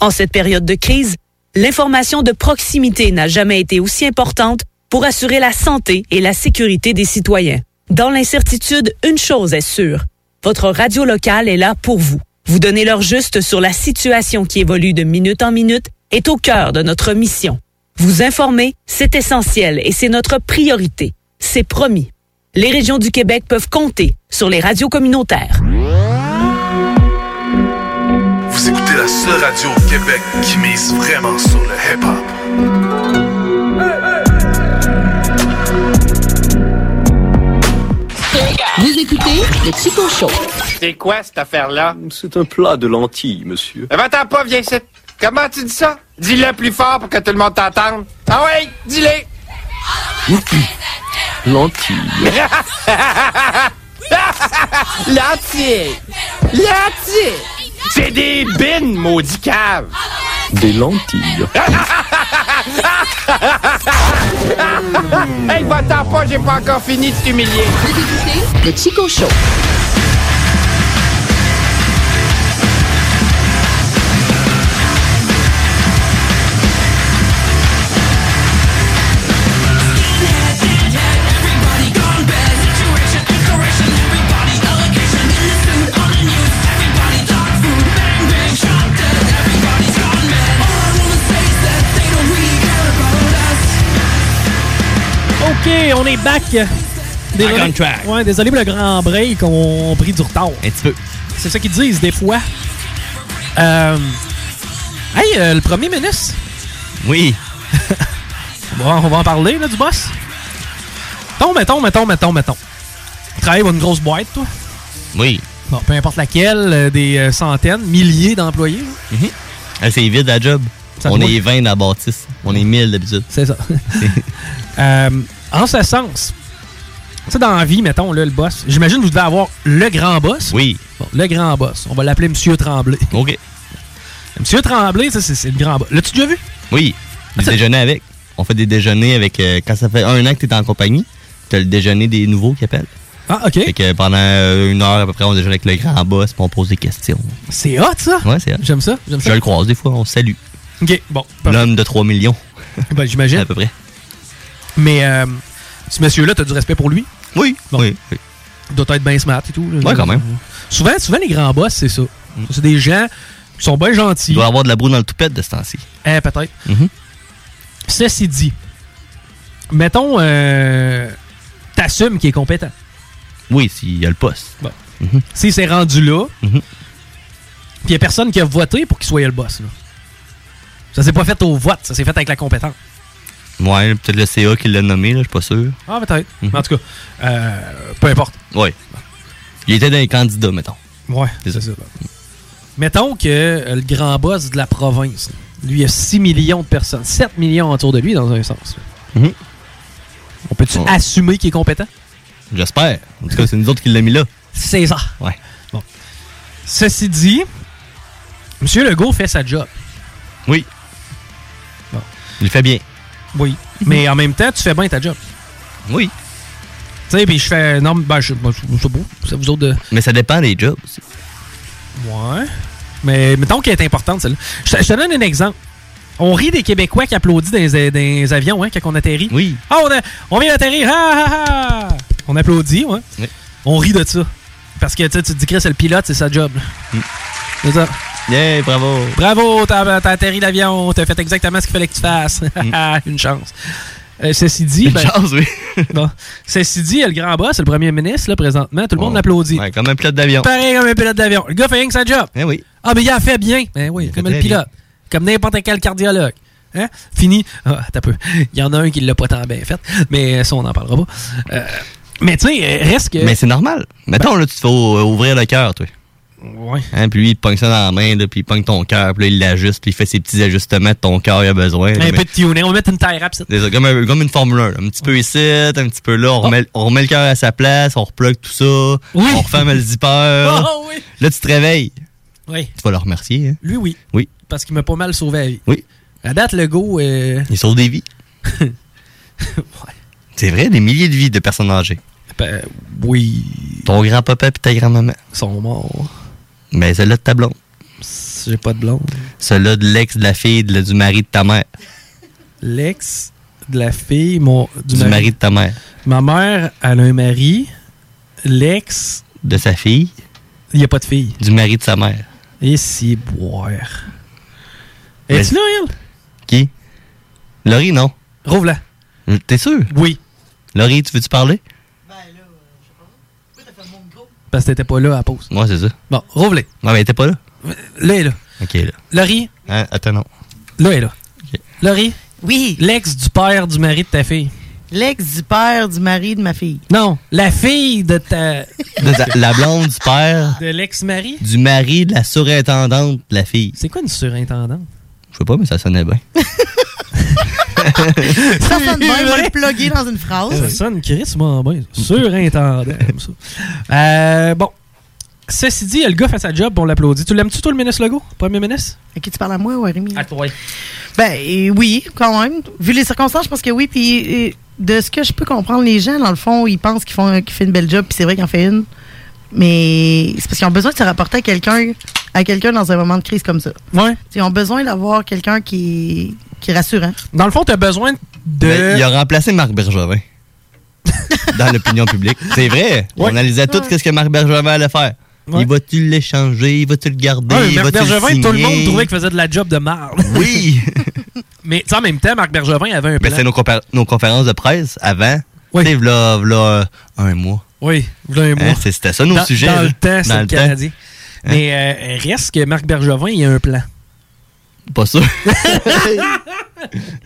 En cette période de crise, l'information de proximité n'a jamais été aussi importante pour assurer la santé et la sécurité des citoyens. Dans l'incertitude, une chose est sûre. Votre radio locale est là pour vous. Vous donner leur juste sur la situation qui évolue de minute en minute est au cœur de notre mission. Vous informer, c'est essentiel et c'est notre priorité. C'est promis. Les régions du Québec peuvent compter sur les radios communautaires.
Vous écoutez la seule radio au Québec qui mise vraiment sur le hip-hop.
Vous écoutez le Chico Show.
C'est quoi cette affaire-là?
C'est un plat de lentilles, monsieur.
Eh ben, attends pas, viens ici. Comment tu dis ça? Dis-le plus fort pour que tout le monde t'entende. Ah oui, dis-le!
Lentilles.
[LAUGHS] Lentilles! Lentilles! C'est des bines, maudit cave!
Des lentilles.
[LAUGHS] hey, va-t'en pas, j'ai pas encore fini de t'humilier.
Le Chico Show.
OK, on est back.
Back on track.
Ouais, désolé pour le grand break, on a pris du retard. Un petit peu. C'est ça qu'ils disent des fois. Euh... Hey, euh, le premier ministre.
Oui.
Bon, [LAUGHS] on va en parler, là, du boss. Mettons, mettons, mettons, mettons, mettons. Tu travailles pour une grosse boîte, toi.
Oui.
Bon, peu importe laquelle, euh, des euh, centaines, milliers d'employés. là.
Ah, C'est vide la job.
Ça
on
doit-
est 20 à Baptiste. On est 1000 d'habitude. [LAUGHS]
C'est ça. Euh, en ce sens, tu sais, dans la vie, mettons, là, le boss, j'imagine que vous devez avoir le grand boss.
Oui.
Bon, le grand boss. On va l'appeler Monsieur Tremblay. [LAUGHS]
OK.
Monsieur Tremblay, ça, c'est c'est le grand boss. L'as-tu déjà vu? Ah,
Oui. J'ai déjeuné avec. On fait des déjeuners avec. euh, quand ça fait un an que t'es en compagnie, t'as le déjeuner des nouveaux qui appellent.
Ah, OK.
Fait que pendant euh, une heure à peu près, on déjeune avec le grand boss puis on pose des questions.
C'est hot, ça?
Ouais, c'est
J'aime ça. J'aime ça.
Je le croise des fois, on se salue.
OK, bon. parfait.
L'homme de 3 millions.
[LAUGHS] Ben, j'imagine.
[LAUGHS] À peu près.
Mais euh, ce monsieur-là, t'as du respect pour lui?
Oui. Oui.
Il doit être bien smart et tout. là.
Ouais, quand même. Mm.
Souvent, souvent les grands boss, c'est ça. C'est des gens qui sont bien gentils.
Il doit avoir de la broue dans le toupette de ce temps-ci.
Eh, peut-être. Ceci dit, mettons, euh, t'assumes qu'il est compétent.
Oui, s'il y a le poste.
Bon.
Mhm.
S'il s'est rendu là, puis il n'y a personne qui a voté pour qu'il soit le boss. Là. Ça s'est pas fait au vote, ça s'est fait avec la compétence.
Ouais, peut-être le CA qui l'a nommé, là, je suis pas sûr.
Ah, peut-être.
Mhm.
Mais En tout cas, euh, peu importe.
Oui. Il était dans les candidats, mettons.
Ouais,
C'est ça.
Mettons que euh, le grand boss de la province, là, lui, il y a 6 millions de personnes, 7 millions autour de lui, dans un sens. là.
Mhm.
On peut-tu
Ouais.
assumer qu'il est compétent?
J'espère. En tout cas, c'est nous autres qui l'a mis là.
C'est ça.
Ouais.
Bon. Ceci dit, M. Legault fait sa job.
Oui.
Bon.
Il le fait bien.
Oui. Mais en même temps, tu fais bien ta job.
Mhm. Oui.
Tu sais, puis je fais. Non, ben, je, ben, je- je sais pas. C'est vous autres de.
Mais ça dépend des jobs. aussi.
Ouais. Mais mettons qu'elle est importante, celle-là. Je, te- je te donne un exemple. On rit des Québécois qui applaudissent dans les, dans les avions hein, quand on atterrit.
Oui.
Ah, on, a- on vient d'atterrir. Ah, ah, ah. On applaudit, ouais.
Oui.
On rit de ça. Parce que tu sais, tu te dis, Chris, c'est le pilote, c'est sa job. là. C'est ça.
Mm. Yeah, bravo.
Bravo, t'as t'as atterri l'avion, t'as fait exactement ce qu'il fallait que tu fasses. [LAUGHS] Ah, Une chance. Euh, ceci dit.
Mm. Une
ben-
chance, oui.
[LAUGHS] Bon. Ceci dit, le grand boss, le premier ministre, là, présentement, tout le monde l'applaudit.
Ouais, comme un pilote d'avion.
Pareil comme un pilote d'avion. Le gars fait rien que sa job.
Eh oui.
Ah, mais il a fait bien. Ben oui, comme
fait
le
très
pilote. comme n'importe quel cardiologue. Hein? Fini. Ah, t'as peu. Il y en a un qui l'a pas tant bien fait, mais ça, on n'en parlera pas. Euh, mais tu sais, euh, reste que.
Mais c'est normal. Mettons, là, tu te fais ou- ouvrir le cœur, toi.
Ouais.
Hein, puis lui, il pogne ça dans la main, là, puis il pogne ton cœur, puis là, il l'ajuste, puis il fait ses petits ajustements que ton cœur il a besoin. là,
Un
Eh, mais-
peu de tuning. On va mettre une taille rapide.
C'est ça, comme, un- comme une Formule 1. là. Un petit peu ici, un petit peu
Oh.
là. On remet, on remet le cœur à sa place, on replug tout ça. On referme le zipper.
[LAUGHS] Oh, oui.
Là, tu te réveilles.
Oui.
Tu vas le remercier. hein.
Lui, oui.
Oui.
Parce qu'il m'a pas mal sauvé la vie.
Oui.
À date, le go. euh,
Il sauve
[LAUGHS]
des vies. C'est vrai, des milliers de vies de personnes âgées.
Ben, oui.
Ton grand-papa et ta grand-maman.
sont morts.
Mais celle-là de ta blonde.
J'ai pas de blonde.
Celle-là de l'ex de la fille de- du mari de ta mère.
L'ex de la fille mon,
Du mari de ta mère.
Ma mère, elle a un mari. L'ex,
De sa fille.
il n'y a pas de fille.
Du mari de sa mère.
Et si boire.
Mais-
Es-tu là, elle?
Qui? Laurie, non? Hum,
Rouvre-la.
T'es sûr?
Oui.
Laurie, tu veux-tu parler?
Parce que t'étais pas là à la pause.
Moi, c'est ça.
Bon, rouvre-la.
Non, mais t'es pas là?
Là, elle est là.
Ok, là.
Laurie,
Hein, attends, non.
là, elle est là. Laurie? Oui. L'ex du père du mari de ta fille.
L'ex du père du mari de ma fille.
Non, la fille de ta.
De ta- [LAUGHS] la blonde du père,
De [LAUGHS] l'ex-mari?
du mari, de la surintendante, de la fille.
C'est quoi une surintendante?
Je sais pas, mais ça sonnait bien.
Ça sonne bien,
[LAUGHS]
on va
Ouais.
le plugger dans une
Ça
phrase.
sonne Chris, moi, bien. Surintendant, comme ça. Euh, bon. Ceci dit, le gars fait sa job, on l'applaudit. Tu l'aimes-tu, toi, le ministre Legault? Premier ministre?
À qui tu parles à moi ou à Rémi?
À toi.
Ben euh, oui, quand même. Vu les circonstances, je pense que oui. Puis euh, de ce que je peux comprendre, les gens, dans le fond, ils pensent qu'ils font, qu'ils font une belle job, puis c'est vrai qu'ils en font une. Mais c'est parce qu'ils ont besoin de se rapporter à quelqu'un à quelqu'un dans un moment de crise comme ça.
Ouais.
Ils ont besoin d'avoir quelqu'un qui, qui est rassurant.
Dans le fond, t'as besoin [LAUGHS] de.
Mais Ben, il a remplacé Marc Bergevin. [LAUGHS] dans l'opinion publique. C'est vrai. On analysait tout ce que Marc Bergevin allait faire. Il va-tu l'échanger? Il va-tu le garder?
Ouais,
il
Marc
va-tu
Bergevin,
le
tout le
signer?
monde trouvait qu'il faisait de la job
[LAUGHS]
de marde.
Oui.
Mais tu sais, en même temps, Marc Bergevin avait un
Ben,
plan.
c'est nos, compé- nos conférences de presse avant. Tu sais, v'là, v'là, euh, un mois.
Oui, v'là un
Hein,
mois.
c'est- c'était ça, nos
Dans-
sujets,
Dans
là.
le temps,
Dans
c'est le
le temps. Hein?
Canadien. Mais euh, reste que Marc Bergevin, il a un plan.
Pas sûr.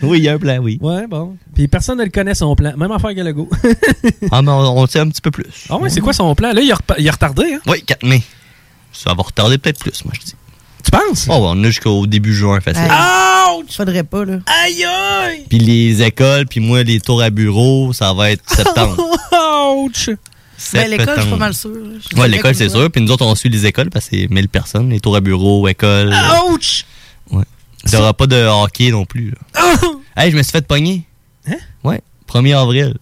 oui, il y a un plan, oui.
Ouais, bon. Puis personne ne le connaît, son plan. Même affaire que Legault. [LAUGHS]
[LAUGHS] Ah, mais on, on le sait un petit peu plus.
Ah ouais, c'est quoi son plan? Là, il a, repa- il a retardé, hein?
Oui, 4 mai. Ça va retarder peut-être plus, moi, je dis.
Tu penses?
Oh, ouais, on est jusqu'au début juin, facile.
Ouch! Ben, Faudrait pas, là.
Aïe, aïe!
Puis les écoles, puis moi, les tours à bureau, ça va être
[LAUGHS]
septembre.
Ouch!
Mais
Septembre.
l'école, je suis pas mal sûre. là. Je
Ouais,
dirais
l'école,
comme
c'est
ça.
sûr. Puis nous autres, on suit les écoles parce que c'est 1000 personnes, les tours à bureau, école.
Ouch!
Ouais. Il n'y aura pas de hockey non plus. là. hey, je me suis fait pogner.
Ah! Hein?
Ouais, 1er avril.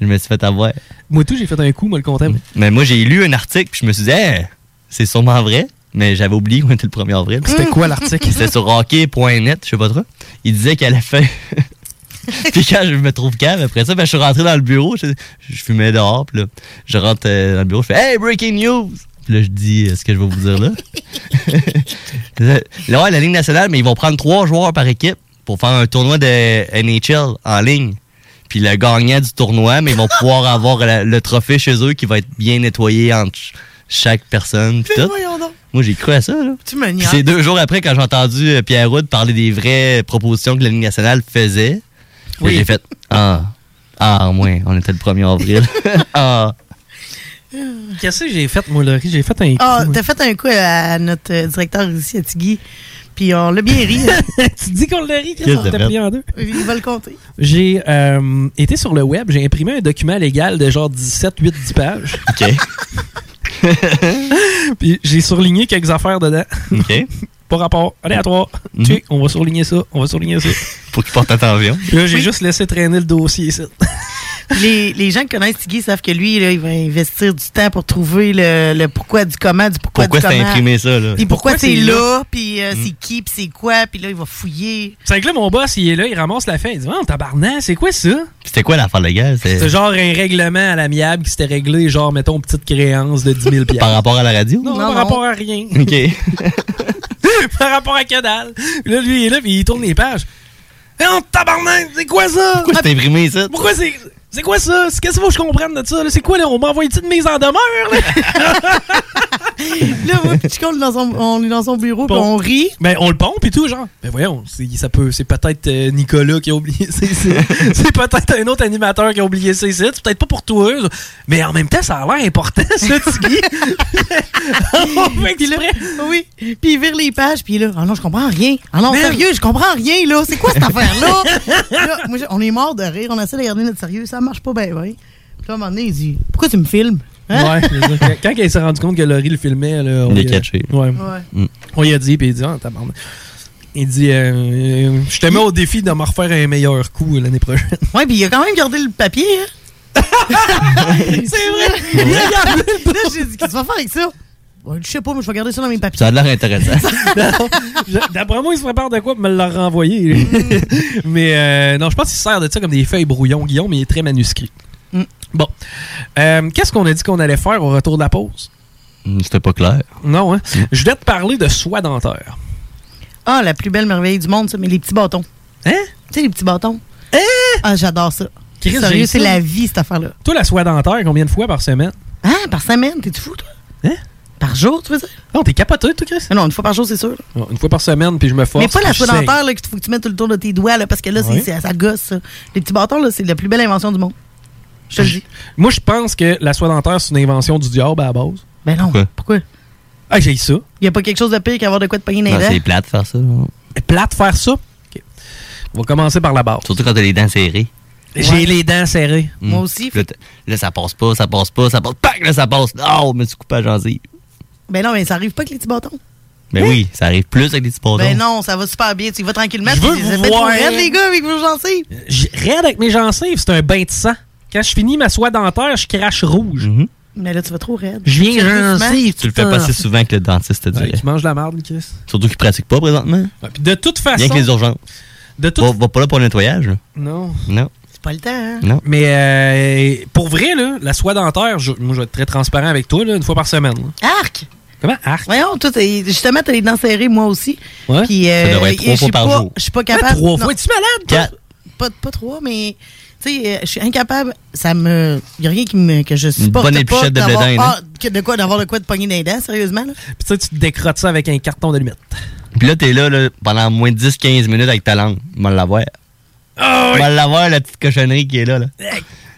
Je me suis fait avoir.
Moi, tout, j'ai fait un coup, moi, le comptable.
Mais moi, j'ai lu un article, puis je me suis dit, Hey, c'est sûrement vrai, mais j'avais oublié qu'on était le 1er avril.
C'était quoi, l'article?
C'était sur hockey.net, je sais pas trop. Il disait qu'à la fin. [LAUGHS] puis quand je me trouve calme après ça, ben, je suis rentré dans le bureau, je, je fumais dehors, puis là, je rentre euh, dans le bureau, je fais Hey, breaking news! Puis là, je dis euh, ce que je vais vous dire là. là, ouais, la Ligue nationale, mais ils vont prendre trois joueurs par équipe pour faire un tournoi de NHL en ligne. Puis le gagnant du tournoi, mais ils vont pouvoir [LAUGHS] avoir la- le trophée chez eux qui va être bien nettoyé entre ch- chaque personne. puis tout.
voyons donc.
Moi, j'ai cru à ça. Là.
[LAUGHS] Tu me
Puis
niaises.
C'est deux jours après, quand j'ai entendu euh, Pierre Roud parler des vraies propositions que la Ligue nationale faisait, là,
Oui.
j'ai fait Ah, ah, au moins, on était le 1er avril. [LAUGHS] ah.
[LAUGHS]
Qu'est-ce que j'ai fait, moi, Laurie? J'ai fait un coup.
Ah, t'as fait un coup à notre euh, directeur ici à Tigui, puis on l'a bien
[LAUGHS]
ri.
tu dis qu'on l'a ri,
Chris,
on t'a pris en deux.
Il va le compter.
J'ai euh, été sur le web, j'ai imprimé un document légal de genre 17, 8, 10 pages.
OK.
[LAUGHS] Puis j'ai surligné quelques affaires dedans.
OK.
[LAUGHS] Pas rapport. Allez, à trois.
Mhm.
Tu sais, on va surligner ça, on va surligner ça.
Pour qu'il porte attention.
Puis là, j'ai juste laissé traîner le dossier ici.
Les, les gens qui connaissent Tigui savent que lui, là, il va investir du temps pour trouver le, le pourquoi du comment, du pourquoi,
Pourquoi
du
t'as
comment.
imprimé ça, là?
Puis pourquoi,
Pourquoi
c'est
c'est
là,
là?
puis euh,
Mhm.
c'est qui, puis c'est quoi, puis là, il va fouiller.
C'est que là, mon boss, il est là, il ramasse la fin. Il dit Oh, tabarnak, c'est quoi ça
C'était quoi l'affaire légale?
C'est genre un règlement à l'amiable qui s'était réglé, genre, mettons, petite créance de
[LAUGHS]
10 000
Par rapport à la radio?
Non, par rapport à rien.
OK.
[LAUGHS] par rapport à que dalle. Puis Là, lui, il est là, puis il tourne les pages. Eh, on tabarnak, c'est quoi ça?
Pourquoi c'est imprimé ça?
Pourquoi c'est.
[LAUGHS]
C'est quoi ça? C'est- Qu'est-ce qu'il faut que je comprenne de ça? là? C'est quoi, là? On m'envoie une petite mise en demeure, là?
[LAUGHS] Là, moi, puis Chico, on est dans son, on est dans son bureau, puis on rit.
Ben, on le pompe et tout, genre. Ben, voyons, c'est, ça peut, c'est peut-être euh, Nicolas qui a oublié [LAUGHS] ses sites. c'est peut-être un autre animateur qui a oublié ses sites. C'est peut-être pas pour toi, eux. Mais en même temps, ça a l'air important,
[LAUGHS]
ça, [LAUGHS] Tiggy.
Puis là, oui. Puis il vire les pages, puis là, ah non, je comprends rien. Ah
Ben
non, sérieux, je comprends rien, là. C'est quoi
[LAUGHS]
cette affaire-là? Là, moi, je- on est mort de rire, on essaie de garder notre sérieux, ça marche pas bien, oui. Puis là, à un moment donné, il dit, pourquoi tu me filmes? Hein?
Ouais,
[LAUGHS]
c'est ça. Quand- quand il s'est rendu compte que Laurie le filmait, là, on
Il l'a
lui a-
catché.
Ouais.
Mm.
On lui a dit, puis il dit, ah, tabarnak. Il dit, euh, euh, je te mets au défi de me refaire un meilleur coup l'année prochaine.
Ouais, puis il a quand même gardé le papier, hein?
[LAUGHS]
C'est vrai! là, j'ai dit, qu'est-ce que tu vas faire avec ça? Ouais, je sais pas, mais je vais garder ça dans mes papiers.
Ça a l'air intéressant.
[LAUGHS] Non, je- D'après moi, il se prépare de quoi pour me le renvoyer. [LAUGHS] mais euh, non, je pense qu'il se sert de ça comme des feuilles brouillon, Guillaume, mais il est très manuscrit. Bon. Euh, Qu'est-ce qu'on a dit qu'on allait faire au retour de la pause?
Hmm, C'était pas clair.
Non, hein?
Mm.
Je voulais te parler de soie dentaire.
Ah, la plus belle merveille du monde, ça, mais les petits bâtons.
Hein?
Tu sais, les petits bâtons. Hein? Ah, j'adore ça.
Chris,
Sérieux,
j'ai
c'est
ça.
la vie, cette affaire-là.
Toi, la soie dentaire, combien de fois par semaine?
Hein? Par semaine? T'es-tu fou, toi?
Hein?
Par jour, tu veux dire?
Non, t'es capoté, toi, Chris?
Non, une fois par jour, c'est sûr.
Bon, Une fois par semaine, puis je me force.
mais pas la
puis je
soie
saigne.
dentaire là, qu'il faut que tu mettes tout le tour de tes doigts, là, parce que là, c'est
Ouais.
c'est- ça gosse. ça. Les petits bâtons, là, c'est la plus belle invention du monde. Je te le dis.
Moi, je pense que la soie dentaire, c'est une invention du diable à la base.
Ben non.
Pourquoi?
Pourquoi?
Ah, j'ai ça.
Il n'y a pas quelque chose de pire qu'avoir de quoi te pogner dans
Non,
les dents.
c'est plate de faire ça.
Plate faire ça? Ok. On va commencer par la barre.
Surtout quand t'as les dents serrées.
J'ai les dents serrées.
Hmm.
Moi aussi,
Là, t- là, ça passe pas, ça passe pas, ça passe. Pac, là, ça passe. Oh, mais tu coupes à gencive.
Ben non, mais ça arrive pas avec les petits bâtons.
Mais oui, ça arrive plus avec des petits bâtons.
Ben non, ça va super bien. Tu y vas tranquillement.
Je veux
tu-
vous
c'est pas trop
voir.
raide, les gars, avec vos gencives.
J- Raide avec mes gencives, c'est un bain de sang. Quand je finis ma soie dentaire, je crache rouge.
Mm-hmm.
Mais là, tu vas trop raide.
Je viens
Sérieusement?
gencive.
Tu le fais passer souvent que le dentiste te dit.
Tu manges de la merde, Chris.
Surtout qu'il pratique pas présentement.
Ouais, puis de toute façon.
Rien que les urgences.
De toute-
Va, va pas là pour le nettoyage. là.
Non.
Non.
C'est pas le temps, hein?
Non.
Mais euh, pour vrai, là, la soie dentaire, je- moi, je vais être très transparent avec toi, là, une fois par semaine. là.
Arc!
Comment? Arc?
Voyons, toi, t'es- justement, t'as les dents serrées, moi aussi.
Ouais.
Puis, euh,
Ça devrait être trois
je suis
fois par
pas-
jour.
Je suis pas
Ouais,
capable.
Ah,
trois fois.
Non.
Es-tu malade, toi? Quatre.
Pas, pas trois, mais. Tu sais, euh, je suis incapable. Ça me. Il a rien qui me, que je supporte.
bonne
pas
épluchette de blé
d'avoir
d'Inde, hein?
ah, que- de quoi D'avoir de quoi de pogner dans les dents, sérieusement, là?
Puis ça, tu te décrottes ça avec un carton d'allumettes.
Puis là, t'es là, là pendant moins de 10-15 minutes avec ta langue. On va l'avoir.
Ah
On va l'avoir, la petite cochonnerie qui est là. là.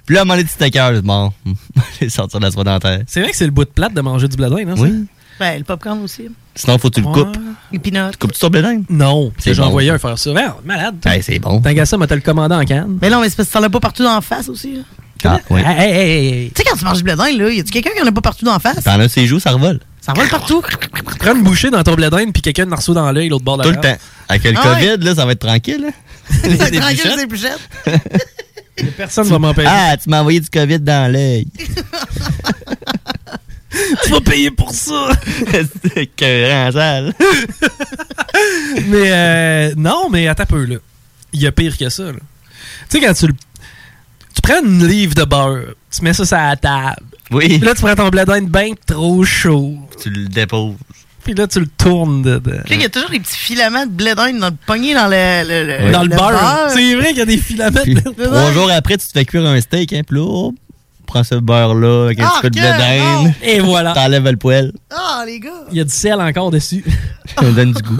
Puis là, à un moment donné, tu t'écœures. Bon, [LAUGHS] je vais sortir de la soie dentaire.
C'est vrai que c'est le bout de plate de manger du hein, bladin, non?
Oui.
Ben, le popcorn aussi.
Sinon, faut que tu le coupes.
Les peanuts.
Coupes-tu ton blé d'Inde?
Non.
C'est
J'ai
bon.
envoyé un faire ça. Merde, malade.
Hey, c'est bon.
T'as qu'à ça, m'a te le commandé en canne.
Mais non, mais c'est parce que t'en as pas partout dans la face aussi, là.
[LAUGHS]
Ah, oui.
Hey, hey, hey, hey.
Tu sais, quand tu manges du blé d'Inde, là, y a-tu quelqu'un qui en a pas partout dans la
[LAUGHS]
face?
T'en as ses joues, ça revole.
Ça vole partout.
Prends une bouchée dans ton bladin, puis quelqu'un te la reçoit dans l'œil, l'autre bord de la
Tout le
table.
temps. Avec le
Ah ouais.
COVID, là, ça va être tranquille. hein. Là.
[LAUGHS] Tranquille,
épluchettes.
c'est plus chètes.
Personne va m'empêcher.
Ah, tu m'as envoyé du COVID dans l'œil.
[LAUGHS] tu vas payer pour ça.
[LAUGHS] C'est écœurant, sale.
[LAUGHS] mais euh, non, mais attends un peu, là. Il y a pire que ça, là. Tu sais, quand tu le- Tu prends une livre de beurre, tu mets ça sur la table.
Oui.
Puis là, tu prends ton bladin de bain trop chaud.
Tu le déposes.
Puis là, tu le tournes dedans.
Tu sais, il y a toujours des petits filaments de blé d'Inde dans le poignet, dans le. le- le-
Dans le, beurre.
beurre.
C'est vrai qu'il y a des filaments. [LAUGHS]
Puis,
dedans.
trois jours après, tu te fais cuire un steak, hein, puis là, oh, prends ce beurre-là avec un
Ah,
petit peu de blé
que
d'Inde.
Ah, Et voilà.
T'enlèves le poêle.
Ah, les gars!
Il y a du sel encore dessus.
[LAUGHS] Ça donne du goût.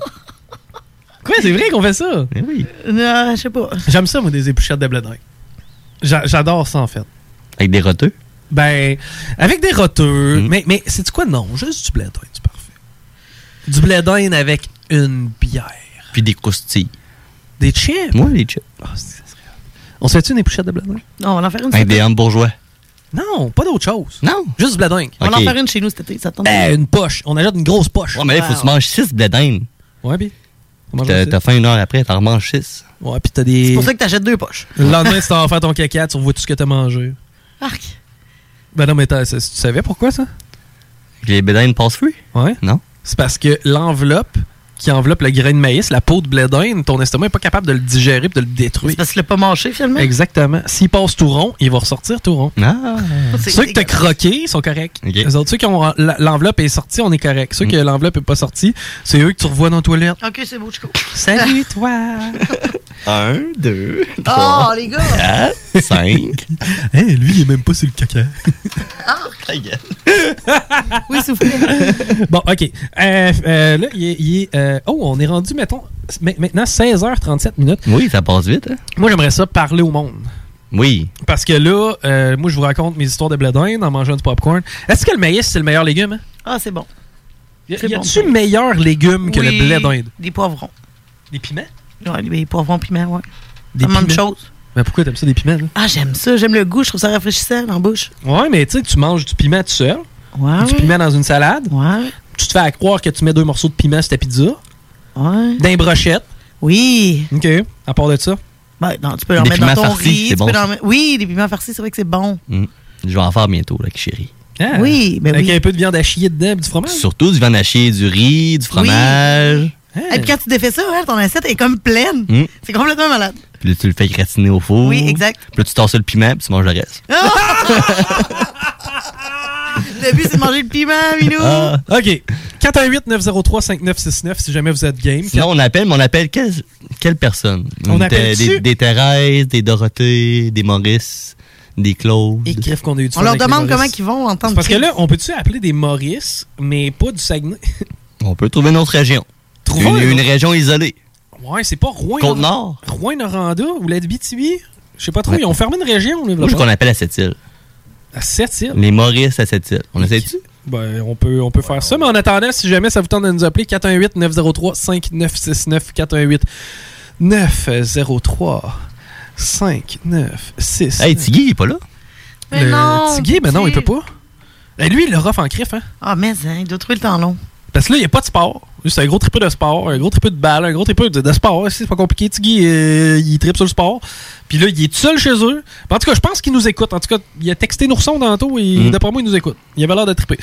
Quoi, c'est vrai qu'on fait ça?
oui.
Euh,
Non, je sais pas.
J'aime ça, moi, des épluchettes de blé d'Inde. J'a- J'adore ça, en fait.
Avec des roteux.
Ben, avec des roteux.
Hmm.
Mais, mais c'est quoi? Non, juste du blé d'Inde, c'est parfait. Du blé d'Inde avec une bière.
Puis des croustilles.
Des chips? Ah,
Moi, les chips.
On se fait-tu une épluchette de blé d'Inde?
Non, on va en faire une
Avec
cet
des
été.
hommes bourgeois.
Non, pas d'autre chose.
Non.
Juste du blé d'Inde.
On va en faire une chez nous cet été, ça tombe.
Eh, une poche. On achète une grosse poche.
Ouais, mais là, il faut que tu manges 6 blé d'Inde.
Ouais, puis. mange
T'as
six.
t'as faim une heure après, t'en remanges 6.
Ouais, puis t'as des.
C'est pour ça que t'achètes deux poches.
Le
[LAUGHS]
lendemain, si t'en vas faire ton caca, tu revois tout ce que t'as mangé.
Arc.
Ben non, mais t'as- tu savais pourquoi ça?
Les blé d'Inde passe-fruits?
Ouais.
Non.
C'est parce que l'enveloppe qui enveloppe le grain de maïs, la peau de blé d'Inde, ton estomac n'est pas capable de le digérer et de le détruire.
parce qu'il l'a pas mangé finalement.
Exactement. S'il passe tout rond, il va ressortir tout rond.
Ah.
C'est Ceux que t'as croqué sont corrects. Les autres, ceux qui ont en- la- l'enveloppe est sortie, on est correct.
Mm.
Ceux que l'enveloppe est pas sortie, c'est eux que tu revois dans la toilette.
Ok, c'est beau, Chico. [LAUGHS]
Salut,
toi.
Un, [LAUGHS] deux,
Oh, les gars.
quatre,
[LAUGHS]
cinq.
lui, il est même pas sur le caca.
[LAUGHS] oui, soufflez.
bon, OK. Euh, euh, là, il est. il est, euh, oh, on est rendu, mettons, ma- maintenant 16h37 minutes.
Oui, ça passe vite. hein?
Moi, j'aimerais ça parler au monde.
Oui.
Parce que là, euh, moi, je vous raconte mes histoires de blé d'Inde en mangeant du popcorn. Est-ce que le maïs, c'est le meilleur légume? hein?
Ah, c'est bon.
Y a- y a-tu meilleur légume que le blé d'Inde?
Des poivrons.
Des piments?
Ouais, des poivrons piments, ouais.
Des
Ça manque de
piments?
chose.
Mais pourquoi t'aimes ça des piments? là?
Ah, j'aime ça. J'aime le goût. Je trouve ça rafraîchissant en bouche.
Ouais, mais tu sais, tu manges du piment tout seul.
Ouais.
Du piment dans une salade. Tu te fais à croire que tu mets deux morceaux de piment sur ta pizza.
Ouais.
D'un brochette.
Oui.
OK. À part de ça.
Ben, non, tu peux en mettre dans ton riz. tu peux en mettre- Oui, des piments farcis, c'est vrai que c'est bon.
Mm. Je vais en faire bientôt, là, chérie.
Oui, mais
Ah, Avec
oui.
un peu de viande à chier dedans, puis du fromage.
Surtout du viande hachée, du riz, du fromage.
Et puis quand tu défais ça, hein, ton assiette est comme pleine.
Mm.
C'est complètement
[LAUGHS]
malade. [LAUGHS]
Puis là, tu le fais gratiner au four.
Oui, exact.
Puis là, tu tasses le piment, puis tu manges le reste.
le but, c'est de manger le piment, Minou.
Ah. OK. 418-903-5969 si jamais vous êtes game.
Sinon, on appelle, mais on appelle quelle, quelle personne?
On
Des-
appelle-tu?
des, des Thérèse, des Dorothée, des Maurice, des Claude.
Et crève qu'on a eu du
On
fun
leur
avec les
demande comment
Maurice.
ils vont entendre.
C'est Parce que
Chris.
là, on peut-tu appeler des Maurice, mais pas du Saguenay?
On peut trouver une autre région.
un
une, une
autre-
région isolée.
Ouais, c'est pas Rouen.
Côte-Nord?
Rouen-Noranda ou la Bitibi? Je sais pas trop.
Ouais.
Ils ont fermé une région. là,
Moi, je
là-bas.
qu'on appelle à cette île.
À Sept-Îles.
Les Maurice à cette île. On essaie-tu?
Ben, on peut, on peut faire ça. Mais en attendant, si jamais ça vous tente de nous appeler, 418-903-5969. 418-903-5969.
Hey, Tiggy, il est pas là?
Mais
Le
non,
Tiggy, ben non, il
Tiggy.
peut pas. Ben, lui, il le rough en crif, hein.
Ah, mais hein, il doit trouver le temps long.
Parce que là, il n'y a pas de sport. Lui, C'est un gros tripeux de sport, un gros tripeux de balle, un gros tripeux de, de sport. C'est pas compliqué. Tiggy, euh, il tripe sur le sport. Puis là, il est tout seul chez eux. En tout cas, je pense qu'il nous écoute. En tout cas, il a texté Nourson tantôt et
Mm.
d'après moi, il nous écoute. Il avait l'air de triper.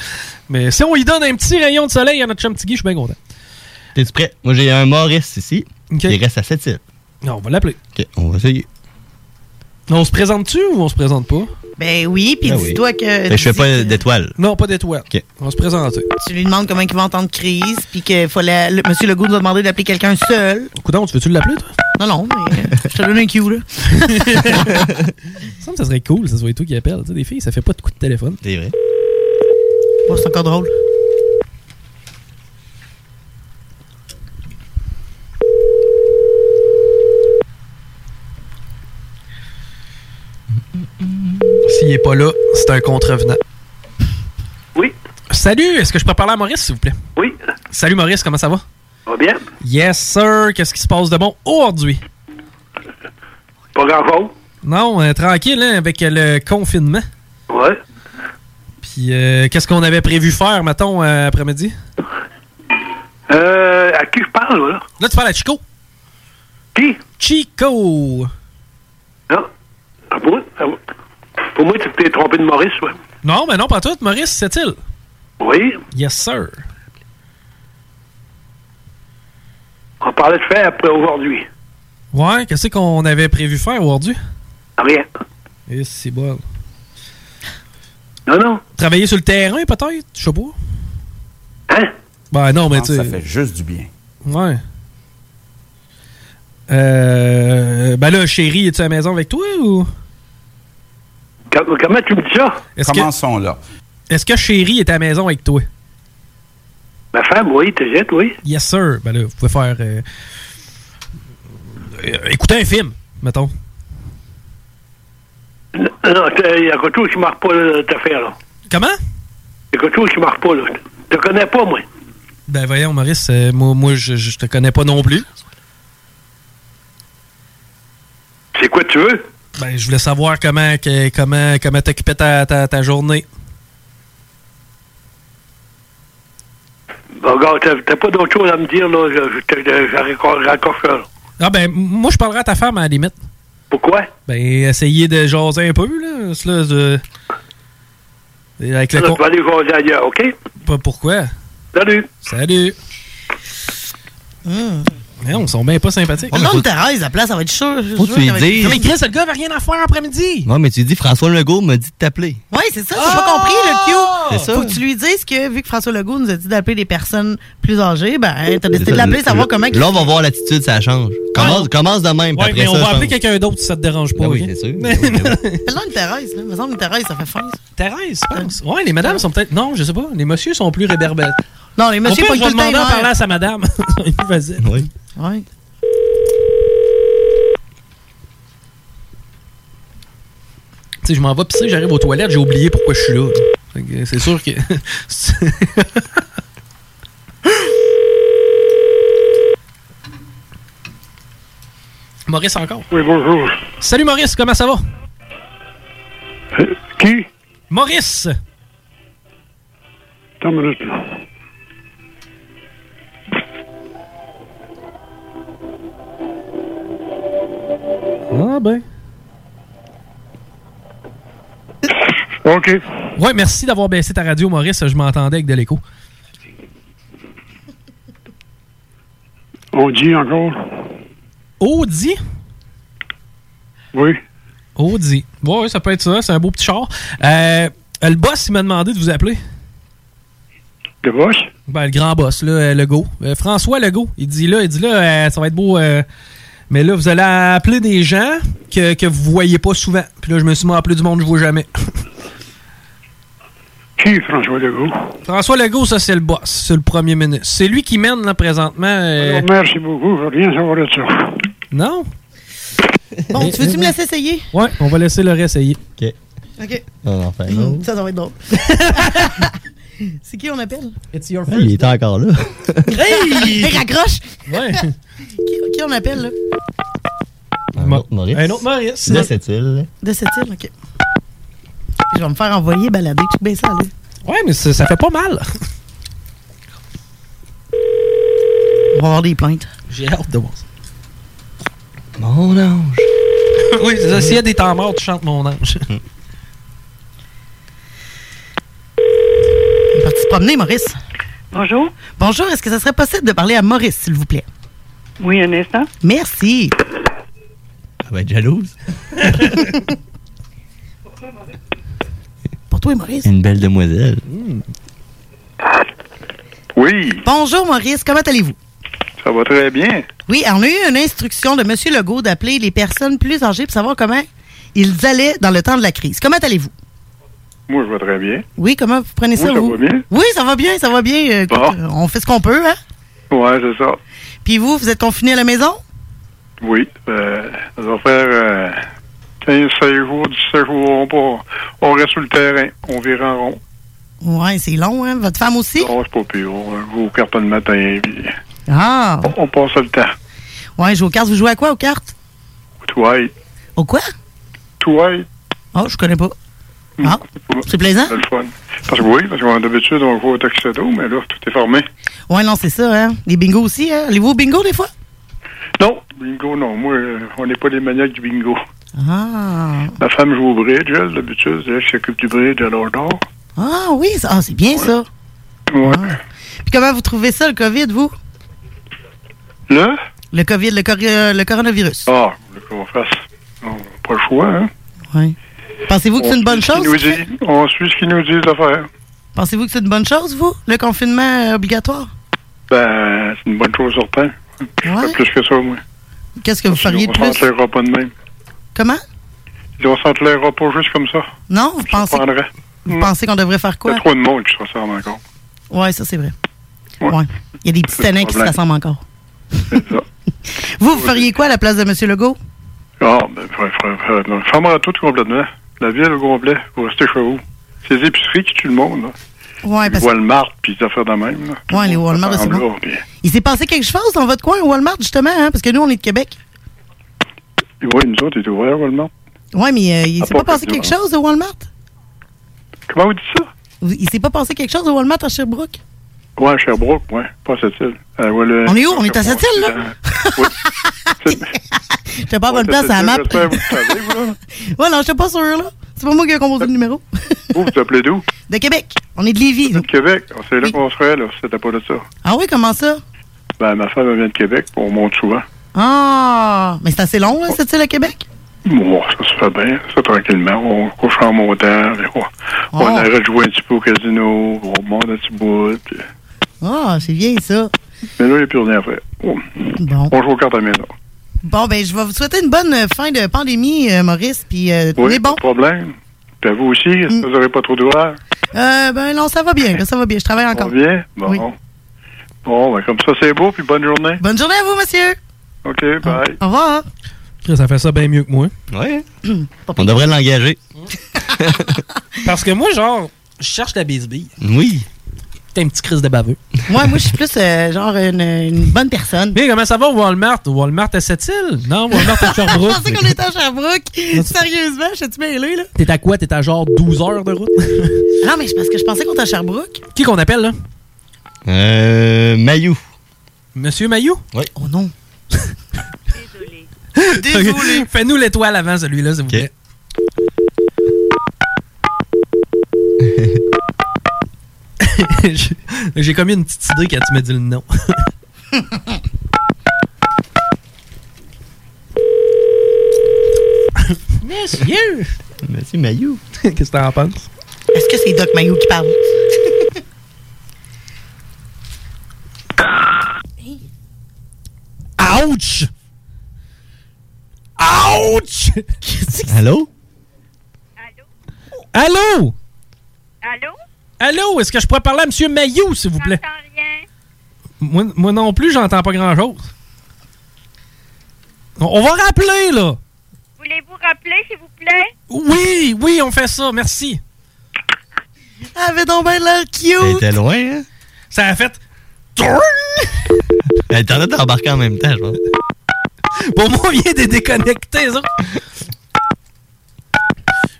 Mais si on lui donne un petit rayon de soleil à notre chum Tiggy, je suis bien content.
T'es-tu prêt? Moi, j'ai un Maurice ici. Il reste à cette île.
Non, on va l'appeler.
OK, on va essayer.
On se présente-tu ou on se présente pas?
Ben oui, puis
Ben oui.
dis-toi que.
Ben, je fais pas d'étoile.
Non, pas d'étoile. On se présente.
Tu lui demandes comment il va entendre crise, puis que faut la- le- Monsieur Legault doit demander d'appeler quelqu'un seul.
Coudon, tu veux-tu l'appeler, toi?
Non, non, mais euh, je te donne un cue, là.
[LAUGHS]
Il me semble que ça serait cool, ça soit toi qui appelle. Tu sais, des filles, ça fait pas de coup de téléphone.
C'est vrai.
Bon, c'est encore drôle.
S'il est pas là, c'est un contrevenant. Oui. Salut, est-ce que je peux parler à Maurice, s'il vous plaît? Oui. Salut Maurice, comment ça va?
Ça va bien?
Yes, sir. Qu'est-ce qui se passe de bon aujourd'hui?
Pas grand-chose?
Non, euh, tranquille, hein, avec euh, le confinement.
Ouais.
Puis, euh, qu'est-ce qu'on avait prévu faire, mettons, euh, après-midi?
Euh, à qui je parle, là?
Là, tu parles à Chico.
Qui?
Chico.
Non. Ah, Pour, ah, pour moi, tu t'es trompé de Maurice, ouais.
Non, mais non, pas tout. Maurice, c'est il
Oui.
Yes, sir.
On parlait de faire après aujourd'hui.
Ouais, qu'est-ce qu'on avait prévu faire aujourd'hui?
Rien.
Eh, c'est bon.
Non, non.
Travailler sur le terrain, peut-être? Je sais pas.
Hein?
Ben non,
Ah,
mais tu sais.
juste du bien.
Ouais. Euh, ben là, chérie, es-tu à la maison avec toi ou?
Com- comment tu me dis ça?
Est-ce que-
Commençons là.
Est-ce que chérie est à la maison avec toi?
Ma femme, oui, t'es jette, oui.
Yes, sir. Ben là, vous pouvez faire. euh, euh, écouter un film, mettons.
Non, non, t'as- il y a quelque chose qui marche pas, là, dans cette affaire, là.
Comment?
Il y a quelque chose qui marche pas, là. Je te connais pas, moi.
Ben voyons, Maurice, euh, moi, moi je, je te connais pas non plus.
C'est quoi tu veux?
Ben, je voulais savoir comment que- comment comment t'occupais ta, ta, ta journée.
Bon, regarde, t'as- t'as pas d'autre chose à me dire, là. Je, je, te- je- je raccor- raccroche ça, là.
Ah ben, m- moi, je parlerai à ta femme, à la limite.
Pourquoi?
Ben, essayez de jaser un peu, là. c'est là, de- Et Avec le
Là,
con-
tu vas aller voir ailleurs, OK?
Pas pourquoi.
Salut.
Salut. Non, ils sont bien pas sympathiques.
Ouais, mais faut-
Thérèse, la place, ça va être chaud.
Faut que tu lui dises.
Mais Chris, le gars va rien à faire après-midi.
Non, mais tu dis François Legault m'a dit de t'appeler.
Oui, c'est ça, j'ai pas compris le Q.
Ah! C'est ça.
Faut que tu lui dises que vu que François Legault nous a dit d'appeler des personnes plus âgées, ben t'as décidé
C'est
de
ça,
l'appeler,
le-
savoir
le-
comment.
Là, on va voir l'attitude, ça change. Commence, commence de même. puis
Ouais,
après
mais on
ça,
va
je
appeler
pense-
quelqu'un d'autre si ça te dérange pas.
Ben oui,
ok?
c'est sûr. [LAUGHS]
Fais-le une Thérèse, là. Me semble une Thérèse, ça fait fin. ça.
Thérèse, je pense. Ouais, les madames sont peut-être. Non, je sais pas. Les messieurs sont plus réverbères.
Non, les messieurs
pas
pognent
Je vais
tout le temps
demander
les
en
nerfs.
parlant à sa madame. [LAUGHS] Il plus facile.
Oui.
Ouais.
Tu sais, je m'en vais pisser, j'arrive aux toilettes, j'ai oublié pourquoi je suis là. Fait que C'est sûr que. [LAUGHS] Maurice encore.
Oui, bonjour.
Salut Maurice, comment ça va?
Euh, Qui?
Maurice!
Attends une minute. là.
Ah ben.
OK.
Ouais, merci d'avoir baissé ta radio, Maurice. Je m'entendais avec de l'écho.
On dit encore?
Audi?
Oui.
Audi. Ouais, ouais, ça peut être ça. C'est un beau petit char. Euh, le boss, il m'a demandé de vous appeler.
Le boss?
Ben, le grand boss, là, euh, Legault. Euh, François Legault. Il dit là, il dit là, euh, ça va être beau. euh, mais là, vous allez appeler des gens que, que vous voyez pas souvent. Puis là, je me suis mis à appeler du monde que je vois jamais. [LAUGHS]
Qui, François Legault?
François Legault, ça, c'est le boss. C'est le premier ministre. C'est lui qui mène, là, présentement. euh,
Alors, merci beaucoup. Je veux rien savoir de ça.
Non?
Bon, tu
euh,
veux-tu me laisser essayer?
Ouais, on va laisser le réessayer. OK.
OK.
Non, non, enfin, non.
[LAUGHS] Ça, ça va être drôle. C'est qui on appelle?
It's your
Ah, il était encore là.
Hey! [LAUGHS] raccroche!
Ouais.
qui, qui on appelle, là?
[LAUGHS] Un autre Maurice.
un autre Maurice.
De cette île.
De cette île, OK. Je vais me faire envoyer balader tout bien ça, là.
Ouais, mais ça, ça fait pas mal.
On va avoir des plaintes.
[CLEARS THROAT] J'ai hâte de voir ça. Mon ange. [LAUGHS] oui, c'est ça. S'il y a des temps morts, tu chantes mon ange.
On est parti se promener, Maurice. Bonjour. Bonjour, est-ce que ça serait possible de parler à Maurice, s'il vous plaît? Oui, un instant. [LAUGHS] Merci.
Elle va être jalouse.
Ah! Pour toi, Maurice.
Une belle demoiselle.
Oui,
Bonjour, Maurice, comment allez-vous?
ça va très bien.
Oui, on a eu une instruction de M. Legault d'appeler les personnes plus âgées pour savoir comment ils allaient dans le temps de la crise. Comment allez-vous?
Moi, je vais très bien.
Oui, comment vous prenez ça,
Moi, ça
vous?
va bien.
Oui, ça va bien, ça va bien. Euh, écoute,
Bon.
euh, on fait ce qu'on peut, hein?
Ouais, c'est ça.
Puis vous, vous êtes confiné à la maison?
Oui, euh, ça va faire euh, 15, 16 jours, 17 jours. On, part- on reste sur le terrain. On vire en rond.
Ouais, c'est long, hein? Votre femme aussi?
On c'est pas pire. On joue au carton le matin. Puis
Ah!
on, on passe le temps.
Ouais, joue aux cartes. Vous jouez à quoi aux cartes?
Toi,
Au quoi?
Twilight.
Oh, je connais pas. Ah, c'est plaisant?
c'est le fun. Parce que oui, parce qu'on d'habitude, on joue au tuxedo, mais là, tout est formé.
Ouais, non, c'est ça, hein? Les bingos aussi, hein? Allez-vous au bingo des fois?
Non, bingo, non. Moi, euh, on n'est pas les maniaques du bingo.
Ah!
Ma femme joue au bridge, elle, d'habitude. Elle s'occupe du bridge à l'heure d'or.
Ah oui, ça- ah, c'est bien ça. Ah.
Ouais.
Puis comment vous trouvez ça, le COVID, vous?
Là,
Le COVID, le, cor- euh, le coronavirus.
Ah, le qu'on fasse. On n'a pas le choix, hein?
Oui. Pensez-vous que c'est une bonne chose?
on suit ce qu'ils nous disent de faire.
Pensez-vous que c'est une bonne chose, vous, le confinement euh, obligatoire?
Ben, c'est une bonne chose certain. Je
Ouais.
fais plus que ça, moi.
Qu'est-ce que vous feriez de
on
plus?
s'entraînera pas de même.
Comment?
Et on s'entraînera pas juste comme ça.
Non, vous pensez,
prendrait.
vous pensez qu'on devrait faire
Il y
quoi?
a trop de monde qui se ressemble encore.
Oui, ça, c'est vrai. Ouais. Il y a des petits tannins qui se
problème.
rassemblent encore. [LAUGHS] vous, vous feriez quoi à la place de M. Legault?
Ah, ben, frère, frère, frère, non. fermera tout complètement. La ville au complet, vous restez chez vous. C'est les épiceries qui tuent le monde, là.
Oui,
Ils
parce
voient le martre, puis ils affaires de même, là.
que. Ouais, les Walmart, c'est
En
bon.
bas, puis-
Il s'est passé quelque chose dans votre coin, au Walmart, justement, hein? Parce que nous, on est de Québec.
Ils voient nous autres, ils étaient ouverts, Walmart.
Oui, mais euh, il
Ah,
s'est
pas
pas passé
comme
quelque
ça.
chose au Walmart?
Comment vous dites ça?
Vous- Il s'est pas passé quelque chose au Walmart à Sherbrooke?
Ouais, Sherbrooke, ouais. Pas cette île. Euh, ouais, le-
On est où? On est à cette île, là? Je pas à bonne place à la map.
J'espère que vous le
[LAUGHS]
savez, vous, là.
Ouais, non, je suis pas sûr, là. C'est pas moi qui ai composé le numéro.
Vous, vous appelez d'où?
De Québec. On est de Lévis. nous.
Québec. C'est là qu'on serait, là. C'était pas de ça.
Ah oui, comment ça?
Ben, ma femme elle vient de Québec, puis on monte souvent.
Ah, mais c'est assez long, là, cette île à Québec?
Bon, ça se fait bien, ça tranquillement. On couche en montant, puis on,
Ah.
on arrête de jouer un petit peu au casino, on monte un petit bout. puis-
Ah, c'est bien ça.
Mais là, il n'y a plus rien à faire. Oh. On joue aux cartes à la maison.
Bon, ben, je vais vous souhaiter une bonne euh, fin de pandémie, euh, Maurice, puis euh,
Oui,
tenez
pas
bon. Mm.
de problème. Puis à vous aussi, est-ce que vous n'aurez pas trop d'horaires?
Euh, ben non, ça va bien, là, ça va bien, je travaille
On
encore.
vient? Bon.
Oui.
Bon, ben comme ça, c'est beau, puis bonne journée.
Bonne journée à vous, monsieur.
OK, bye.
Au revoir.
Ça fait ça bien mieux
[LAUGHS]
que moi. [LAUGHS]
Ah.
Ouais. On devrait l'engager.
Parce que moi, genre, je cherche la bisbille.
Oui.
T'es un petit crise de baveux.
Moi, moi, je suis plus euh, genre une, une bonne
[LAUGHS]
personne.
Mais comment ça va au Walmart? Au Walmart à cette île? Non, Walmart
[LAUGHS] Je
à
pensais
Sherbrooke.
qu'on était à Sherbrooke. Sérieusement, je suis mêlé, là.
T'es à quoi? T'es à genre 12 heures de route?
Non, mais c'est parce que je pensais qu'on était à Sherbrooke.
Qui qu'on appelle, là?
Euh. Mayou.
Monsieur Mayou?
Oui.
Oh
[LAUGHS]
non.
Désolé. [LAUGHS] Fais-nous l'étoile avant celui-là, s'il
[LAUGHS]
vous plaît. J'ai- J'ai commis une petite idée quand tu m'as dit le nom. [LAUGHS] Monsieur!
Monsieur Mayou.
Qu'est-ce que t'en penses?
Est-ce que c'est Doc Mayou qui parle?
[LAUGHS] Ouch! Ouch!
Allô?
Allô? Allô? Allô? Est-ce que je pourrais parler à Monsieur Mayou, s'il vous plaît? Moi, moi non plus, j'entends pas grand-chose. On, on va rappeler, là.
Voulez-vous rappeler, s'il vous plaît?
Oui, oui, on fait ça. Merci. Ah,
Avec donc ben l'air
Elle
cute.
était loin, hein?
Ça a fait...
[LAUGHS] Elle t'en a embarqué en même temps, je pense. [LAUGHS]
Bon, moi, on vient de déconnecter, ça.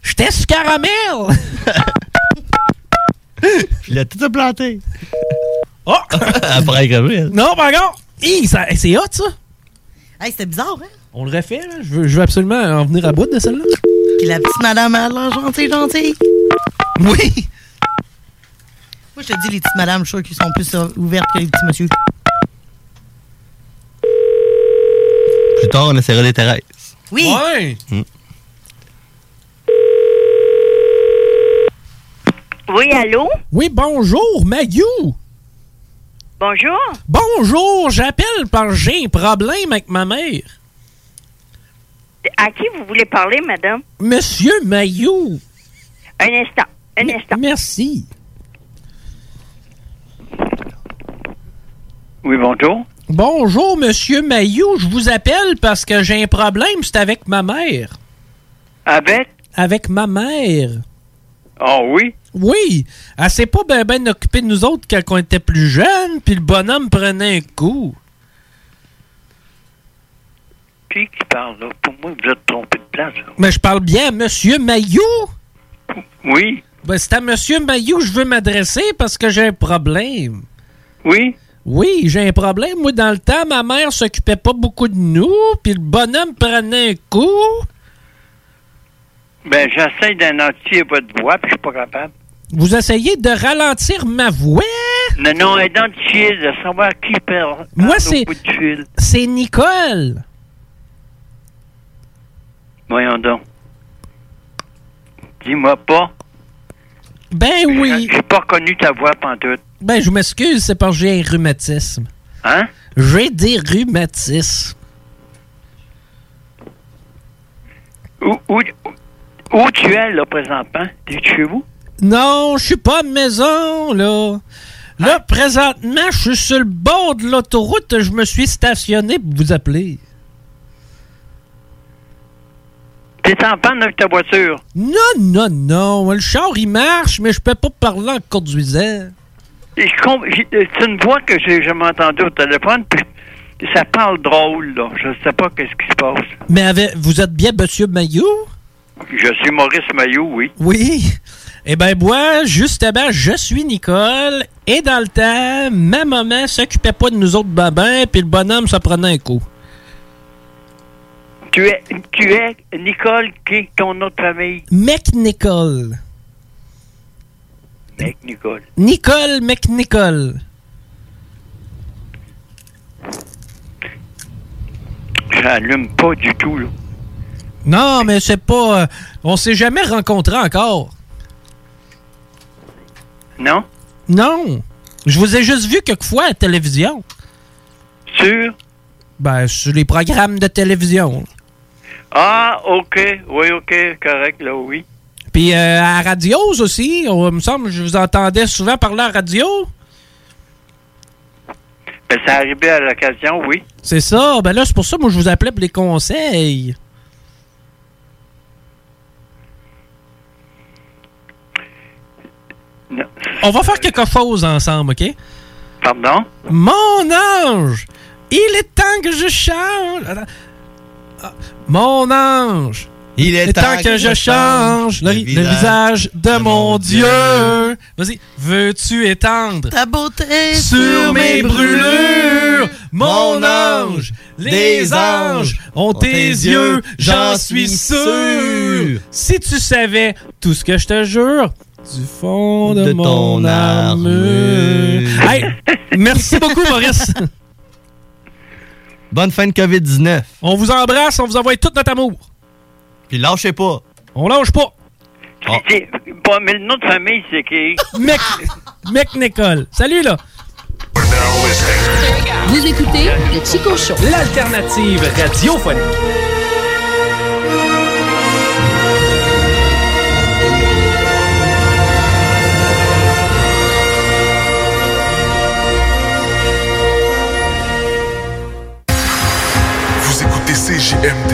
J'étais sur caramel.
[LAUGHS] Je l'ai tout planté. [LAUGHS]
Oh!
Après, comme elle.
Non, par contre! Hi, ça- c'est hot, ça!
Hey, c'était bizarre, hein?
On le refait, là? Je veux, je veux absolument en venir à bout de celle-là.
Puis la petite madame, elle a l'air gentille, gentille.
Oui!
Moi, je te dis, les petites madames, je suis sûr qu'elles sont plus euh, ouvertes que les petits monsieur.
Plus tard, on essaiera les Thérèse.
Oui!
Ouais!
Mm. Oui, allô?
Oui, bonjour, Mayou!
Bonjour?
Bonjour, j'appelle parce que j'ai un problème avec ma mère.
À qui vous voulez parler, madame?
Monsieur Mayou!
Un instant. Un instant.
Merci.
Oui, bonjour.
Bonjour, Monsieur Mayou, je vous appelle parce que j'ai un problème, c'est avec ma mère.
Avec?
Avec ma mère.
Ah oui?
Oui, elle s'est pas bien ben occupée de nous autres quand on était plus jeunes, puis le bonhomme prenait un coup.
Qui qui parle là? Pour moi, vous êtes trompé de place. là.
Mais je parle bien à Monsieur Mayou.
Oui?
Ben, c'est à Monsieur Mayou que je veux m'adresser parce que j'ai un problème.
Oui?
Oui, j'ai un problème. Moi, dans le temps, ma mère s'occupait pas beaucoup de nous, puis le bonhomme prenait un coup.
Ben, j'essaie d'annoncier votre voix, puis je suis pas capable.
Vous essayez de ralentir ma voix.
Non, non, identifier, de savoir qui parle.
Moi,
Parle au
c'est-
bout de fil.
C'est Nicole.
Voyons donc. Dis-moi pas.
Ben oui.
J'ai pas reconnu ta voix pantoute.
Ben, je m'excuse, c'est parce que j'ai un rhumatisme.
Hein?
J'ai des rhumatismes.
Où, où, où tu es, là, présentement? T'es chez vous?
Non, je suis pas à maison, là.
Ah.
Là, présentement, je suis sur le bord de l'autoroute. Je me suis stationné pour vous appeler.
T'es en panne avec ta voiture.
Non, non, non. Le char, il marche, mais je peux pas parler en conduisant.
Et je com- j'ai- euh, C'est une voix que j'ai jamais entendue au téléphone, puis ça parle drôle, là. Je sais pas qu'est-ce qui se passe.
Mais avec- vous êtes bien Monsieur Maillot?
Je suis Maurice Maillot, oui.
Oui. Eh ben, moi, justement, je suis Nicole. Et dans le temps, ma maman s'occupait pas de nous autres babins, puis le bonhomme, ça prenait un coup.
Tu es, tu es Nicole, qui est ton autre famille?
Mec Nicole.
Mec, Nicole.
Nicole McNicole.
ça allume pas du tout. là.
Non, mais c'est pas. euh, on s'est jamais rencontrés encore.
Non?
Non. Je vous ai juste vu quelquefois à la télévision.
Sur?
Ben, sur les programmes de télévision.
Ah, OK. Oui, OK. Correct, là, oui.
Puis euh, à la radio aussi, on- me semble, je vous entendais souvent parler à la radio.
Ben, ça arrivait à l'occasion, oui.
C'est ça. Ben là, c'est pour ça, moi, je vous appelais pour les conseils. On va faire quelque chose ensemble, OK?
Pardon?
Mon ange, il est temps que je change. Attends. Ah, Mon ange,
il est
temps, que, je change le, le visage de, mon Dieu. Vas-y, veux-tu étendre
Ta beauté
sur mes brûlures, mon ange, les
Des
anges ont tes yeux, j'en suis sûr. Si tu savais tout ce que je te jure, du fond de,
De
mon
ton
âme. Hey, merci beaucoup, [LAUGHS] Maurice.
Bonne fin de COVID-19.
On vous embrasse, on vous envoie tout notre amour.
Puis lâchez pas.
On lâche pas.
C'est- Bon, mais le nom de famille, c'est qui?
Mec, mec Nicole. Salut, là.
Vous écoutez le Chico Show.
L'alternative radiophonique.
Vous écoutez CJMD,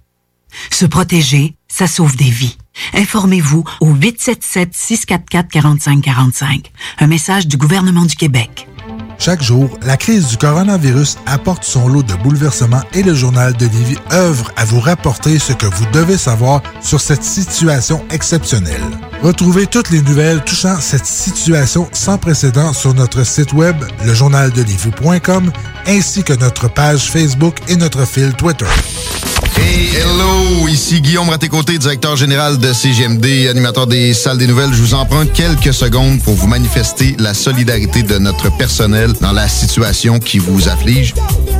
Se protéger, ça sauve des vies. Informez-vous au 877-644-4545. Un message du gouvernement du Québec.
Chaque jour, la crise du coronavirus apporte son lot de bouleversements et le journal de Livy œuvre à vous rapporter ce que vous devez savoir sur cette situation exceptionnelle. Retrouvez toutes les nouvelles touchant cette situation sans précédent sur notre site web, lejournaldelivy.com, ainsi que notre page Facebook et notre fil Twitter.
Hey, hello, ici Guillaume Raté-Côté, directeur général de CGMD, animateur des salles des nouvelles. Je vous emprunte quelques secondes pour vous manifester la solidarité de notre personnel dans la situation qui vous afflige.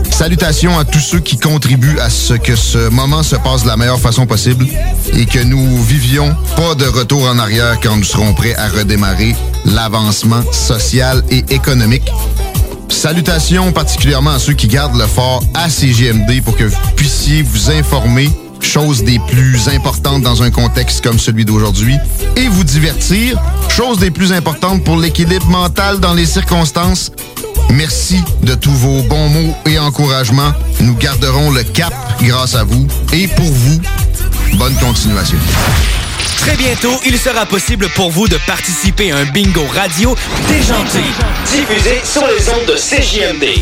Salutations à tous ceux qui contribuent à ce que ce moment se passe de la meilleure façon possible et que nous vivions pas de retour en arrière quand nous serons prêts à redémarrer l'avancement social et économique. Salutations particulièrement à ceux qui gardent le fort à CGMD pour que vous puissiez vous informer, chose des plus importantes dans un contexte comme celui d'aujourd'hui, et vous divertir, chose des plus importantes pour l'équilibre mental dans les circonstances. Merci de tous vos bons mots et encouragements. Nous garderons le cap grâce à vous et pour vous. Bonne continuation.
Très bientôt, il sera possible pour vous de participer à un bingo radio déjanté, diffusé sur les ondes de CJMD.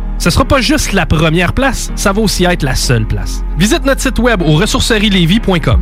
Ce sera pas juste la première place, ça va aussi être la seule place. Visite notre site web au ressourcerielevy.com.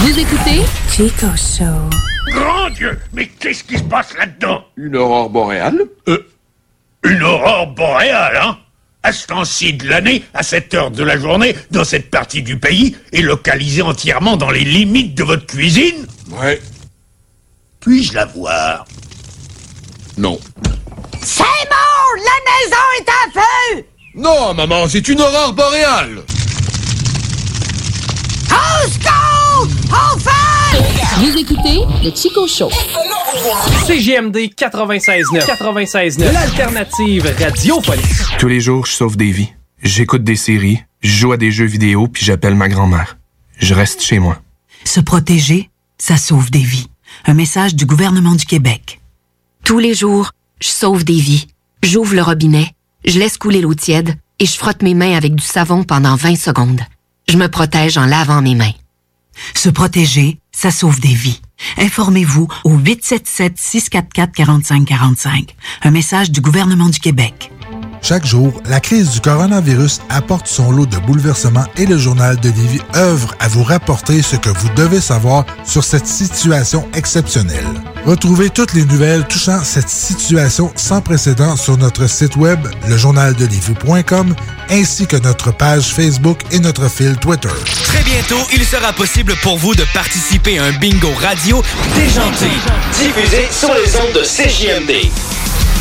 Vous écoutez Chico Show.
Grand Dieu Mais qu'est-ce qui se passe là-dedans Euh,
Une aurore boréale?
Une aurore boréale, hein À ce temps-ci de l'année, à cette heure de la journée, dans cette partie du pays, et localisée entièrement dans les limites de votre cuisine
Ouais.
Puis-je la voir
Non.
C'est mort La maison est à feu
Non, maman, c'est une aurore boréale!
Au secours! Au Vous écoutez le Chico Show.
CGMD 96.9. 96.9. L'alternative radiophonique.
Tous les jours, je sauve des vies. J'écoute des séries, je joue à des jeux vidéo, puis j'appelle ma grand-mère. Je reste chez moi.
Se protéger, ça sauve des vies. Un message du gouvernement du Québec.
Tous les jours, je sauve des vies. J'ouvre le robinet, je laisse couler l'eau tiède et je frotte mes mains avec du savon pendant 20 secondes. Je me protège en lavant mes mains.
Se protéger, ça sauve des vies. Informez-vous au 877-644-4545. Un message du gouvernement du Québec.
Chaque jour, la crise du coronavirus apporte son lot de bouleversements et le journal de Livy œuvre à vous rapporter ce que vous devez savoir sur cette situation exceptionnelle. Retrouvez toutes les nouvelles touchant cette situation sans précédent sur notre site web, lejournaldelivy.com, ainsi que notre page Facebook et notre fil Twitter.
Très bientôt, il sera possible pour vous de participer à un bingo radio déjanté, diffusé sur les ondes de CJMD.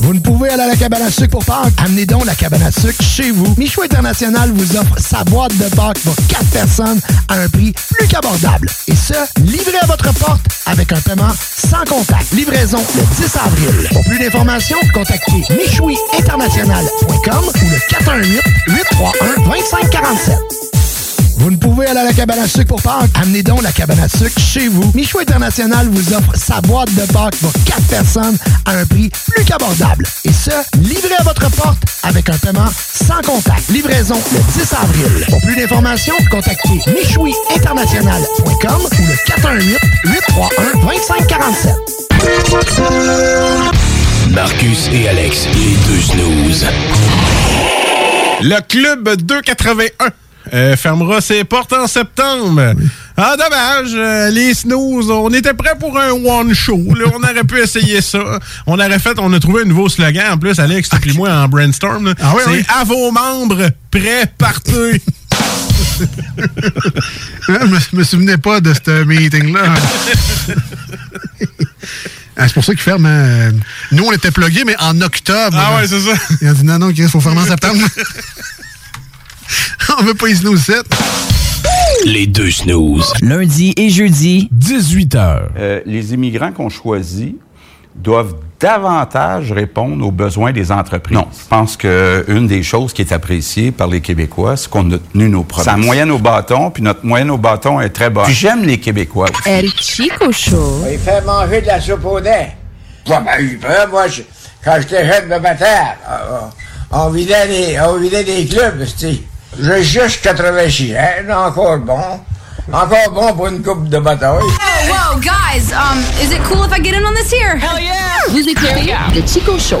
Vous ne pouvez aller à la cabane à sucre pour Pâques? Amenez donc la cabane à sucre chez vous. Michou International vous offre sa boîte de Pâques pour 4 personnes à un prix plus qu'abordable. Et ce, livré à votre porte avec un paiement sans contact. Livraison le 10 avril. Pour plus d'informations, contactez michouiinternational.com ou le 418-831-2547. Vous ne pouvez aller à la cabane à sucre pour Pâques? Amenez donc la cabane à sucre chez vous. Michou International vous offre sa boîte de Pâques pour 4 personnes à un prix plus qu'abordable. Et ce, livré à votre porte avec un paiement sans contact. Livraison le 10 avril. Pour plus d'informations, contactez michouiinternational.com ou le 418-831-2547.
Marcus et Alex, les deux snooze.
Le club 281 euh, fermera ses portes en septembre. Ah, dommage, euh, les snooze, on était prêts pour un one show. là. on aurait pu essayer ça. On aurait fait, on a trouvé un nouveau slogan en plus, Alex, tu moi en brainstorm. là. Ah oui, C'est oui. à vos membres, prêts, partez. [LAUGHS]
Hein, Je me, je me souvenais pas de ce meeting-là. Ah, c'est pour ça qu'ils ferment. hein. Nous, on était plugués, mais en octobre.
Ah ouais, c'est ça.
Ils ont dit non, non, il faut fermer en septembre. on veut pas ici nous sept.
Les deux snooze.
Lundi et jeudi, 18h. Euh, les immigrants qu'on choisit doivent davantage répondre aux besoins des entreprises. Non, je pense qu'une des choses qui est appréciée par les Québécois, c'est qu'on a tenu nos promesses. Sa moyenne au bâton, puis notre moyenne au bâton est très bonne. Puis j'aime les Québécois.
El Chico Show.
Il fait manger de la soupe au nez. Moi, ben, eu peur, moi, je- quand j'étais jeune de bâtard, on, on vidait des, on vidait des clubs, c'ti. J'ai juste 86 ans, encore bon. Encore bon pour une coupe de bataille.
Oh, Wow, guys, um, is it cool if I get in on this here? Hell yeah! Vous écoutez le Chico Show.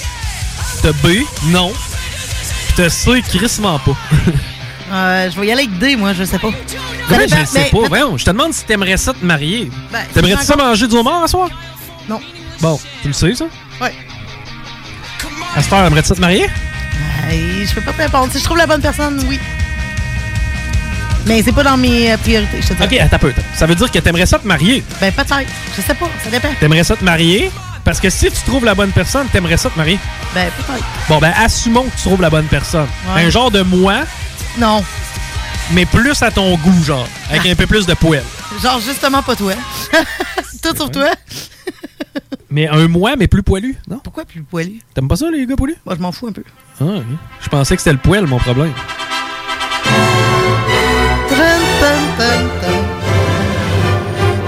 T'as B, non. Pis t'as C,
[LAUGHS]
crissement pas.
Euh, je vais y aller avec D, moi, je sais pas. Ça
Comment je
dépend, Ben,
le sais
mais-
pas? Voyons, je te demande si t'aimerais ça te marier.
Ben,
T'aimerais-tu ça
encore-
manger du homard à soir?
Non.
Bon, tu le sais, ça?
Ouais.
À cette heure, aimerais-tu ça te marier?
Hey, je peux pas te répondre. Si je trouve la bonne personne, oui. Mais c'est pas dans mes euh, priorités, je te dis.
Ok, attends un peu. attends. Ça veut dire que t'aimerais ça te marier.
Ben, peut-être. Je sais pas, ça dépend.
T'aimerais ça te marier? Parce que si tu trouves la bonne personne, t'aimerais ça te marier.
Ben, peut-être.
Bon, ben, assumons que tu trouves la bonne personne.
Ouais.
Un genre de moi,
Non.
mais plus à ton goût, genre. Avec un peu plus de poêle.
Genre, justement, pas toi. [LAUGHS] Tout sur toi.
Mais un moi, mais plus poilu, non?
Pourquoi plus poilu?
T'aimes pas ça, les gars poilus?
Moi, je m'en fous un peu.
Ah, ok. Je pensais que c'était le poêle, mon problème.
Tadam, tadam, tadam, tadam.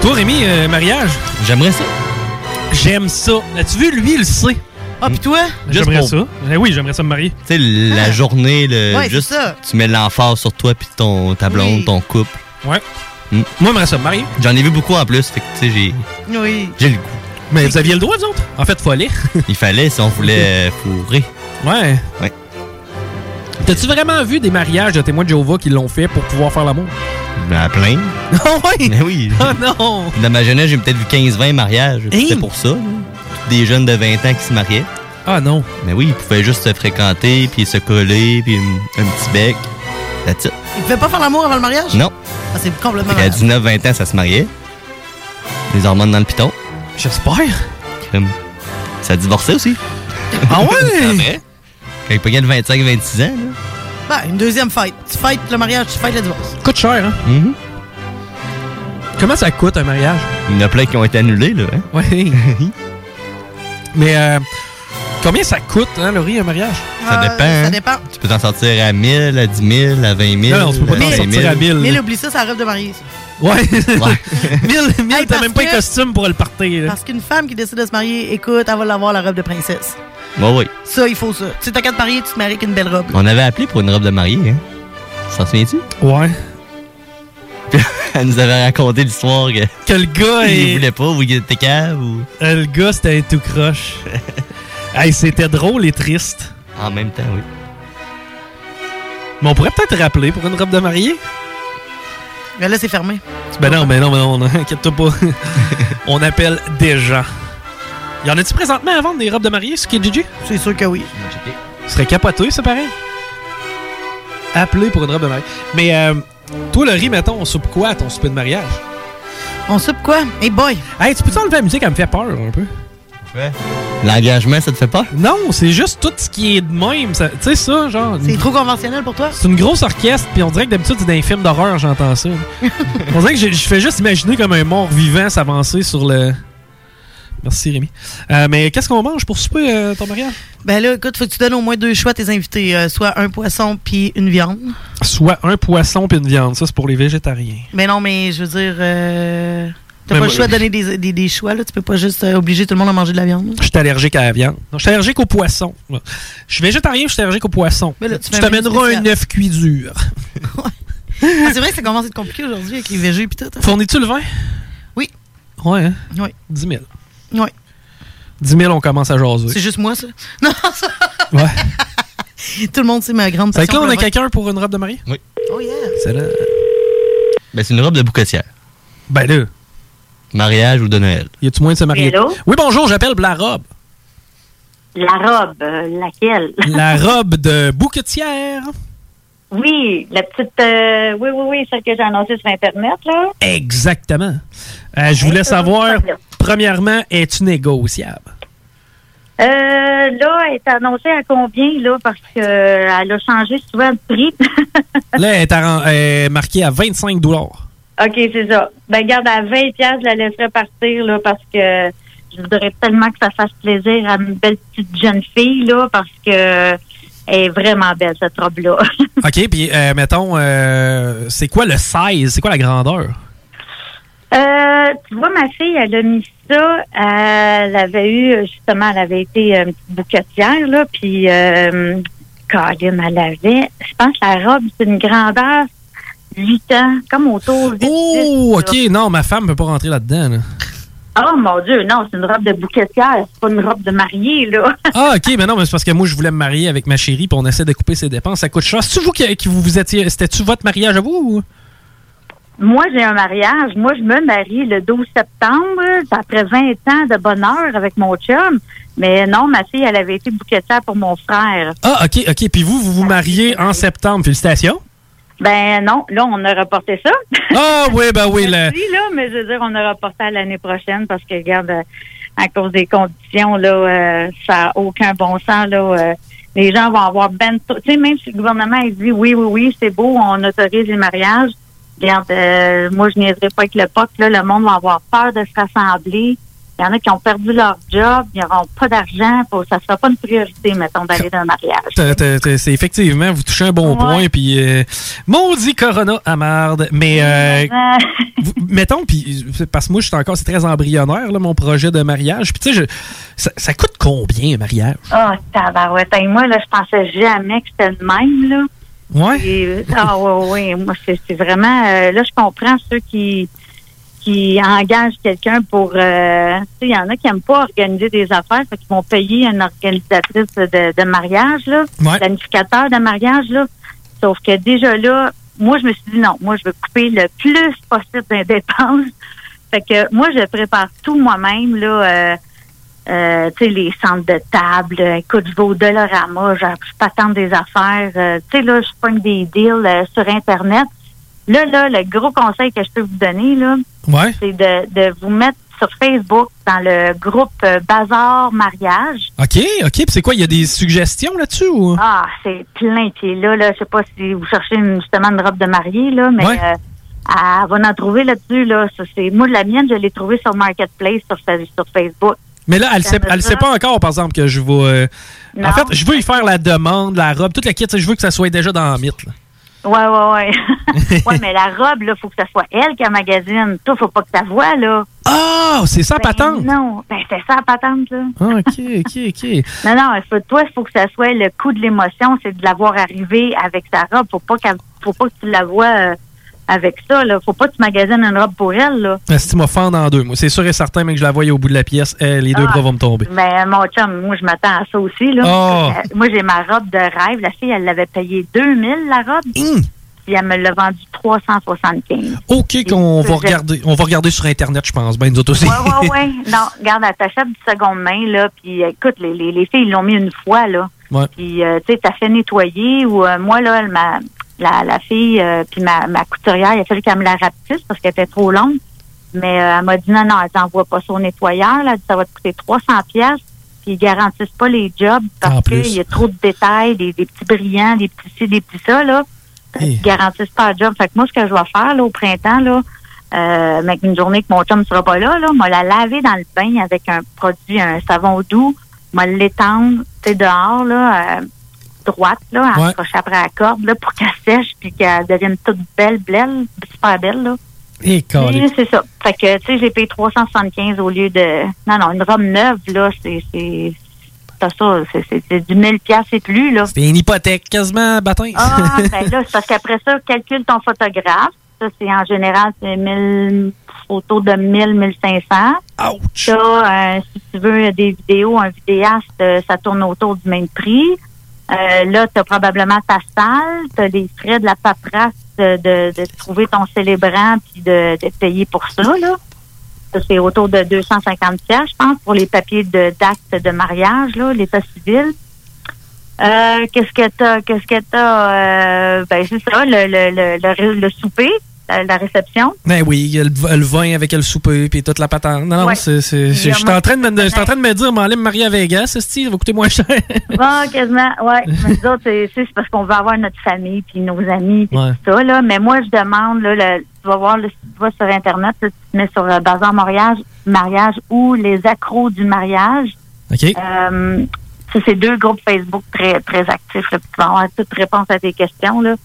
Toi, Rémi, euh, mariage? J'aimerais ça. J'aime ça. As-tu vu, lui, il sait.
Ah, puis toi?
Juste
J'aimerais
pour-
ça. Eh oui, j'aimerais ça me marier.
Tu sais, la journée, le,
Ah! Ouais, c'est
juste,
ça.
tu mets l'emphase sur toi puis ton, ta blonde,
Oui.
ton couple. Hmm.
Ouais. Moi, j'aimerais ça me marier.
J'en ai vu beaucoup en plus, fait que, tu sais, j'ai,
Oui.
j'ai le goût.
Mais vous aviez le droit, vous autres? En fait, faut aller.
[LAUGHS] Il fallait si on voulait euh, fourrer.
Ouais.
Ouais.
T'as-tu vraiment vu des mariages de témoins de Jéhovah qui l'ont fait pour pouvoir faire l'amour?
Mais à
[LAUGHS]
plein.
Ah oui?
Mais oui.
Oh non!
Dans ma jeunesse, j'ai peut-être vu 15-20 mariages.
Hey!
C'était pour ça. là. Des jeunes de 20 ans qui se mariaient.
Ah non.
Mais oui, ils pouvaient juste se fréquenter, puis se coller, puis un, un petit bec. That's it.
Il pouvait pas faire l'amour avant le mariage?
Non.
Ah, c'est complètement.
Fait qu'à
malade.
19-20 ans, ça se mariait. Les hormones dans le piton.
J'espère.
Ça divorçait aussi. [LAUGHS]
Ah ouais?
Après, quand il pognait de 25-26 ans, là.
Ben, une deuxième fête. Tu fêtes le mariage, tu fêtes le divorce.
Coûte cher, hein? Comment ça coûte un mariage?
Il y en a plein qui ont été annulés, là. Hein?
Ouais. [LAUGHS] Mais euh, combien ça coûte, hein, Laurie, un mariage?
Ça
Euh,
dépend. hein?
Ça dépend.
Tu peux t'en sortir à 1000, à 10 000, à 20 000.
Non, non, tu peux pas t'en sortir à 1000.
Mais oublie ça, ça rêve de marier. ça.
Ouais. [LAUGHS] Mille, mille, [LAUGHS] t'as même pas
que-
un costume pour le partir.
Parce qu'une femme qui décide de se marier, écoute, elle va l'avoir la robe de princesse.
Ouais, ouais.
Ça, il faut ça. Tu sais, t'as qu'à te marier, tu te maries avec une belle robe.
On avait appelé pour une robe de mariée, hein? Tu t'en souviens-tu?
Ouais.
[LAUGHS] Elle nous avait raconté l'histoire que.
Que le gars
[LAUGHS]
est-
Il voulait pas, ou il était cave, ou.
Euh, le gars, c'était un tout [LAUGHS] croche. hey, c'était drôle et triste.
En même temps, oui.
Mais on pourrait peut-être rappeler pour une robe de mariée.
Mais là, c'est fermé.
Ben non, ben non, ben non, [LAUGHS] non, inquiète-toi
[LAUGHS]
pas. on appelle des gens. Y en a-tu présentement à vendre des robes de mariée sur Kijiji?
C'est sûr que oui.
Ce serait capoté, c'est pareil. Appeler pour une robe de mariée. Mais euh, toi, Laurie, mettons, on soupe quoi à ton souper de mariage?
On soupe quoi? Hey boy!
Hey, tu peux enlever la musique? Elle me fait peur un peu.
L'engagement, ça te fait pas?
Non, c'est juste tout ce qui est de même. ça- Tu sais ça, genre...
C'est trop conventionnel pour toi?
C'est une grosse orchestre, puis on dirait que d'habitude, c'est dans les films d'horreur,
[LAUGHS]
j'entends ça. on dirait que je, je fais juste imaginer comme un mort vivant s'avancer sur le. Merci Rémi. Euh, mais qu'est-ce qu'on mange pour souper, euh, ton mariage
Ben là, écoute, faut que tu donnes au moins deux choix à tes invités. euh, soit un poisson puis une viande.
Soit un poisson puis une viande. Ça, c'est pour les végétariens.
Mais non, mais je veux dire. euh, T'as
Mais
pas le
moi-
choix de donner des, des- des choix, là. Tu peux pas juste euh, obliger tout le monde à manger de la viande.
Je suis allergique à la viande. Non, je suis allergique au poisson. Je suis végétarien, je suis allergique au poisson.
Mais là, tu
tu
fais un
t'amèneras
menu
un œuf cuit dur.
[LAUGHS] Ah, c'est vrai que ça commence à être compliqué aujourd'hui avec les végés puis tout. hein.
Fournis-tu le vin
Oui.
Ouais, hein
Oui.
10 000.
Oui.
10 000, on commence à jaser.
C'est juste moi, ça. [LAUGHS] Non, ça.
Ouais.
Tout le monde sait ma grande
Fait que
passion. pour
là, on
le
a
vin.
quelqu'un pour une robe de mariée
Oui.
Oh yeah.
C'est là.
Ben, c'est une robe de boucotière.
Ben, là.
Mariage ou de Noël.
Y a-tu moyen de se marier?
Hello?
Oui, bonjour, j'appelle pour la robe.
La robe, euh, laquelle?
La robe de bouquetière.
Oui, la petite... euh, oui, oui, oui, celle que j'ai annoncée sur Internet, là.
Exactement. Euh, je voulais savoir, premièrement, es-tu négociable?
Euh, là, elle est annoncée à combien, là? Parce que euh, elle a changé souvent de prix.
Là, elle est, à- elle est marquée à 25 dollars.
OK, c'est ça. Ben, garde, à 20 piastres, je la laisserai partir, là, parce que je voudrais tellement que ça fasse plaisir à une belle petite jeune fille, là, parce que elle est vraiment belle, cette robe-là. [LAUGHS]
OK, puis euh, mettons, euh, c'est quoi le size? C'est quoi la grandeur?
Euh, tu vois, ma fille, elle a mis ça. euh, Elle avait eu, justement, elle avait été euh, une petite bouquetière, là, puis euh, Colin, elle avait, je pense, que la robe, c'est une grandeur 8 ans, comme autour de
Oh, OK, non, ma femme peut pas rentrer là-dedans. là.
Oh, mon Dieu, non, c'est une robe de bouquetière, c'est pas une robe de mariée, là.
Ah, OK, mais non, mais c'est parce que moi, je voulais me marier avec ma chérie, puis on essaie de couper ses dépenses. Ça coûte cher. C'est-tu vous qui, qui vous, vous étiez. C'était-tu votre mariage à vous? ou-
Moi, j'ai un mariage. Moi, je me marie le 12 septembre, après 20 ans de bonheur avec mon chum. Mais non, ma fille, elle avait été bouquetière pour mon frère.
Ah, OK, OK. Puis vous, vous vous mariez en septembre. Félicitations.
Ben non, là, on a reporté ça. [LAUGHS]
Ah, oui, ben oui. le-
Oui, là, mais je veux dire, on a reporté à l'année prochaine parce que, regarde, euh, à cause des conditions, là, euh, ça n'a aucun bon sens, là. euh, les gens vont avoir ben... trop- Tu sais, même si le gouvernement, il dit, oui, oui, oui, c'est beau, on autorise les mariages, regarde, euh, moi, je niaiserai pas avec le POC, là, le monde va avoir peur de se rassembler. Il y en a qui ont perdu leur job, ils n'auront pas d'argent, pour- ça sera pas une priorité, mettons, d'aller dans un mariage.
T'as- t'as- t'as- C'est effectivement, vous touchez un bon point, puis euh, maudit Corona à marde. Mais euh, vous- mettons, puis parce que moi, je suis encore, c'est très embryonnaire, là, mon projet de mariage. Puis tu sais, je- ça, ça coûte combien un mariage?
Ah, tabarouette. Hey, moi, là, je pensais jamais que c'était le même, là.
Ouais.
Et- ah, ouais, ouais. Moi, c'est c'est vraiment... euh, là, je comprends ceux qui qui engagent quelqu'un pour... euh, tu sais, il y en a qui n'aiment pas organiser des affaires, fait qu'ils vont payer une organisatrice de, de mariage, là,
Ouais.
planificateur de mariage, là. Sauf que déjà là, moi, je me suis dit non, moi, je veux couper le plus possible des dépenses. Fait que moi, je prépare tout moi-même, là... euh, euh, tu sais, les centres de table, euh, écoute, je vais au Dollarama, je je patente des affaires, euh, tu sais, là, je pogne des deals euh, sur Internet. Là, là, le gros conseil que je peux vous donner, là,
Ouais.
c'est de, de vous mettre sur Facebook dans le groupe euh, Bazar Mariage.
OK, OK. Puis c'est quoi? Il y a des suggestions là-dessus? Ou...
Ah, c'est plein. Puis là, là, je sais pas si vous cherchez une- justement une robe de mariée, là, mais
Ouais.
euh, elle va en trouver là-dessus, là. Ça, c'est, moi, la mienne, je l'ai trouvée sur Marketplace, sur, fa- sur Facebook.
Mais là, elle sait,
J'aime
elle
ça.
sait pas encore, par exemple, que je vais. euh,
Non.
En fait, je veux y faire la demande, la robe, toute la kit. tu sais, Je veux que ça soit déjà dans le mythe. là.
Ouais, ouais,
[LAUGHS]
ouais. ouais, mais la robe, là, faut que ça soit elle qui a magazine. Toi, faut pas que ça voie, là.
Ah, c'est sans patente.
Non, ben, c'est ça la patente, là.
Ah, OK, OK, OK.
[LAUGHS] Non, non, il faut, toi, il faut que ça soit le coup de l'émotion, c'est de la voir arriver avec sa robe. Faut pas, qu'elle- faut pas que tu la vois euh, avec ça, là. Faut pas que tu magasines une robe pour elle, là.
Est-ce Ah, tu m'as fendre en deux? Moi, c'est sûr et certain, mais que je la voyais au bout de la pièce, eh, les deux
Ah.
bras vont me tomber.
Mais mon chum, moi, je m'attends à ça aussi, là.
Oh.
Euh, Moi, j'ai ma robe de rêve. La fille, elle l'avait payée 2000, la robe.
Hum.
Puis elle me l'a vendue 375.
OK, qu'on
je-
va regarder. On va regarder sur Internet, je pense. Ben, nous autres aussi.
Ouais, ouais,
[LAUGHS]
ouais. Non, regarde, elle t'achète du seconde main, là, puis écoute, les, les, les filles, ils l'ont mis une fois, là.
Ouais.
Puis, euh, tu sais, t'as fait nettoyer, ou euh, moi, là, elle m'a- la, la fille, euh, puis ma, ma couturière, il a fallu qu'elle me la rapetisse parce qu'elle était trop longue. Mais euh, elle m'a dit, non, non, elle t'envoie pas son nettoyeur, là, ça va te coûter 300 pièces puis ils garantissent pas les jobs
En
parce
plus.
qu'il y a trop de détails, des, des petits brillants, des petits ci, des petits ça, là.
Eh.
Ils garantissent pas le job. Fait que moi, ce que je vais faire, là, au printemps, là, euh, mais une journée que mon chum sera pas là, là, m'a la laver dans le bain avec un produit, un savon doux, m'a l'étendre, tu sais, dehors, là, euh, droite, là,
Ouais.
accrochée après la corde, là, pour qu'elle sèche puis qu'elle devienne toute belle, belle, super belle, là.
Et
Oui, c'est ça. Fait que, tu sais, j'ai payé 375 au lieu de... Non, non, une robe neuve, là, c'est... c'est- C'est ça, c'est- c'est c'est du 1000 piastres et plus, là.
C'est une hypothèque, quasiment, bâton.
Ah, ben là, c'est parce qu'après ça, calcule ton photographe. Ça, c'est en général, c'est 1000 photos de 1000, 1500.
Ouch!
Ça, euh, si tu veux des vidéos, un vidéaste, euh, ça tourne autour du même prix. Euh, là, tu as probablement ta salle, tu as les frais de la euh, paperasse de, de, de trouver ton célébrant puis de, de payer pour ça, là. c'est autour de 250 pièces, je pense, pour les papiers de d'acte de mariage, là, l'état civil. Euh, qu'est-ce que t'as, qu'est-ce que t'as, euh, ben c'est ça, le, le, le, le, ré- le souper, la, la réception.
[LAUGHS] Ben oui, il y a le, v- le vin avec le souper puis toute la patente. Non, non,
Ouais.
c'est, c'est,
Il y
je
a
je suis en train de me, je suis en train de me dire, m'enlève me marier à Vegas, ce style, ça va coûter moins cher. [LAUGHS]
[LAUGHS] Bon, quasiment, ouais. Mais nous autres, c'est c'est parce qu'on veut avoir notre famille, puis nos amis, puis
Ouais.
tout ça, là. Mais moi, je demande, là, le- tu vas voir, le, tu vas sur Internet, là, tu te mets sur euh, Bazar Mariage, mariage ou les accros du mariage.
OK.
Euh, ça, c'est deux groupes Facebook très, très actifs, là, puis tu vas avoir toute réponse à tes questions, là.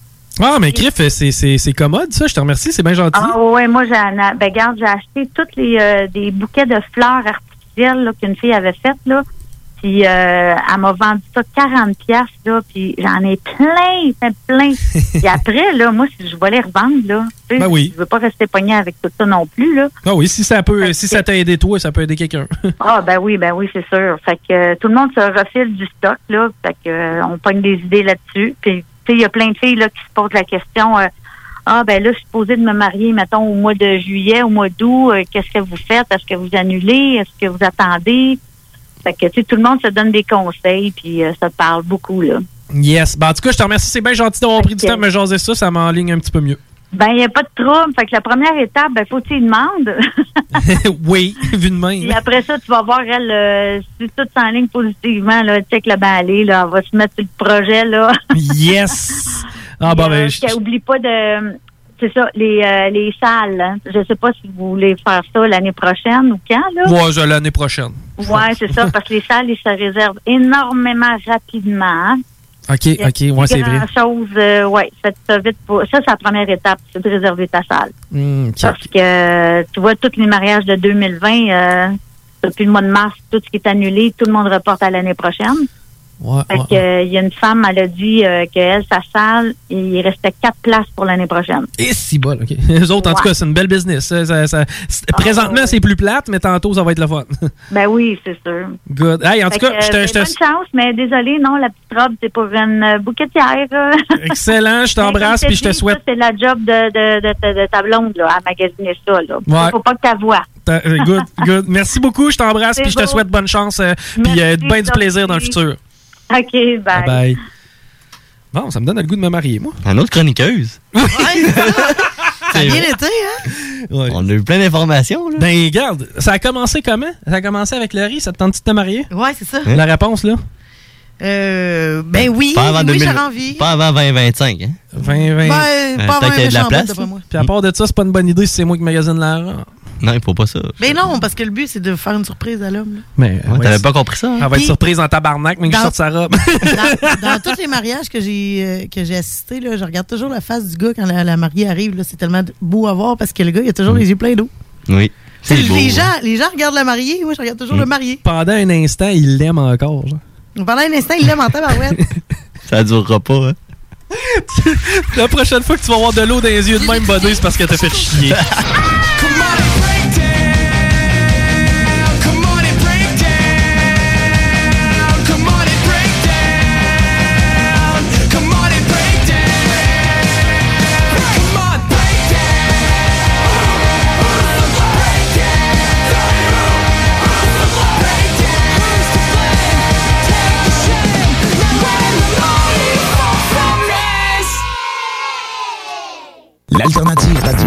Ah, mais Criff, c'est, c'est, c'est commode, ça. Je te remercie, c'est bien gentil.
Ah ouais, moi j'ai ben regarde, j'ai acheté toutes les euh, des bouquets de fleurs artificielles là, qu'une fille avait faites là. Puis euh, elle m'a vendu ça 40 pièces là, puis j'en ai plein, plein,
[LAUGHS]
plein. Et après là, moi si je vais les revendre là, tu sais,
Ben oui.
je veux pas rester pognée avec tout ça non plus là.
Ah oui, si ça peut, si ça t'a aidé toi, ça peut aider quelqu'un. [LAUGHS]
[LAUGHS] Ah ben oui, ben oui, c'est sûr. Fait que euh, tout le monde se refile du stock là, fait que euh, on pogne des idées là-dessus. Puis tu sais, il y a plein de filles là qui se posent la question euh, ah ben là, je suis supposée de me marier mettons au mois de juillet, au mois d'août, euh, qu'est-ce que vous faites Est-ce que vous annulez Est-ce que vous attendez Fait que tu sais, tout le monde se donne des conseils puis euh, ça parle beaucoup là.
Yes. Ben, en tout cas, je te remercie, c'est bien gentil d'avoir pris du temps de me jaser ça, ça m'enligne un petit peu mieux. [LAUGHS]
Ben il n'y a pas de trouble. Fait que la première étape, ben faut que tu y demandes.
oui, vu de main.
Puis après ça, tu vas voir, elle, euh, si tout s'enligne positivement, là, check la balai, là, on va se mettre sur le projet, là.
Yes! Ah, bah, ben, je-
Puis, euh, oublie pas de. C'est ça, les, euh, les salles. hein. Je sais pas si vous voulez faire ça l'année prochaine ou quand, là.
Ouais, je- l'année prochaine.
Ouais, c'est ça, parce que les salles, ils se réservent énormément rapidement. hein.
OK, OK, ouais, c'est vrai.
Chose, euh, ouais, faites ça vite. Pour... Ça, c'est la première étape, c'est de réserver ta salle.
Hmm, ok.
Parce que, euh, tu vois, tous les mariages de 2020, euh, depuis le mois de mars, tout ce qui est annulé, tout le monde reporte à l'année prochaine.
Ouais,
Fait
ouais.
que, euh, il y a une femme, elle a dit euh, qu'elle, sa salle, il restait quatre places pour l'année prochaine.
Et si bol, OK. Eux autres, en tout
Ouais. Ah,
cas, c'est une belle business. Ça- ça- ça- c'est- présentement, c'est plus plate, mais tantôt, ça va être le fun. [LAUGHS]
Ben oui, c'est sûr.
Good. Hey, en tout
Fait
cas,
que,
je te-
euh,
je te-
Bonne chance, mais désolé, non, la petite robe, c'est pour une euh, bouquetière.
[LAUGHS] Excellent, je t'embrasse,
Mais Ben, comme
puis je te
dis, ça,
souhaite.
C'est la job de, de, de, de- de ta blonde, là, à magasiner ça, là.
Ouais.
Faut pas que ta voix. [LAUGHS]
ta- euh, Good, good. Merci beaucoup, je t'embrasse,
C'est
puis je te
beau.
souhaite bonne chance, euh, puis euh, bien du
Sophie.
plaisir dans le futur.
OK, bye.
Bye. Bon, ça me donne le goût de me marier, moi.
Un autre chroniqueuse.
Ça a bien
été,
On a eu plein d'informations. là.
Ben, regarde, ça a commencé comment? Ça a commencé avec Laurie, ça te tente de te marier?
Ouais, c'est ça.
Hein?
La réponse, là?
Euh, ben oui,
Pas avant
oui,
2000
j'aurais envie.
Pas avant 2025. Hein?
20, 20.
Ben, pas avant un méchant bout, d'après moi.
Puis à part de ça, c'est pas une bonne idée si c'est moi qui magasine la robe.
Non, il faut pas ça.
Ben non, parce que le but, c'est de faire une surprise à l'homme. là.
Mais
Ouais, t'avais pas compris ça. hein?
Elle va être
Puis-
surprise en tabarnak, mais que je
Dans-
sorte
[LAUGHS]
sa robe. [LAUGHS]
dans, dans tous les mariages que j'ai euh, que j'ai assisté, là, je regarde toujours la face du gars quand la, la mariée arrive. là. C'est tellement beau à voir parce que le gars, il a
Mm.
toujours les yeux pleins d'eau.
Oui.
Tu sais,
beau,
Les
ouais.
hein?
gens, les gens regardent la mariée. Moi, je regarde
Mm.
Mm.
toujours le marié.
Pendant un instant, il l'aime encore. genre.
Pendant un instant, il l'aime en tabarouette.
[LAUGHS]
Ça durera pas. Hein?
La prochaine fois que tu vas avoir de l'eau dans les yeux de même body, c'est parce que t'as fait [LAUGHS] chier.
Come on and break down. Come on and break down. Come on and break down. Come on, break down. Break down. Break down. Who's to blame? Take the shame. When the money falls from grace.
L'alternative radio.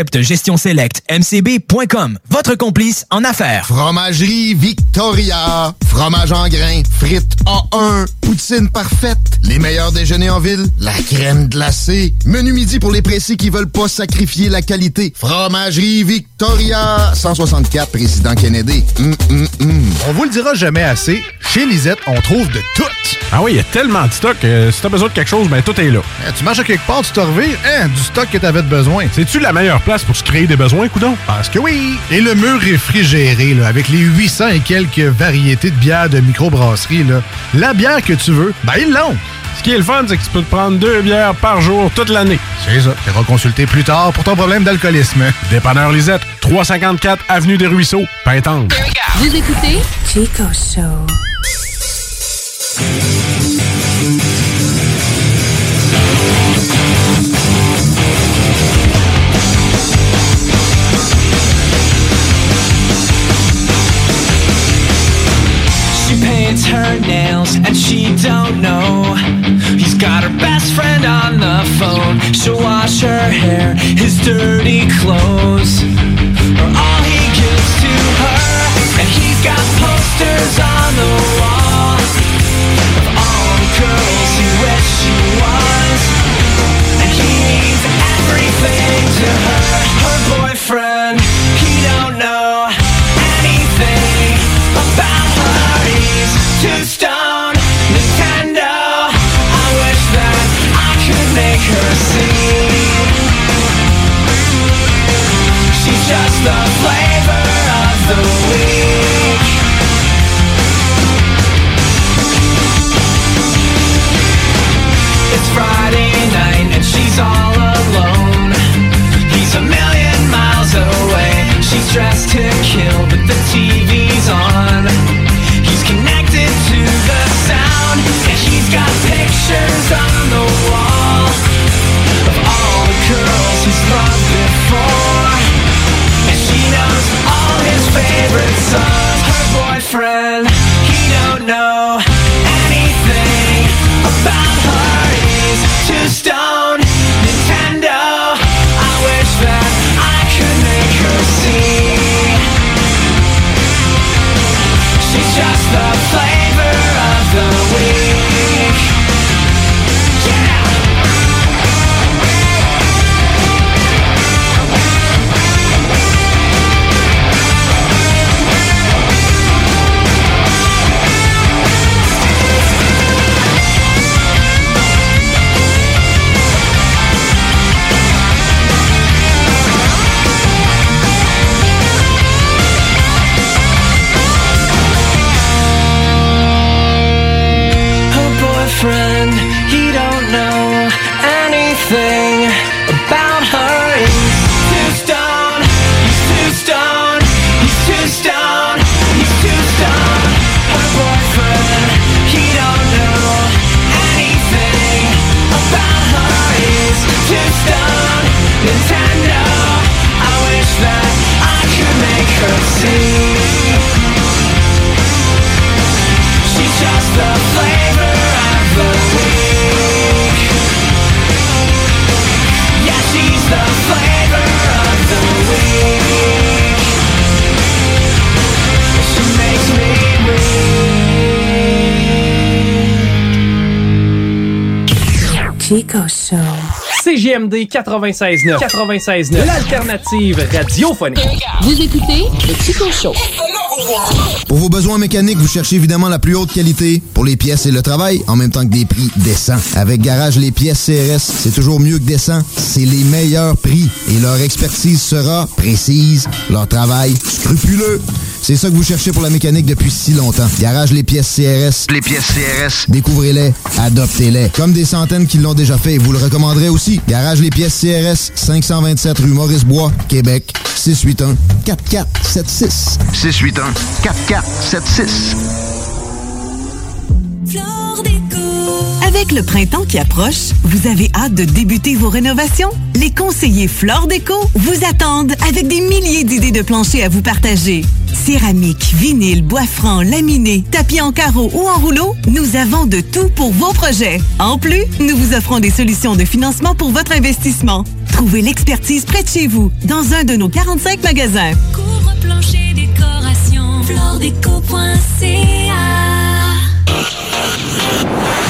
Gestion Select, mcb.com. Votre complice en affaires.
Fromagerie Victoria. Fromage en grains. Frites A1. Poutine parfaite. Les meilleurs déjeuners en ville. La crème glacée. Menu midi pour les pressés qui veulent pas sacrifier la qualité. Fromagerie Victoria. 164 Président Kennedy. Hum, hum, hum.
On vous le dira jamais assez, chez Lisette, on trouve de tout.
Ah oui, il y a tellement de stock. euh, si t'as besoin de quelque chose, ben tout est là.
Hein, Tu marches à quelque part, tu te revives, hein, du stock que t'avais de besoin.
C'est-tu la meilleure
place pour se créer des besoins, coudon.
Parce que oui! Et le mur réfrigéré, là, avec les 800 et quelques variétés de bières de microbrasserie, là, la bière que tu veux, ben ils l'ont!
Ce qui est le fun, c'est que tu peux te prendre deux bières par jour toute l'année.
C'est ça. Tu consulter plus tard pour ton problème d'alcoolisme.
Dépanneur Lisette, 354 Avenue des Ruisseaux, Pintante.
Vous écoutez Chico Show.
She paints her nails and she don't know. He's got her best friend on the phone. She'll wash her hair, his dirty clothes. Are all he gives to her. And he's got posters on the wall of all the girls he wish she was. And he means everything to her. Her boyfriend, he don't know anything about her. He's too stoned. Nintendo. I wish that I could make her see. She's just the flavor of the week. It's Friday night and she's all alone. He's a million miles away. She's dressed to kill, but the TV's on. He's connected to the sound, and he's got pictures on the wall of all the girls he's loved before. And she knows all his favorite songs. Her boyfriend, he don't know anything about her. He's too stoned. Nintendo, I wish that I could make her see. She's just the flavor of the week. Her boyfriend, he don't know anything about her. He's too stoned, he's too stoned, he's too stoned, he's too stoned. Her boyfriend, he don't know anything about her. He's too stoned, Nintendo. I wish that I could make her see. She's just the flavor of the week. Yeah, she's the flavor of the week. She makes me
Chico Show.
CGMD 96.9. 96.9. L'alternative radiophonique.
Vous écoutez le Chico Show.
Pour vos besoins mécaniques, vous cherchez évidemment la plus haute qualité pour les pièces et le travail, en même temps que des prix décents. Avec Garage Les Pièces CRS, c'est toujours mieux que décent. C'est les meilleurs prix et leur expertise sera précise, leur travail scrupuleux. C'est ça que vous cherchez pour la mécanique depuis si longtemps. Garage Les Pièces CRS. Les pièces CRS. Découvrez-les, adoptez-les. Comme des centaines qui l'ont déjà fait, vous le recommanderez aussi. Garage Les Pièces CRS, 527 rue Maurice-Bois, Québec, 681 4476.
681 4476.
Avec le printemps qui approche, vous avez hâte de débuter vos rénovations? Les conseillers Flore Déco vous attendent avec des milliers d'idées de planchers à vous partager. Céramique, vinyle, bois franc, laminé, tapis en carreau ou en rouleau, nous avons de tout pour vos projets. En plus, nous vous offrons des solutions de financement pour votre investissement. Trouvez l'expertise près de chez vous, dans un de nos 45 magasins.
Plancher décoration, floredeco.ca.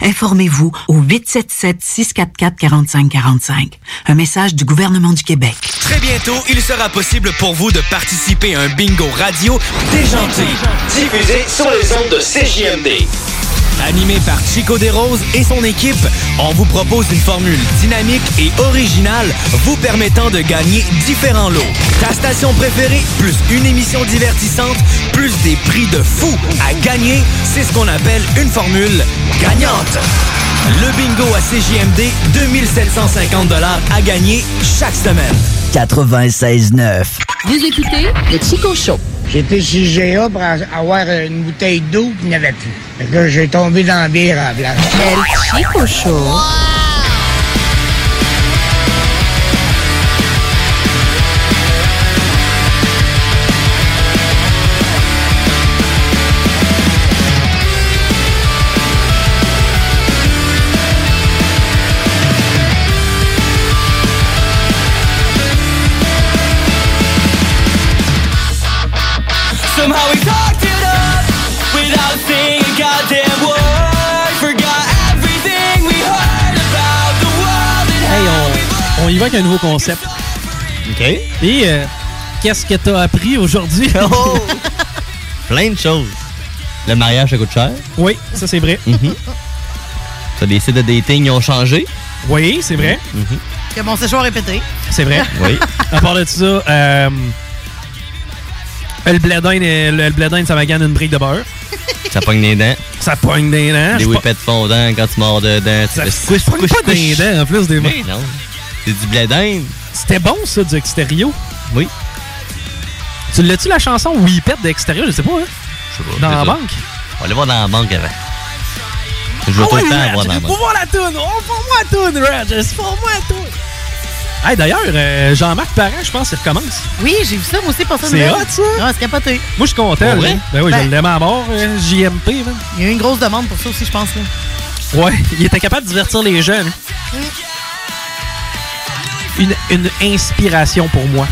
Informez-vous au 877-644-4545. Un message du gouvernement du Québec.
Très bientôt, il sera possible pour vous de participer à un bingo radio déjanté, diffusé sur les ondes de CJMD. Animé par Chico Desroses et son équipe, on vous propose une formule dynamique et originale vous permettant de gagner différents lots. Ta station préférée, plus une émission divertissante, plus des prix de fou à gagner, c'est ce qu'on appelle une formule gagnante. Le bingo à CJMD, 2750 à gagner chaque semaine.
96.9.
Vous écoutez le Chico Show.
J'étais chez GA pour a- avoir une bouteille d'eau qu'il n'y avait plus. Fait que là, j'ai tombé dans la bière à la place.
El Chico Show.
Somehow we talked it up without saying a goddamn word. Forgot everything we heard about the world and
Hey, on, on y va avec un nouveau concept. OK. Et euh, qu'est-ce que t'as
[LAUGHS]
appris aujourd'hui?
Oh! Plein de choses. Le mariage, ça coûte cher.
oui, ça c'est vrai.
Ça, les sites de dating, ils ont changé.
Oui, c'est vrai.
Mhm.
Que mon séchoir est pété.
C'est vrai.
Oui.
À part de ça, euh, le bledin, euh, le, le bledin, ça va gagner une brique de beurre.
Ça pogne les dents.
Ça pogne des dents.
Des
Je
whippets de fondant quand tu mords dedans.
Ça
tu fais
squish, pogne pas des dents, en plus, des
Mais
mains.
Non. C'est du bledin.
C'était bon, ça, du extérieur.
Oui.
Tu l'as-tu, la chanson Whippet d'extérieur? Je sais pas, hein? Je sais pas. Dans la banque?
On va aller voir dans la banque avant. Je vais
Ah
tout
ouais,
le temps
Reg,
aller voir dans la
Pour
banque.
voir la toune! Oh, pour moi la toune, Reg! C'est pour moi la toune! Hey, D'ailleurs, euh, Jean-Marc Parent, je pense, il recommence.
Oui, j'ai vu ça, moi aussi, pour ça.
C'est
nouvelle.
hot, ça?
Ah, c'est capoté.
Moi, je suis content.
Ah
Pour
là.
vrai?
Ben oui,
Ben.
je l'aime à mort, euh, JMP. Même.
Il y a eu une grosse demande pour ça aussi, je pense. Là.
Ouais, il était capable de divertir les jeunes. Une, une inspiration pour moi.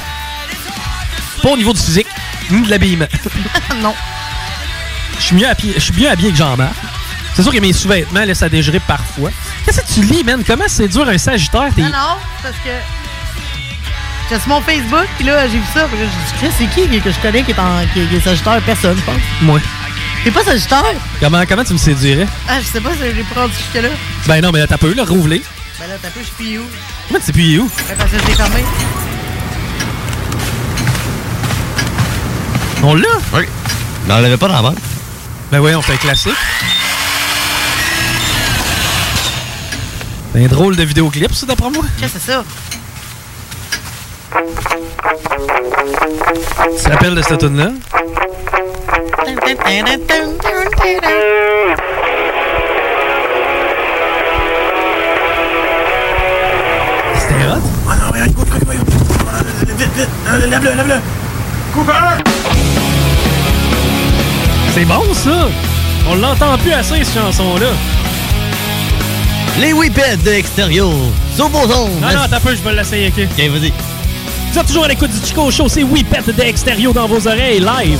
Pas au niveau du physique, ni de l'habillement.
[LAUGHS] non.
Je suis mieux habillé, je suis mieux habillé que Jean-Marc. C'est sûr que mes sous-vêtements laissent à dégerer parfois. Qu'est-ce que tu lis, man? Comment c'est dur un sagittaire? T'es-
Non, non, parce que. J'étais sur mon Facebook, puis là, j'ai vu ça. puis là, J'ai dit, Chris, c'est qui que je connais qui est, en, qui, qui est sagittaire? Personne, je pense.
Moi.
T'es pas sagittaire?
Comment, comment tu me séduirais?
Ah, je sais pas si j'ai rendu jusque-là.
Ben non, mais t'as peu, là, rouvre-les.
Ben là, t'as peu, je suis plus où?
Comment tu puis où?
Ben, parce que j'ai fermé.
On l'a?
Oui. Non, on l'avait pas dans la banque.
Ben oui, on fait un classique. C'est un drôle de vidéoclip, ça, d'après moi.
Qu'est-ce que c'est ça?
Tu te rappelles de cette tune-là? C'était hot?
Oh non, regarde, écoute, regarde, regarde. Vite, vite, euh, lève-le, lève-le. Cooper!
C'est bon, ça! On l'entend plus assez, cette chanson-là.
Les whippets de l'extérieur. Sur vos ondes.
Non, non, t'as peu, je vais l'essayer, ok?
Ok, vas-y.
Vous êtes toujours à l'écoute du Chico Show, c'est Whippet de Extérieur dans vos oreilles, live.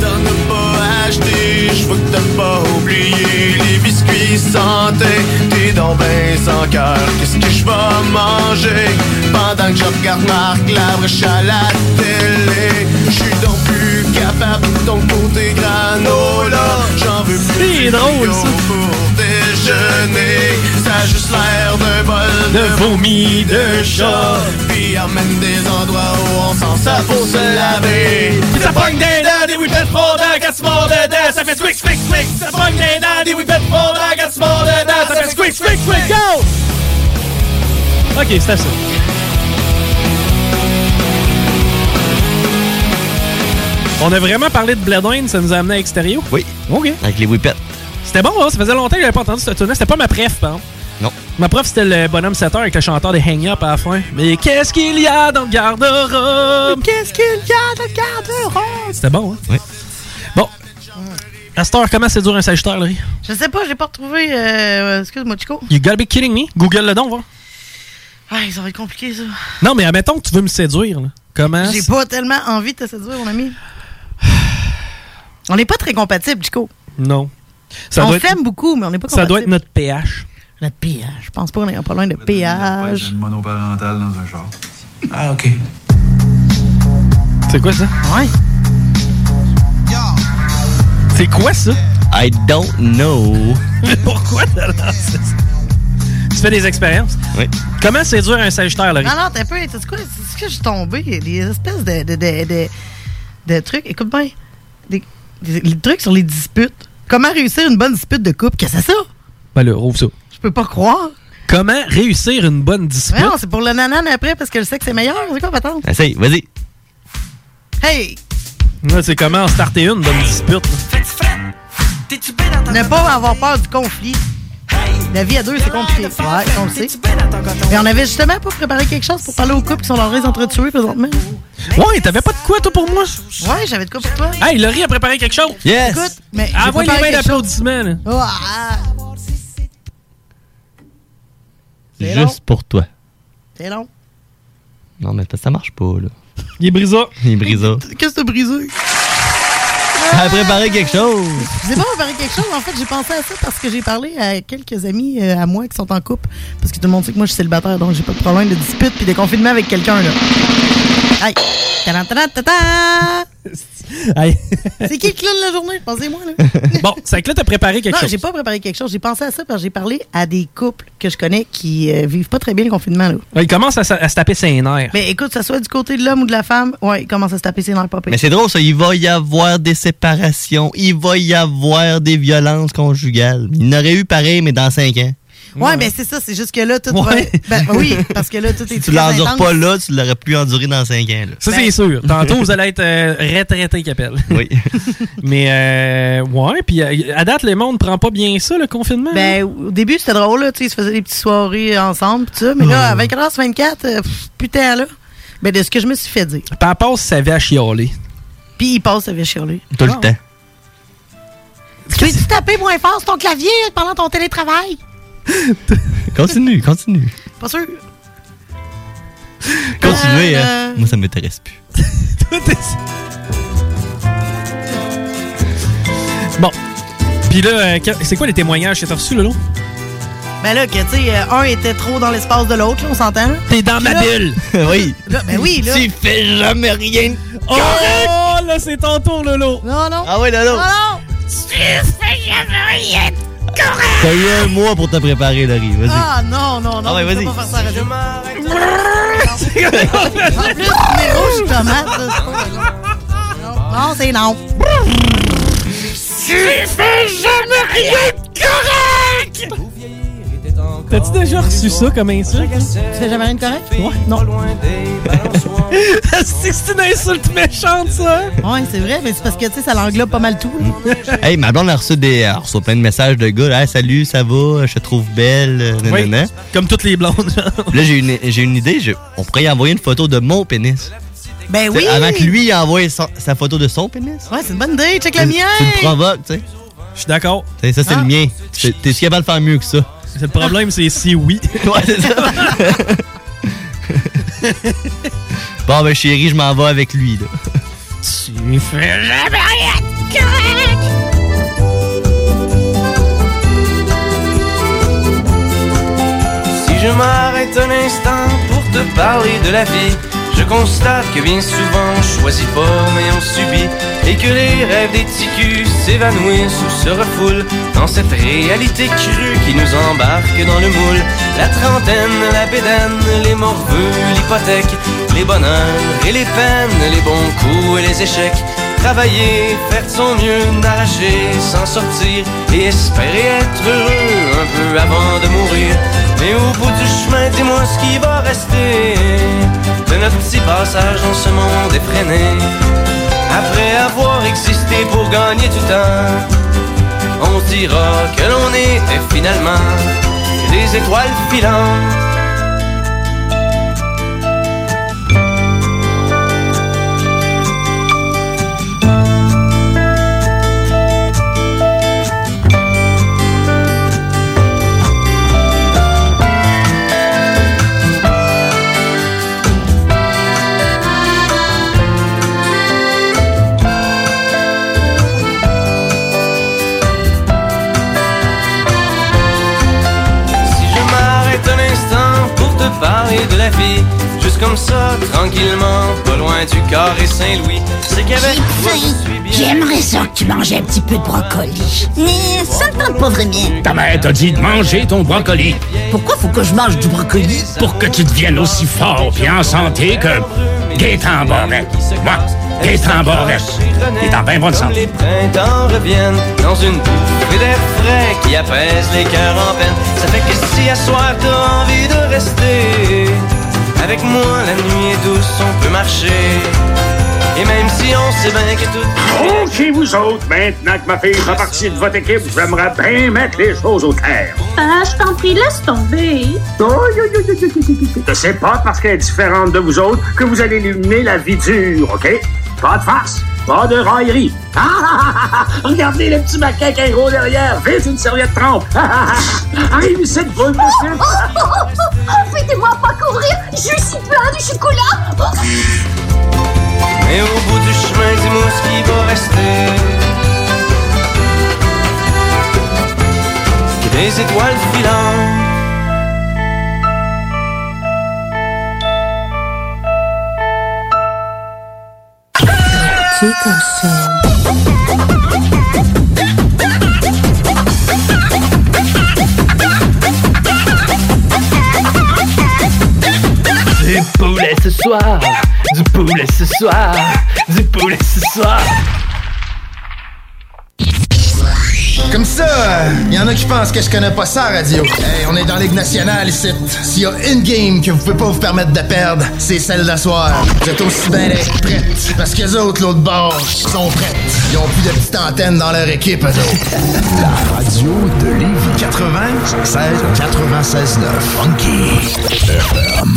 T'en as pas acheté, je vois que t'as pas oublié les biscuits santé, t'es dans ben sans cœur. Qu'est-ce que je vais manger pendant que je regarde Marc Labrèche à la télé? Je suis donc plus capable de ton côté granola, j'en veux plus. C'est drôle pour déjeuner, ça a juste l'air d'un bol de vomi de chat. Puis qui emmène des endroits où on s'en sert pour se laver. Puis ça pogne des dents, des whippets fondants, quand tu mords dedans, ça fait squick, squick, squick. Ça pogne des dents, des whippets fondants, quand tu mords dedans, ça fait squick, squick, squick. Go!
Ok, c'est ça. On a vraiment parlé de Bledine, ça nous a amené à Extérieur.
Oui.
OK.
Avec les whippets.
C'était bon, hein? ça faisait longtemps que j'avais pas entendu cette tune C'était pas ma préf, par exemple.
Non.
Ma prof, c'était le bonhomme 7 heures avec le chanteur des Hang Up à la fin. Mais qu'est-ce qu'il y a dans le garde-robe? Qu'est-ce qu'il y a dans le garde-robe? C'était bon, hein?
Oui.
Bon. À cette heure, comment c'est dur un sagittaire, là?
Je sais pas, j'ai pas retrouvé. euh, Excuse-moi, Chico.
You gotta be kidding me? Google le don, va.
Ah, ça va être compliqué, ça.
Non, mais admettons que tu veux me séduire, là. Comment?
J'ai pas tellement envie de te séduire, mon ami. On n'est pas très compatibles, Chico.
Non. Ça
on
doit être-
s'aime beaucoup, mais on n'est pas
Ça
compatibles.
doit être notre pH.
Notre pH. Je pense pas qu'on est pas loin de pH.
Une monoparentale dans un char.
Ah, OK.
C'est quoi ça?
Ouais.
C'est quoi ça?
I don't know.
Mais [LAUGHS] pourquoi t'as lancé ça? Tu fais des expériences?
Oui.
Comment séduire un sagittaire, Laurie?
Non, non, t'es un peu. Tu sais quoi? C'est ce que je suis tombé. Des espèces de, de, de, de, de trucs. Écoute bien. Des, des- les trucs sur les disputes. Comment réussir une bonne dispute de couple? Qu'est-ce que c'est ça?
Ben là, rouvre ça.
Je peux pas croire.
Comment réussir une bonne dispute?
Ouais, non, c'est pour le nanan après parce que je sais que c'est meilleur. C'est quoi, patente?
Essaye, vas-y.
Hey!
Là, c'est comment en starter une bonne dispute. là.
Ne pas avoir peur du conflit. La vie à deux, c'est compliqué. Ouais, on le sait. Mais on avait justement pas préparé quelque chose pour parler aux couples qui sont leur entretués présentement.
Ouais, t'avais pas de quoi, toi, pour moi?
Ouais, j'avais de quoi pour toi.
Hey, Laurie a préparé quelque chose.
Yes. Écoute, mais j'ai
Envoie les
préparé
mains
quelque
d'applaudissements, là.
Ah, C'est
Juste pour toi.
c'est long.
Non, mais ça marche pas, là.
Il est brisa.
Il est brisa.
Qu'est-ce que t'as brisé?
T'as préparé quelque chose.
J'ai pas préparé quelque chose. En fait, j'ai pensé à ça parce que j'ai parlé à quelques amis euh, à moi qui sont en couple. Parce que tout le monde sait que moi, je suis célibataire, donc j'ai pas de problème de dispute puis de confinement avec quelqu'un, là. Aïe! Tadam, tadam, tadam! [LAUGHS]
Aïe.
C'est qui le clown de la journée? Pensez-moi, là.
[LAUGHS] bon, c'est que là, t'as préparé quelque
non,
chose.
j'ai pas préparé quelque chose. J'ai pensé à ça parce que j'ai parlé à des couples que je connais qui euh, vivent pas très bien le confinement, là.
Ouais, il commence à, sa- à se taper ses nerfs.
Mais écoute, ça soit du côté de l'homme ou de la femme, ouais, ils commencent à se taper ses nerfs pas pire.
Mais c'est drôle, ça. Il va y avoir des séparations. Il va y avoir des violences conjugales. Il n'aurait eu pareil, mais dans 5 ans.
Ouais, mais c'est ça, c'est juste que là, tout
Ouais.
va- Ben, oui, parce que là, tout est
Si tu
très
l'endures
intense. Ben.
pas là, tu l'aurais plus enduré dans 5 ans. Là.
Ça, c'est sûr. Tantôt, vous allez être euh,
[LAUGHS]
retraité, Capel.
[LAUGHS] Oui.
Mais, euh, ouais, puis euh, à date, le monde prend pas bien ça, le confinement.
Ben, au début, c'était drôle, là, tu sais, ils se faisaient des petites soirées ensemble, pis ça, mais là, à 24h24, euh, pff, putain, là, ben, de ce que je me suis fait dire.
Papa se savait à chialer. Ah.
Puis il passe avec Shirley.
Tout le
[LAUGHS]
temps.
Tu veux-tu taper moins fort sur ton clavier pendant ton télétravail?
Continue, continue.
Pas sûr.
Continuez,
Euh.
hein. Moi, ça m'intéresse plus.
Bon. Puis là, euh, que- c'est quoi les témoignages que t'as reçus, là, là?
Ben là, que, tu sais, euh, un était trop dans l'espace de l'autre, là, on s'entend, là.
T'es dans ma bulle!
[LAUGHS] oui.
Là, ben oui, là.
Tu fais jamais rien de
Oh, là, c'est ton tour, Lolo.
Non, non.
Ah oui, Lolo.
Non, non.
T'as eu un mois pour te préparer, Laurie. Vas-y.
Ah non, non, non.
Ah ouais,
je peux
vas-y.
pas faire ça à la radio. En plus, mes rouges tomates, là, c'est pas vrai, là. Non, non, c'est non.
Tu fais jamais rien de correct!
T'as-tu déjà reçu ça comme insulte?
Tu fais jamais rien de correct?
Ouais, non. c'est une insulte méchante, ça!
Ouais, c'est vrai, mais c'est parce que, tu sais, ça l'englobe pas mal tout, là.
Hey, ma blonde a reçu, des, elle reçoit plein de messages de gars. là, Hey, salut, ça va, je te trouve belle. euh,
Oui,
nanana.
Comme toutes les blondes. genre.
Puis Là, j'ai une, j'ai une idée. je- on pourrait y envoyer une photo de mon pénis.
Ben
Tu sais,
oui!
Avant que lui envoie son- sa photo de son pénis.
Ouais, c'est une bonne idée, check
Tu-
la mienne!
Tu le provoques, tu sais.
Je suis d'accord.
Tu sais, Ça, c'est
Ah.
le mien. T'es- T'es-tu capable de faire mieux que ça?
Le problème, c'est si oui.
[LAUGHS] ouais, c'est ça.
[LAUGHS]
Bon, ben, chérie, je m'en vais avec lui, là.
Tu fais
Jamais rien de correct!
Si je m'arrête un instant pour te parler de la vie, je constate que bien souvent on choisit pas mais on subit. et que les rêves des ticus s'évanouissent ou se refoulent dans cette réalité crue qui nous embarque dans le moule. La trentaine, la bédaine, les morveux, l'hypothèque, les bonheurs et les peines, les bons coups et les échecs. Travailler, faire de son mieux, nager, s'en sortir et espérer être heureux un peu avant de mourir. Mais au bout du chemin, dis-moi ce qui va rester de notre petit passage dans ce monde effréné. Après avoir existé pour gagner du temps, on se dira que l'on était finalement des étoiles filantes. Si je m'arrête un instant pour te parler de la vie, juste comme ça, tranquillement, pas loin du carré Saint-Louis, c'est qu'avec toi, je suis bien.
J'aimerais ça que tu mangeais un petit peu de brocoli. Mais ça ne tente pas vraiment.
Ta mère t'a Eh, dit de manger ton brocoli.
Pourquoi faut que je mange du brocoli?
Pour que tu deviennes aussi fort et en santé que Gaétan Barrette. Moi, Gaétan Barrette. Il est en bien bonne santé.
Les printemps reviennent dans une bouffée d'air frais qui apaise les cœurs en peine. Ça fait que si à soir t'as envie de rester avec moi, la nuit est douce, on peut marcher. Et même si on sait bien que tout.
Oh, chez vous autres, maintenant que ma fille fait partie de votre équipe, j'aimerais bien mettre les choses au clair.
Ah, je t'en prie, laisse tomber.
Je sais pas parce qu'elle est différente de vous autres que vous allez lui mener la vie dure, OK? Pas de farce, pas de raillerie. Ah, ah, ah, ah, ah, regardez le petit macaque à gros derrière. Vite, une serviette trempe. Ah, ah, ah, arrive ici, vous le monsieur. oh,
Faites-moi pas courir, je suis plein du chocolat.
Oh.
Mais au bout du chemin, dis-moi ce qui va rester. Des étoiles filantes.
Chico Show.
Du poulet ce soir, du poulet ce soir, du poulet ce soir.
Comme ça, il y en a qui pensent que je connais pas ça, radio. Hey, on est dans Ligue nationale ici. S'il y a une game que vous pouvez pas vous permettre de perdre, c'est celle d'asseoir. Vous êtes aussi bien d'être prêtes. Parce que les autres, l'autre bord, sont prêtes. Ils ont plus de petite antenne dans leur équipe, eux autres. La radio de Lévis 96 96 9. Funky.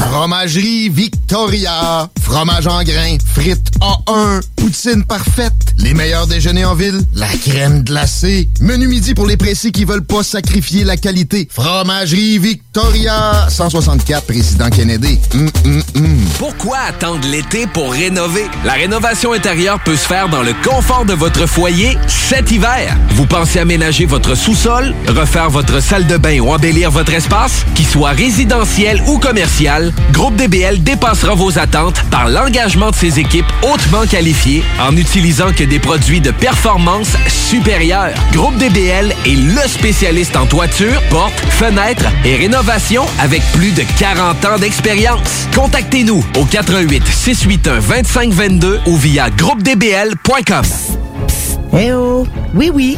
Fromagerie Victoria. Fromage en grains. Frites A1. Poutine parfaite. Les meilleurs déjeuners en ville. La crème glacée. Menu midi pour les pressés qui veulent pas sacrifier la qualité. Fromagerie Victoria. 164, Président Kennedy. Hum, hum, hum.
Pourquoi attendre l'été pour rénover? La rénovation intérieure peut se faire dans le confort de votre foyer cet hiver. Vous pensez aménager votre sous-sol, refaire votre salle de bain ou embellir votre espace? Qu'il soit résidentiel ou commercial, Groupe DBL dépassera vos attentes par l'engagement de ses équipes hautement qualifiées en n'utilisant que des produits de performance supérieure. Groupe DBL est le spécialiste en toiture, portes, fenêtres et rénovation avec plus de 40 ans d'expérience. Contactez-nous au 88 681 2522 ou via groupedbl.com.
Eh oh! Oui, oui,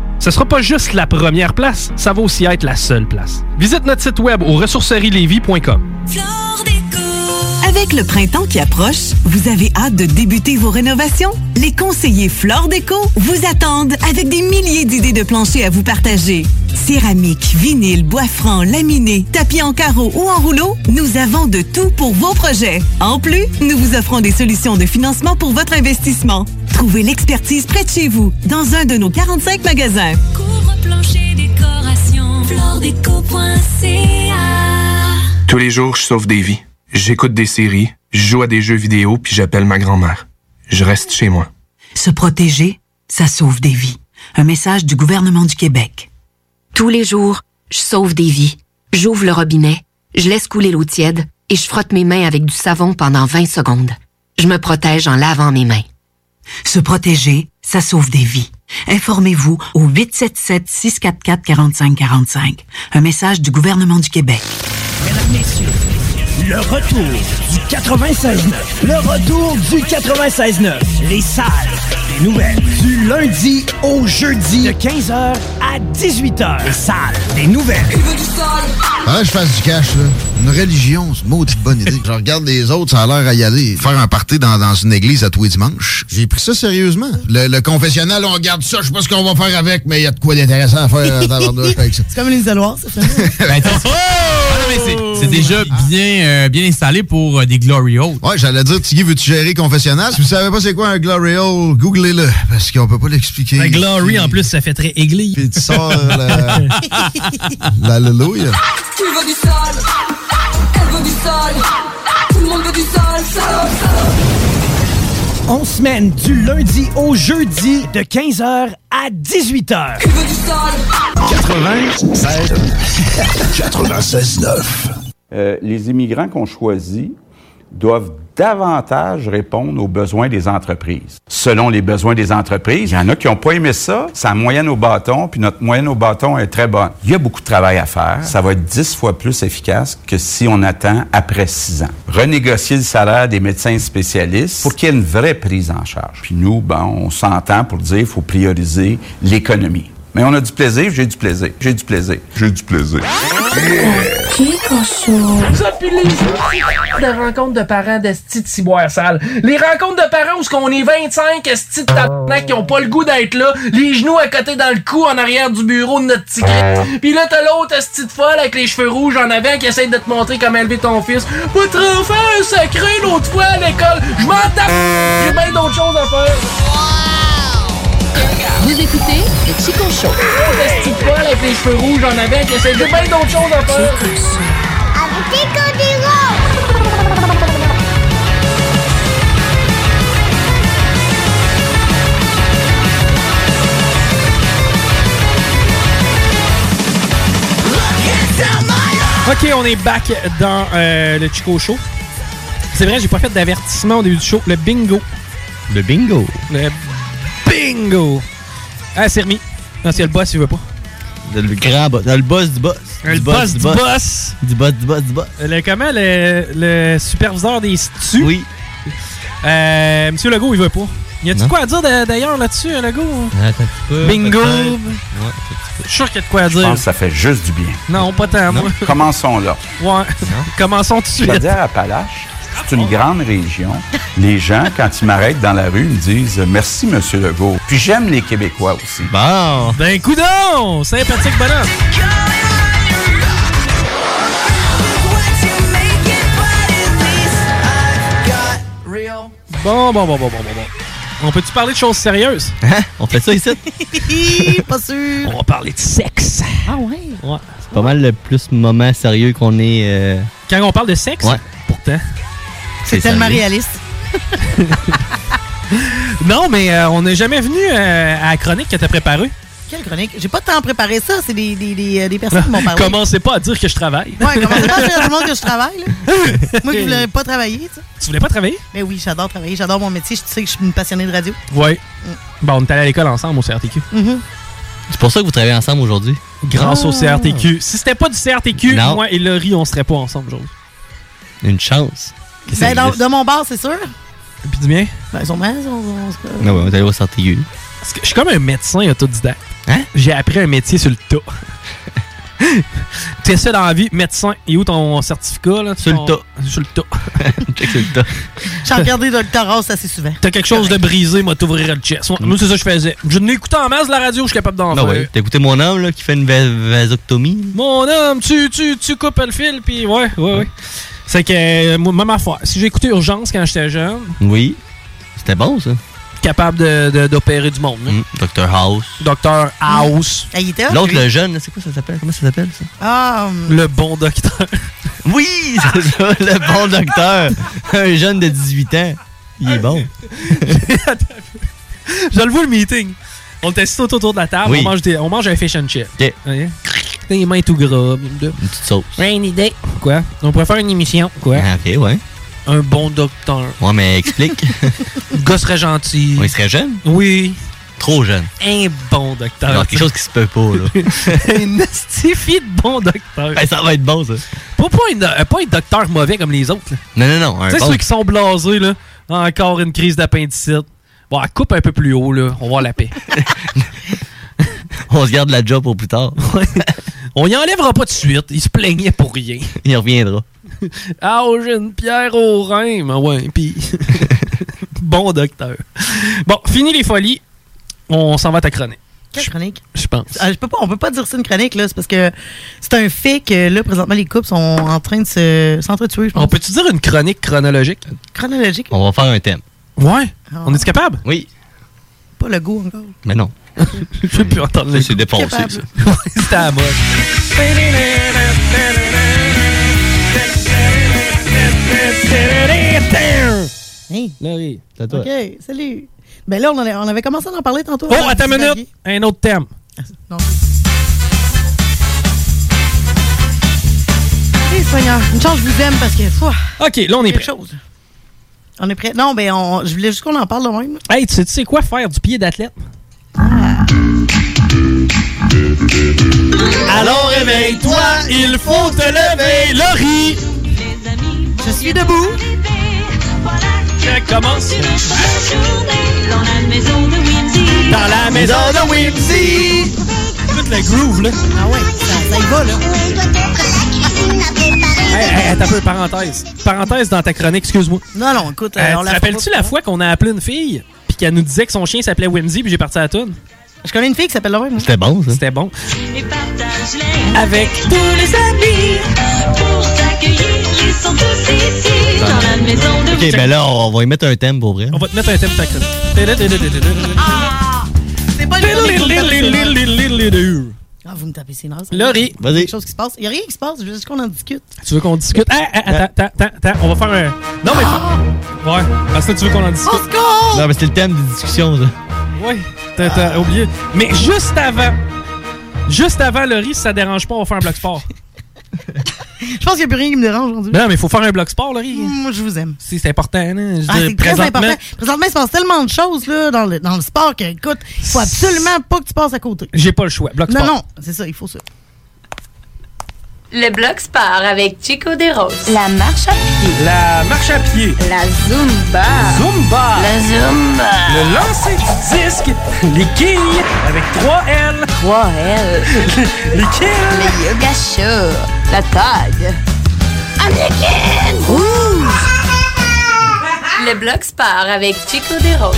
Ce sera pas juste la première place, ça va aussi être la seule place. Visite notre site web au ressourcerielevy.com.
Avec le printemps qui approche, vous avez hâte de débuter vos rénovations? Les conseillers Flore Déco vous attendent avec des milliers d'idées de planchers à vous partager. Céramique, vinyle, bois franc, laminé, tapis en carreau ou en rouleau, nous avons de tout pour vos projets. En plus, nous vous offrons des solutions de financement pour votre investissement. Trouvez l'expertise près de chez vous, dans un de nos 45 magasins.
Couvre-plancher décoration, floredeco.ca
Tous les jours, je sauve des vies. J'écoute des séries, je joue à des jeux vidéo, puis j'appelle ma grand-mère. Je reste chez moi.
Se protéger, ça sauve des vies. Un message du gouvernement du Québec.
Tous les jours, je sauve des vies. J'ouvre le robinet, je laisse couler l'eau tiède et je frotte mes mains avec du savon pendant 20 secondes. Je me protège en lavant mes mains.
Se protéger, ça sauve des vies. Informez-vous au 877-644-4545. Un message du gouvernement du Québec.
Mesdames, Messieurs, le retour du 96.9. Le retour du 96.9. Les salles des nouvelles. Du lundi au jeudi. De 15h à 18h. Les salles des nouvelles.
Ah, là, je fasse du cash, là. Une religion, c'est maudite bonne idée. Je regarde les autres, ça a l'air à y aller. Faire un party dans, dans une église à tous les dimanches. J'ai pris ça sérieusement. Le, le confessionnal, on regarde ça, je sais pas ce qu'on va faire avec, mais il y a de quoi d'intéressant à faire [LAUGHS] euh, tabarnouche avec ça. Oh!
C'est comme les isoloirs, ça
[LAUGHS]
fait.
Ben, t'as- Ah non, mais c'est- c'est déjà bien, euh, bien installé pour euh, des Glory Holes.
Ouais, j'allais dire, Tiggy, veux-tu gérer confessionnal? Si vous savez pas c'est quoi un glory hole, googlez-le, parce qu'on peut pas l'expliquer.
Un
[LAUGHS]
glory, en plus, ça fait très église.
Puis tu sors la-
[LAUGHS]
l'alléluia.
Tu veux du sol, elle veut du sol, tout le monde veut du sol, On se mène du lundi au jeudi de 15h à 18h.
96 96.9 Euh, Les immigrants qu'on choisit doivent davantage répondre aux besoins des entreprises. Selon les besoins des entreprises, il y en a qui n'ont pas aimé ça. C'est en moyenne au bâton, puis notre moyenne au bâton est très bonne. Il y a beaucoup de travail à faire. Ça va être 10 fois plus efficace que si on attend après 6 ans. Renégocier le salaire des médecins spécialistes pour qu'il y ait une vraie prise en charge. Puis nous, ben, on s'entend pour dire qu'il faut prioriser l'économie. Mais on a du plaisir, j'ai du plaisir, j'ai du plaisir. J'ai du plaisir.
Ça, puis les jours de rencontres de parents d'esti de ciboire sale. Les rencontres de parents où ce qu'on est 25 esti de tabarnak qui ont pas le goût d'être là, les genoux à côté dans le cou en arrière du bureau de notre ticket. Puis là, t'as l'autre esti de folle avec les cheveux rouges en avant qui essaie de te montrer comment élever ton fils. Pas trop faire un sacré l'autre fois à l'école. Je m'en tape. J'ai bien d'autres choses à faire.
Vous écoutez le Chico Show.
L'autre esti de folle avec les cheveux rouges en avant qui essaie. J'ai bien d'autres choses à faire.
OK, on est back dans euh, le Chico Show. C'est vrai, j'ai pas fait d'avertissement au début du show. Le bingo.
Le bingo.
Le bingo. Ah, c'est remis. Non, c'est le boss, il veut pas.
Le, le grand boss. Le boss du boss.
Le boss du boss.
Du boss du boss du boss.
Le comment? Le, le superviseur des stu.
Oui.
Euh, Monsieur Legault, il veut pas. Y a-tu
Non.
quoi à dire d'a- d'ailleurs là-dessus, hein, Legault?
Attends un petit peu,
Bingo.
peut-être.
Je suis sûr qu'il y a de quoi à
Je
dire.
pense que ça fait juste du bien.
Non, pas tant,
Non?
moi.
Commençons là.
Ouais. Commençons tout de
Je veux
suite.
dire, Appalaches, c'est une grande région. Les gens, quand ils m'arrêtent dans la rue, ils me disent euh, merci, Monsieur Legault. Puis j'aime les Québécois aussi.
Bon.
Ben, coudon! Sympathique bonhomme. Bon, bon, bon, bon, bon, bon. bon. On peut-tu parler de choses sérieuses?
[LAUGHS] Hein? On fait ça ici?
pas sûr. [LAUGHS] On va parler de sexe. Ah ouais? Ouais.
C'est pas mal le plus moment sérieux qu'on est. euh,
Quand on parle de sexe,
Ouais.
pourtant.
C'est C'est tellement sérieux. [LAUGHS]
réaliste.
non, mais euh, on n'est jamais venu euh, à la chronique que t'as préparée.
Quelle chronique? J'ai pas tant préparé ça, c'est des, des, des, euh, des
Ah,
personnes qui
[LAUGHS]
m'ont
ben
parlé.
Commencez pas à dire que je travaille.
Ouais, comment ça passe tout le monde que je travaille, là? Moi qui voulais pas travailler, tu sais.
Tu voulais pas travailler?
Mais oui, j'adore travailler, j'adore mon métier, je tu sais que je suis une passionnée de radio.
Ouais. Bon, on est allé à l'école ensemble au CRTQ.
Mhm.
C'est pour ça que vous travaillez ensemble aujourd'hui.
Grâce au CRTQ.
Ah.
Si c'était pas du CRTQ,
Non.
moi et Laurie, on serait pas ensemble aujourd'hui.
Une chance. que ça
Ben, dans-
existe.
de mon bar, c'est sûr.
Puis du mien?
Ben, ils sont mal, ils sont- ils sont-
Non, ouais, on est allé au CRTQ.
Parce que Je suis comme un médecin autodidacte.
Hein?
J'ai appris un métier sur le
[LAUGHS]
tas. T'es ça dans la vie, médecin. Et où ton certificat? Là? Sur
le
tas. Sur le tas.
[LAUGHS]
J'ai regardé Dr. House assez souvent.
T'as quelque chose de brisé, moi, t'ouvrirais le chest. Moi,
Mm.
moi, c'est ça que je faisais. Je n'écoutais en masse de la radio, je suis capable d'en
Non,
faire.
Ah ouais. T'as écouté mon homme là, qui fait une va- vasectomie?
Mon homme, tu, tu, tu coupes le fil, puis ouais, ouais, ouais. C'est que, euh, moi, même affaire. Si j'ai écouté Urgence quand j'étais jeune,
Oui. C'était bon, ça. Mm.
capable de- de- d'opérer du monde. là.
Dr. House.
Docteur
[LAUGHS]
House.
Ah, il était hot,
L'autre,
lui.
le jeune, c'est quoi ça s'appelle? Comment ça s'appelle, ça?
Ah, hum,
Le bon docteur.
[LAUGHS] Oui, c'est ça, le bon docteur. Un jeune de 18 ans. Il est bon.
Je le vois le meeting. On était assis tout autour de la table,
Oui.
on, mange des- on mange un fish and chip.
OK.
Ouais. Les mains tout gras. Une
petite sauce.
Ouais, une idée. Quoi? On pourrait faire une émission. Quoi?
Ah, ok, ouais.
Un bon docteur.
Ouais, mais explique.
Le [LAUGHS] gars serait gentil.
Ouais, il serait jeune?
Oui.
Trop jeune.
Un
[LAUGHS]
bon docteur.
Non, quelque chose qui se peut pas,
[LAUGHS]
là.
un astifi de bon docteur.
Ben, ça va être bon, ça.
Pas, pas un, do- pas un docteur mauvais comme les autres. là.
Non, non, non. Un
Tu sais,
bon.
ceux qui sont blasés, là. Encore une crise d'appendicite. Bon, elle coupe un peu plus haut, là. On va à la
[LAUGHS]
paix.
On se garde la job pour plus tard.
On y enlèvera pas de suite. Il se plaignait pour rien.
il reviendra.
[LAUGHS] Ah, oh, j'ai une pierre au rein. mais ouais, puis... [LAUGHS] bon docteur. Bon, fini les folies. On s'en va à ta chronique.
quelle chronique?
Je pense.
Ah, je peux pas, on peut pas dire c'est une chronique, là. C'est parce que c'est un fait que, là, présentement, les couples sont en train de se- s'entretuer, je pense.
On peut-tu dire une chronique chronologique?
Chronologique, Ah.
On va faire un thème.
Ouais. On est capable?
Oui.
pas le goût encore.
Mais non.
[LAUGHS] Je peux plus entendre le
C'est dépensé, ça.
Capable.
C'était à moi.
Hey.
Larry, c'est à toi.
OK, salut. Ben là, on, en a- on avait commencé à en parler tantôt.
Oh, attends une minute. Un autre thème.
Hey, Seigneur. Une chance, je vous aime parce que. Pouah,
OK, là, on est prêt.
chose. on est prêt. Non, ben, on, je voulais juste qu'on en parle de même.
Hey, tu sais, tu sais quoi faire du pied d'athlète?
Alors réveille-toi, il faut te lever, Laurie!
Je suis debout.
Je commence
Dans la maison de Whimsy.
dans la maison de
Whimsy.
Toute la groove, là.
Ah ouais, ça, ça y va, là.
Hey, hey, Eh, attends un peu, parenthèse. Parenthèse dans ta chronique, excuse-moi.
[LAUGHS] Non, non, écoute,
Euh,
on
tu
la
te rappelles-tu la fois qu'on a appelé une fille puis qu'elle nous disait que son chien s'appelait Whimsy puis j'ai parti à la toune?
Je connais une fille qui s'appelle Laurie,
C'était bon, ça.
C'était bon.
Avec tous les amis. Pour t'accueillir, ils sont tous ici. Dans la maison de
Ok, ben là, on on va y mettre un thème pour vrai.
On va te mettre un thème de ta
Ah! C'est pas
chronique.
Ah, vous me tapez ses nerfs.
Laurie.
Vas-y. Il y a quelque chose qui se passe. Il y a rien qui se passe, je veux juste qu'on en discute.
Tu veux qu'on discute? Ah, ah, attends, attends, attends, attends, on va faire un. Non, mais.
Ah!
Ouais, parce que tu veux qu'on en discute.
Non, mais c'est le thème des discussions, ça.
Ouais, t'as t'as oublié. Mais juste avant, juste avant, Laurie, si ça dérange pas, on va faire un bloc sport.
Je pense qu'il n'y a plus rien qui me dérange aujourd'hui.
Mais non, mais il faut faire un bloc sport, Laurie.
Mm, Moi, je vous aime.
Si c'est important, hein, je
Ah,
veux dire,
c'est très
présentement-
important. Présentement, il se passe tellement de choses là, dans, le, dans le sport que, écoute, il faut absolument pas que tu passes à côté.
J'ai pas le choix. Bloc
Non,
sport.
non, c'est ça, il faut ça.
Le bloc part avec Chico Des Roses. La marche à pied.
La marche à pied.
La Zumba.
Zumba.
La Zumba.
Le lancer du disque. Les quilles avec 3 L.
3 L.
les quilles.
Le yoga show. La tag. Américaine. Ouh. Le bloc part avec Chico Des Roses.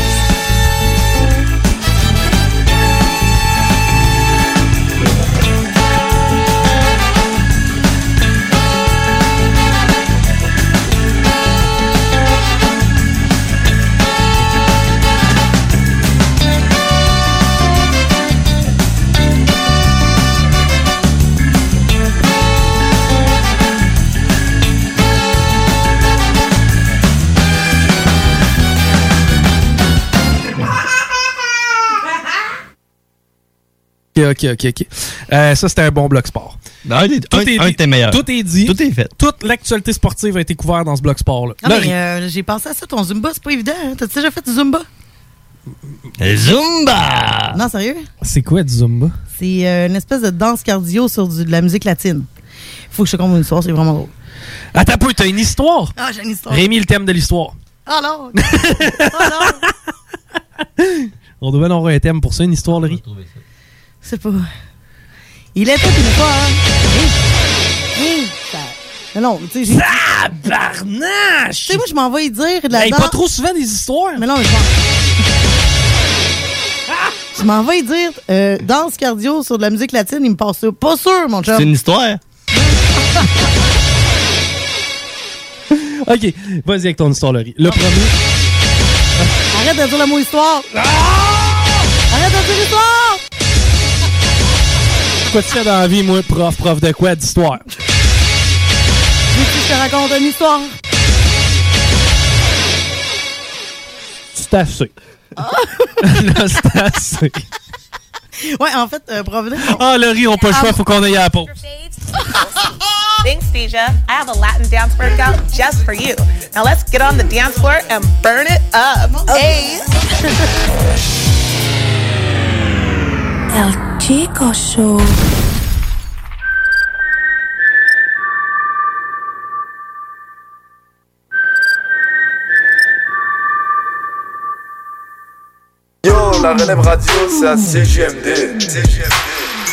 Ok, ok, ok, ok. Euh, ça, c'était un bon bloc sport.
Un, des- un, un de tes meilleurs.
Tout est dit.
Tout est fait.
Toute l'actualité sportive a été couverte dans ce bloc sport-là.
Non,
Laurie.
mais euh, j'ai pensé à ça, ton Zumba, c'est pas évident. Hein? T'as déjà fait du Zumba?
Zumba!
Non, sérieux?
C'est quoi du Zumba?
C'est euh, une espèce de danse cardio sur du- de la musique latine. Faut que je te compte une histoire, c'est vraiment drôle.
Attends un peu, t'as une histoire.
Ah, j'ai une histoire.
Rémi, le thème de l'histoire.
Ah
[LAUGHS]
non! Ah,
On devait en avoir un thème pour ça, une histoire, Laurie.
C'est pas. Il était une fois. hein. Hé! Hé! Ça- Non, non, tu sais, j'ai. Tabarnache! Tu sais, moi, je m'en vais y dire de la
Hey,
danse-
pas trop souvent des histoires. Ah!
Mais non, mais je m'en. Je m'en vais y dire euh, danse cardio sur de la musique latine, il me passe ça. Pas sûr, mon chum.
C'est une histoire.
OK, vas-y avec ton histoire, Laurie.
Ah.
Le premier.
Arrête de dire le mot histoire.
Ah!
Arrête de dire histoire.
Quoi tu fais dans la vie, moi, prof, prof de quoi? D'histoire.
Veux-tu que je te raconte une histoire.
C'est [LAUGHS] assez.
Ah!
Là, c'est assez.
Ouais, en fait, euh, provenir. [LAUGHS]
Ah, Laurie, on n'a pas le choix, faut qu'on aille à la pause.
Thanks, Deja. I have a Latin dance workout just for you. Now let's get on the dance floor and burn it up. Hey!
[LAUGHS] El Chico Show.
Yo, la relève radio, c'est à CGMD.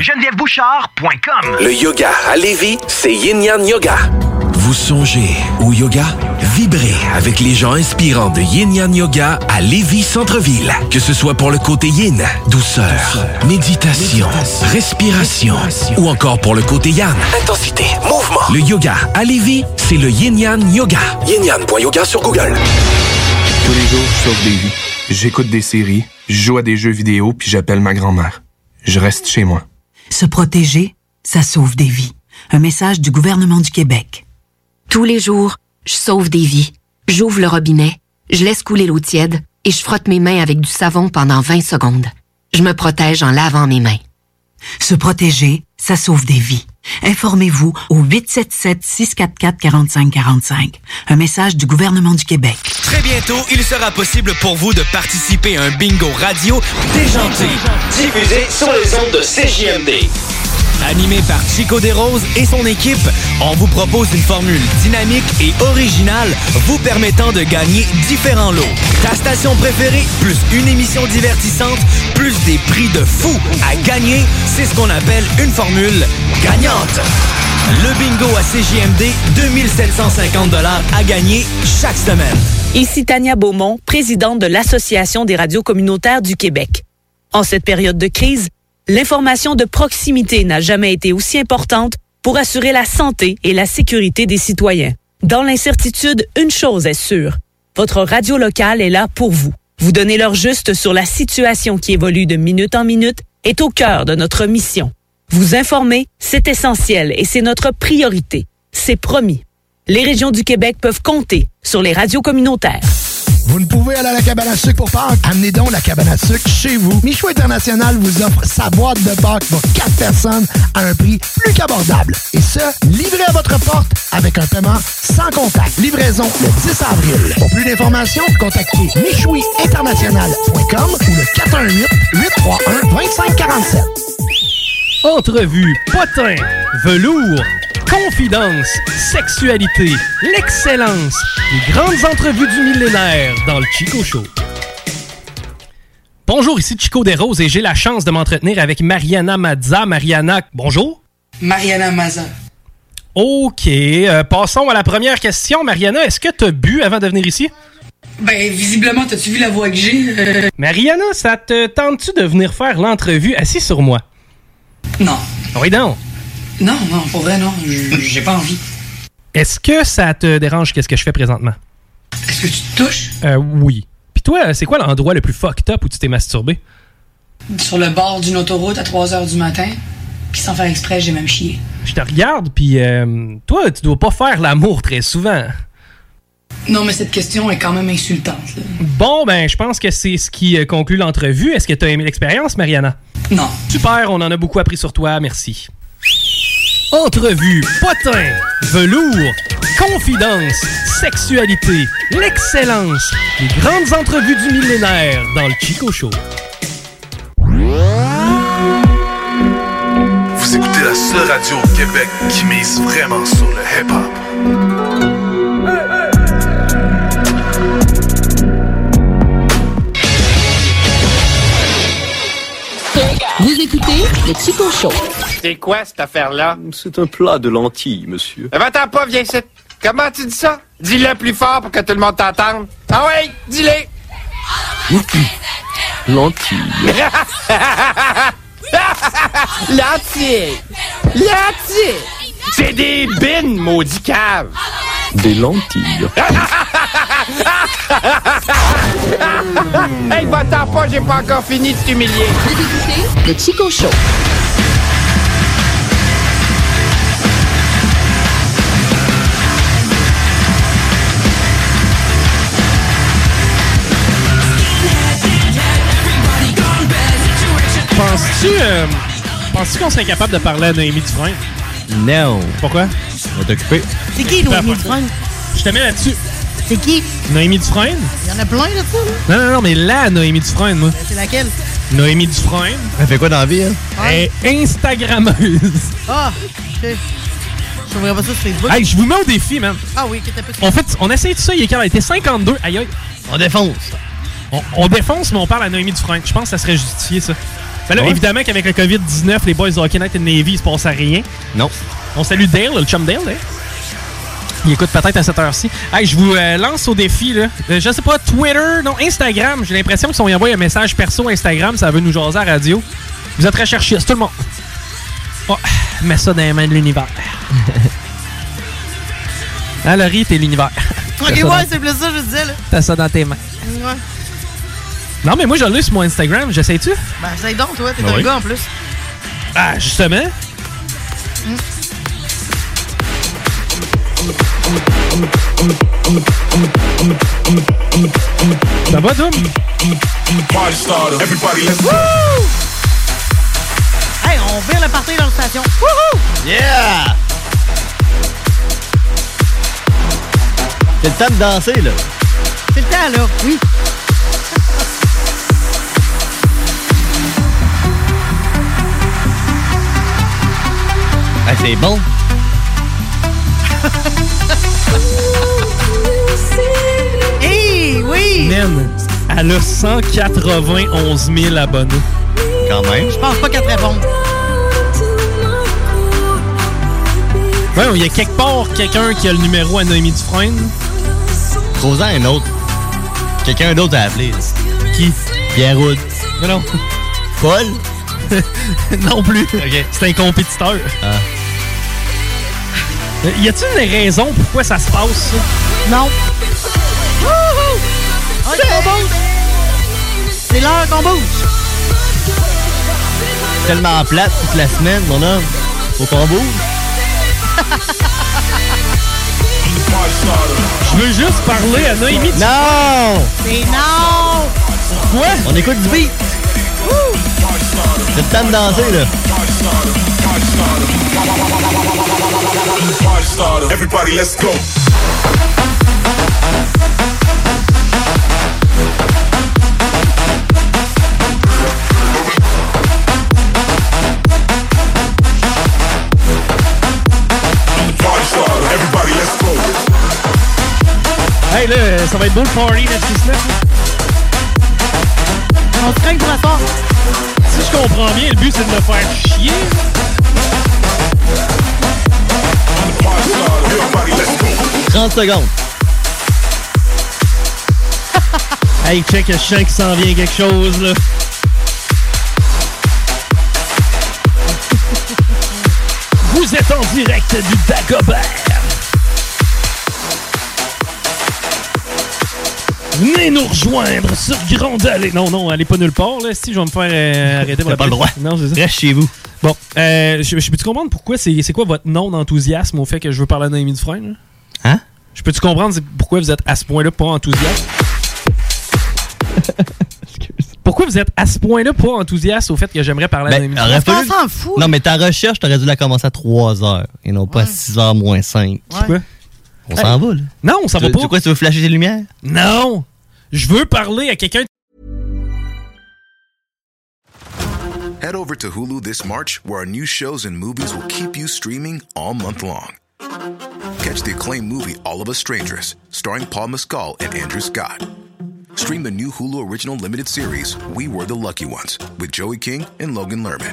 Genevièvebouchard.com.
Le yoga à Lévis, c'est Yin Yang Yoga. Vous songez au yoga? Vibrez avec les gens inspirants de Yin Yang Yoga à Lévis Centre-Ville. Que ce soit pour le côté yin, douceur, méditation, respiration, ou encore pour le côté yang, intensité, mouvement. Le yoga à Lévis, c'est le Yin Yang Yoga. Yin Yoga sur Google.
Tous les jours, je sauve des vies. J'écoute des séries, je joue à des jeux vidéo, puis j'appelle ma grand-mère. Je reste chez moi.
Se protéger, ça sauve des vies. Un message du gouvernement du Québec.
Tous les jours, je sauve des vies. J'ouvre le robinet, je laisse couler l'eau tiède et je frotte mes mains avec du savon pendant 20 secondes. Je me protège en lavant mes mains.
Se protéger, ça sauve des vies. Informez-vous au 877-644-4545. Un message du gouvernement du Québec.
Très bientôt, il sera possible pour vous de participer à un bingo radio déjanté, diffusé sur les ondes de CJMD. Animé par Chico Desroses et son équipe, on vous propose une formule dynamique et originale vous permettant de gagner différents lots. Ta station préférée, plus une émission divertissante, plus des prix de fou à gagner, c'est ce qu'on appelle une formule gagnante. Le bingo à CJMD, 2750 à gagner chaque semaine.
Ici Tania Beaumont, présidente de l'Association des radios communautaires du Québec. En cette période de crise, l'information de proximité n'a jamais été aussi importante pour assurer la santé et la sécurité des citoyens. Dans l'incertitude, une chose est sûre. Votre radio locale est là pour vous. Vous donner leur juste sur la situation qui évolue de minute en minute est au cœur de notre mission. Vous informer, c'est essentiel et c'est notre priorité. C'est promis. Les régions du Québec peuvent compter sur les radios communautaires.
Vous ne pouvez aller à la cabane à sucre pour Pâques? Amenez donc la cabane à sucre chez vous. Michou International vous offre sa boîte de Pâques pour 4 personnes à un prix plus qu'abordable. Et ce, livré à votre porte avec un paiement sans contact. Livraison le 10 avril. Pour plus d'informations, contactez michouiinternational.com ou le 418-831-2547.
Entrevue, potin, velours, confidence, sexualité, l'excellence, les grandes entrevues du millénaire dans le Chico Show. Bonjour, ici Chico Desroses et j'ai la chance de m'entretenir avec Mariana Mazza. Mariana, bonjour.
Mariana Maza.
OK, euh, passons à la première question. Mariana, est-ce que tu as bu avant de venir ici?
Ben, visiblement, t'as-tu vu la voix que j'ai? Euh,
Mariana, ça te tente-tu de venir faire l'entrevue assis sur moi?
Non.
Oui, donc.
Non, non, pour vrai, non. J- J'ai pas envie.
Est-ce que ça te dérange qu'est-ce que je fais présentement?
Est-ce que tu te touches?
Euh, oui. Puis toi, c'est quoi l'endroit le plus fucked up où tu t'es masturbé?
Sur le bord d'une autoroute à 3 h du matin, puis sans faire exprès, j'ai même chié.
Je te regarde, puis euh, toi, tu dois pas faire l'amour très souvent.
Non, mais cette question est quand même insultante. là.
Bon, ben, je pense que c'est ce qui euh, conclut l'entrevue. Est-ce que tu as aimé l'expérience, Mariana?
Non.
Super, on en a beaucoup appris sur toi, merci. Entrevue, potin, velours, confidence, sexualité, l'excellence, les grandes entrevues du millénaire dans le Chico Show.
Vous écoutez la seule radio au Québec qui mise vraiment sur le hip-hop.
Vous écoutez le Chico Show.
C'est quoi cette affaire-là?
C'est un plat de lentilles, monsieur.
Eh, Va-t'en pas, viens ici. Comment tu dis ça? Dis-le plus fort pour que tout le monde t'entende. Ah ouais, dis-le! [LAUGHS]
Lentilles.
L'entier! L'entier! C'est des bines, maudit cave! [LAUGHS]
Des lentilles.
hey, va-t'en pas, j'ai pas encore fini de t'humilier.
Le Chico Show.
Penses-tu euh, penses-tu qu'on serait capable de parler à Noémie Dufresne? Non. Pourquoi? On va t'occuper.
C'est qui, Noémie Dufresne?
Je te mets là-dessus.
C'est qui?
Noémie Dufresne?
Il y en a plein là-dessus, là.
Non, non, non, mais là, Noémie Dufresne, moi.
C'est laquelle?
Noémie Dufresne. Elle fait quoi dans la vie, elle? est Instagrammeuse.
Ah, ok. Je trouverais pas ça sur Facebook.
Hey, je vous mets au défi, man.
Ah oui, qui était pas
En fait, on essaye de ça, il est quand même. Il était 52. Aïe, aïe. On défonce. On, on défonce, mais on parle à Noémie Dufresne. Je pense que ça serait justifié, ça. Ben là,
Ouais.
évidemment qu'avec le COVID-19, les boys de Hockey Night and Navy, il se passe à rien. Non. On salue Dale, le chum Dale, d'ailleurs. Il écoute peut-être à cette heure-ci. Hey, je vous euh, lance au défi, là. Euh, je sais pas, Twitter, non, Instagram. J'ai l'impression que si on y envoie un message perso Instagram, ça veut nous jaser à la radio. Vous êtes recherchistes, tout le monde. Oh, mets ça dans les mains de l'univers. [LAUGHS] Ah, Laurie, t'es l'univers.
Ok,
T'as ça
ouais,
dans-
c'est plus ça, je disais, là.
T'as ça dans tes mains.
Ouais.
Non, mais moi, j'en ai sur mon Instagram. J'essaie-tu?
Ben, essaye donc, toi, t'es
Ben
un
oui.
gars en plus.
Ah, justement. Ça va, Doom?
Party starter, everybody let's go.
Hey, on vire le party dans la station. Wouhou!
Yeah! C'est le temps de danser, là.
C'est le temps, là. Oui.
Ah, c'est bon.
Hey, Eh oui!
Man, elle a 191 000 abonnés. Quand même.
Je pense pas qu'elle te réponde.
Ouais, il y a quelque part quelqu'un qui a le numéro à Noémie Dufresne.
Trouve-en un autre. Quelqu'un d'autre à appeler. Qui? Pierre Wood.
Non, non.
Paul?
[LAUGHS] non plus. C'est un compétiteur.
Ah.
Euh, Y a-t-il des raisons pourquoi ça se passe, ça?
Non. Wouhou! C'est
[LAUGHS]
C'est l'heure qu'on bouge.
Tellement plate toute la semaine, mon homme. Faut qu'on bouge.
Je veux juste parler à Noémie Dufresne.
Non!
C'est non!
Pourquoi?
On écoute du beat. C'est le temps de danser, là.
Party starter, everybody let's go. Party starter, everybody let's go.
Hey, là, ça va être beau le party, 969.
On se craint pour la porte.
Si je comprends bien, le but, c'est de le faire chier.
Party starter, everybody let's go.
30 secondes.
[LAUGHS]
Hey, check, je sens qu'il s'en vient quelque chose, là. Vous êtes en direct du Dagobert. Venez nous rejoindre sur Grande Allée. Non, non, allez pas nulle part, là. Si, je vais me faire euh, arrêter pour
T'as
la
pas le droit.
police. Non, c'est ça.
Reste chez vous.
Bon, euh, je, je peux-tu comprendre pourquoi c'est c'est quoi votre non-enthousiasme au fait que je veux parler à Noémie Dufresne? là?
Hein?
Je Je peux-tu comprendre c'est pourquoi vous êtes à ce point-là pas enthousiaste? pourquoi vous êtes à ce point-là pas enthousiaste au fait que j'aimerais parler à
Ben,
mes
aurait fallu- Non, mais ta recherche, t'aurais dû la commencer à 3 heures et non pas à 6 heures moins 5.
Pourquoi?
On s'en va, là.
Non, on s'en
Tu-
va pas.
Tu quoi, tu veux flasher tes lumières?
Non! Je veux parler à quelqu'un
Head over to Hulu this March, where our new shows and movies will keep you streaming all month long. Catch the acclaimed movie All of Us Strangers, starring Paul Mescal and Andrew Scott. Stream the new Hulu original limited series We Were the Lucky Ones with Joey King and Logan Lerman.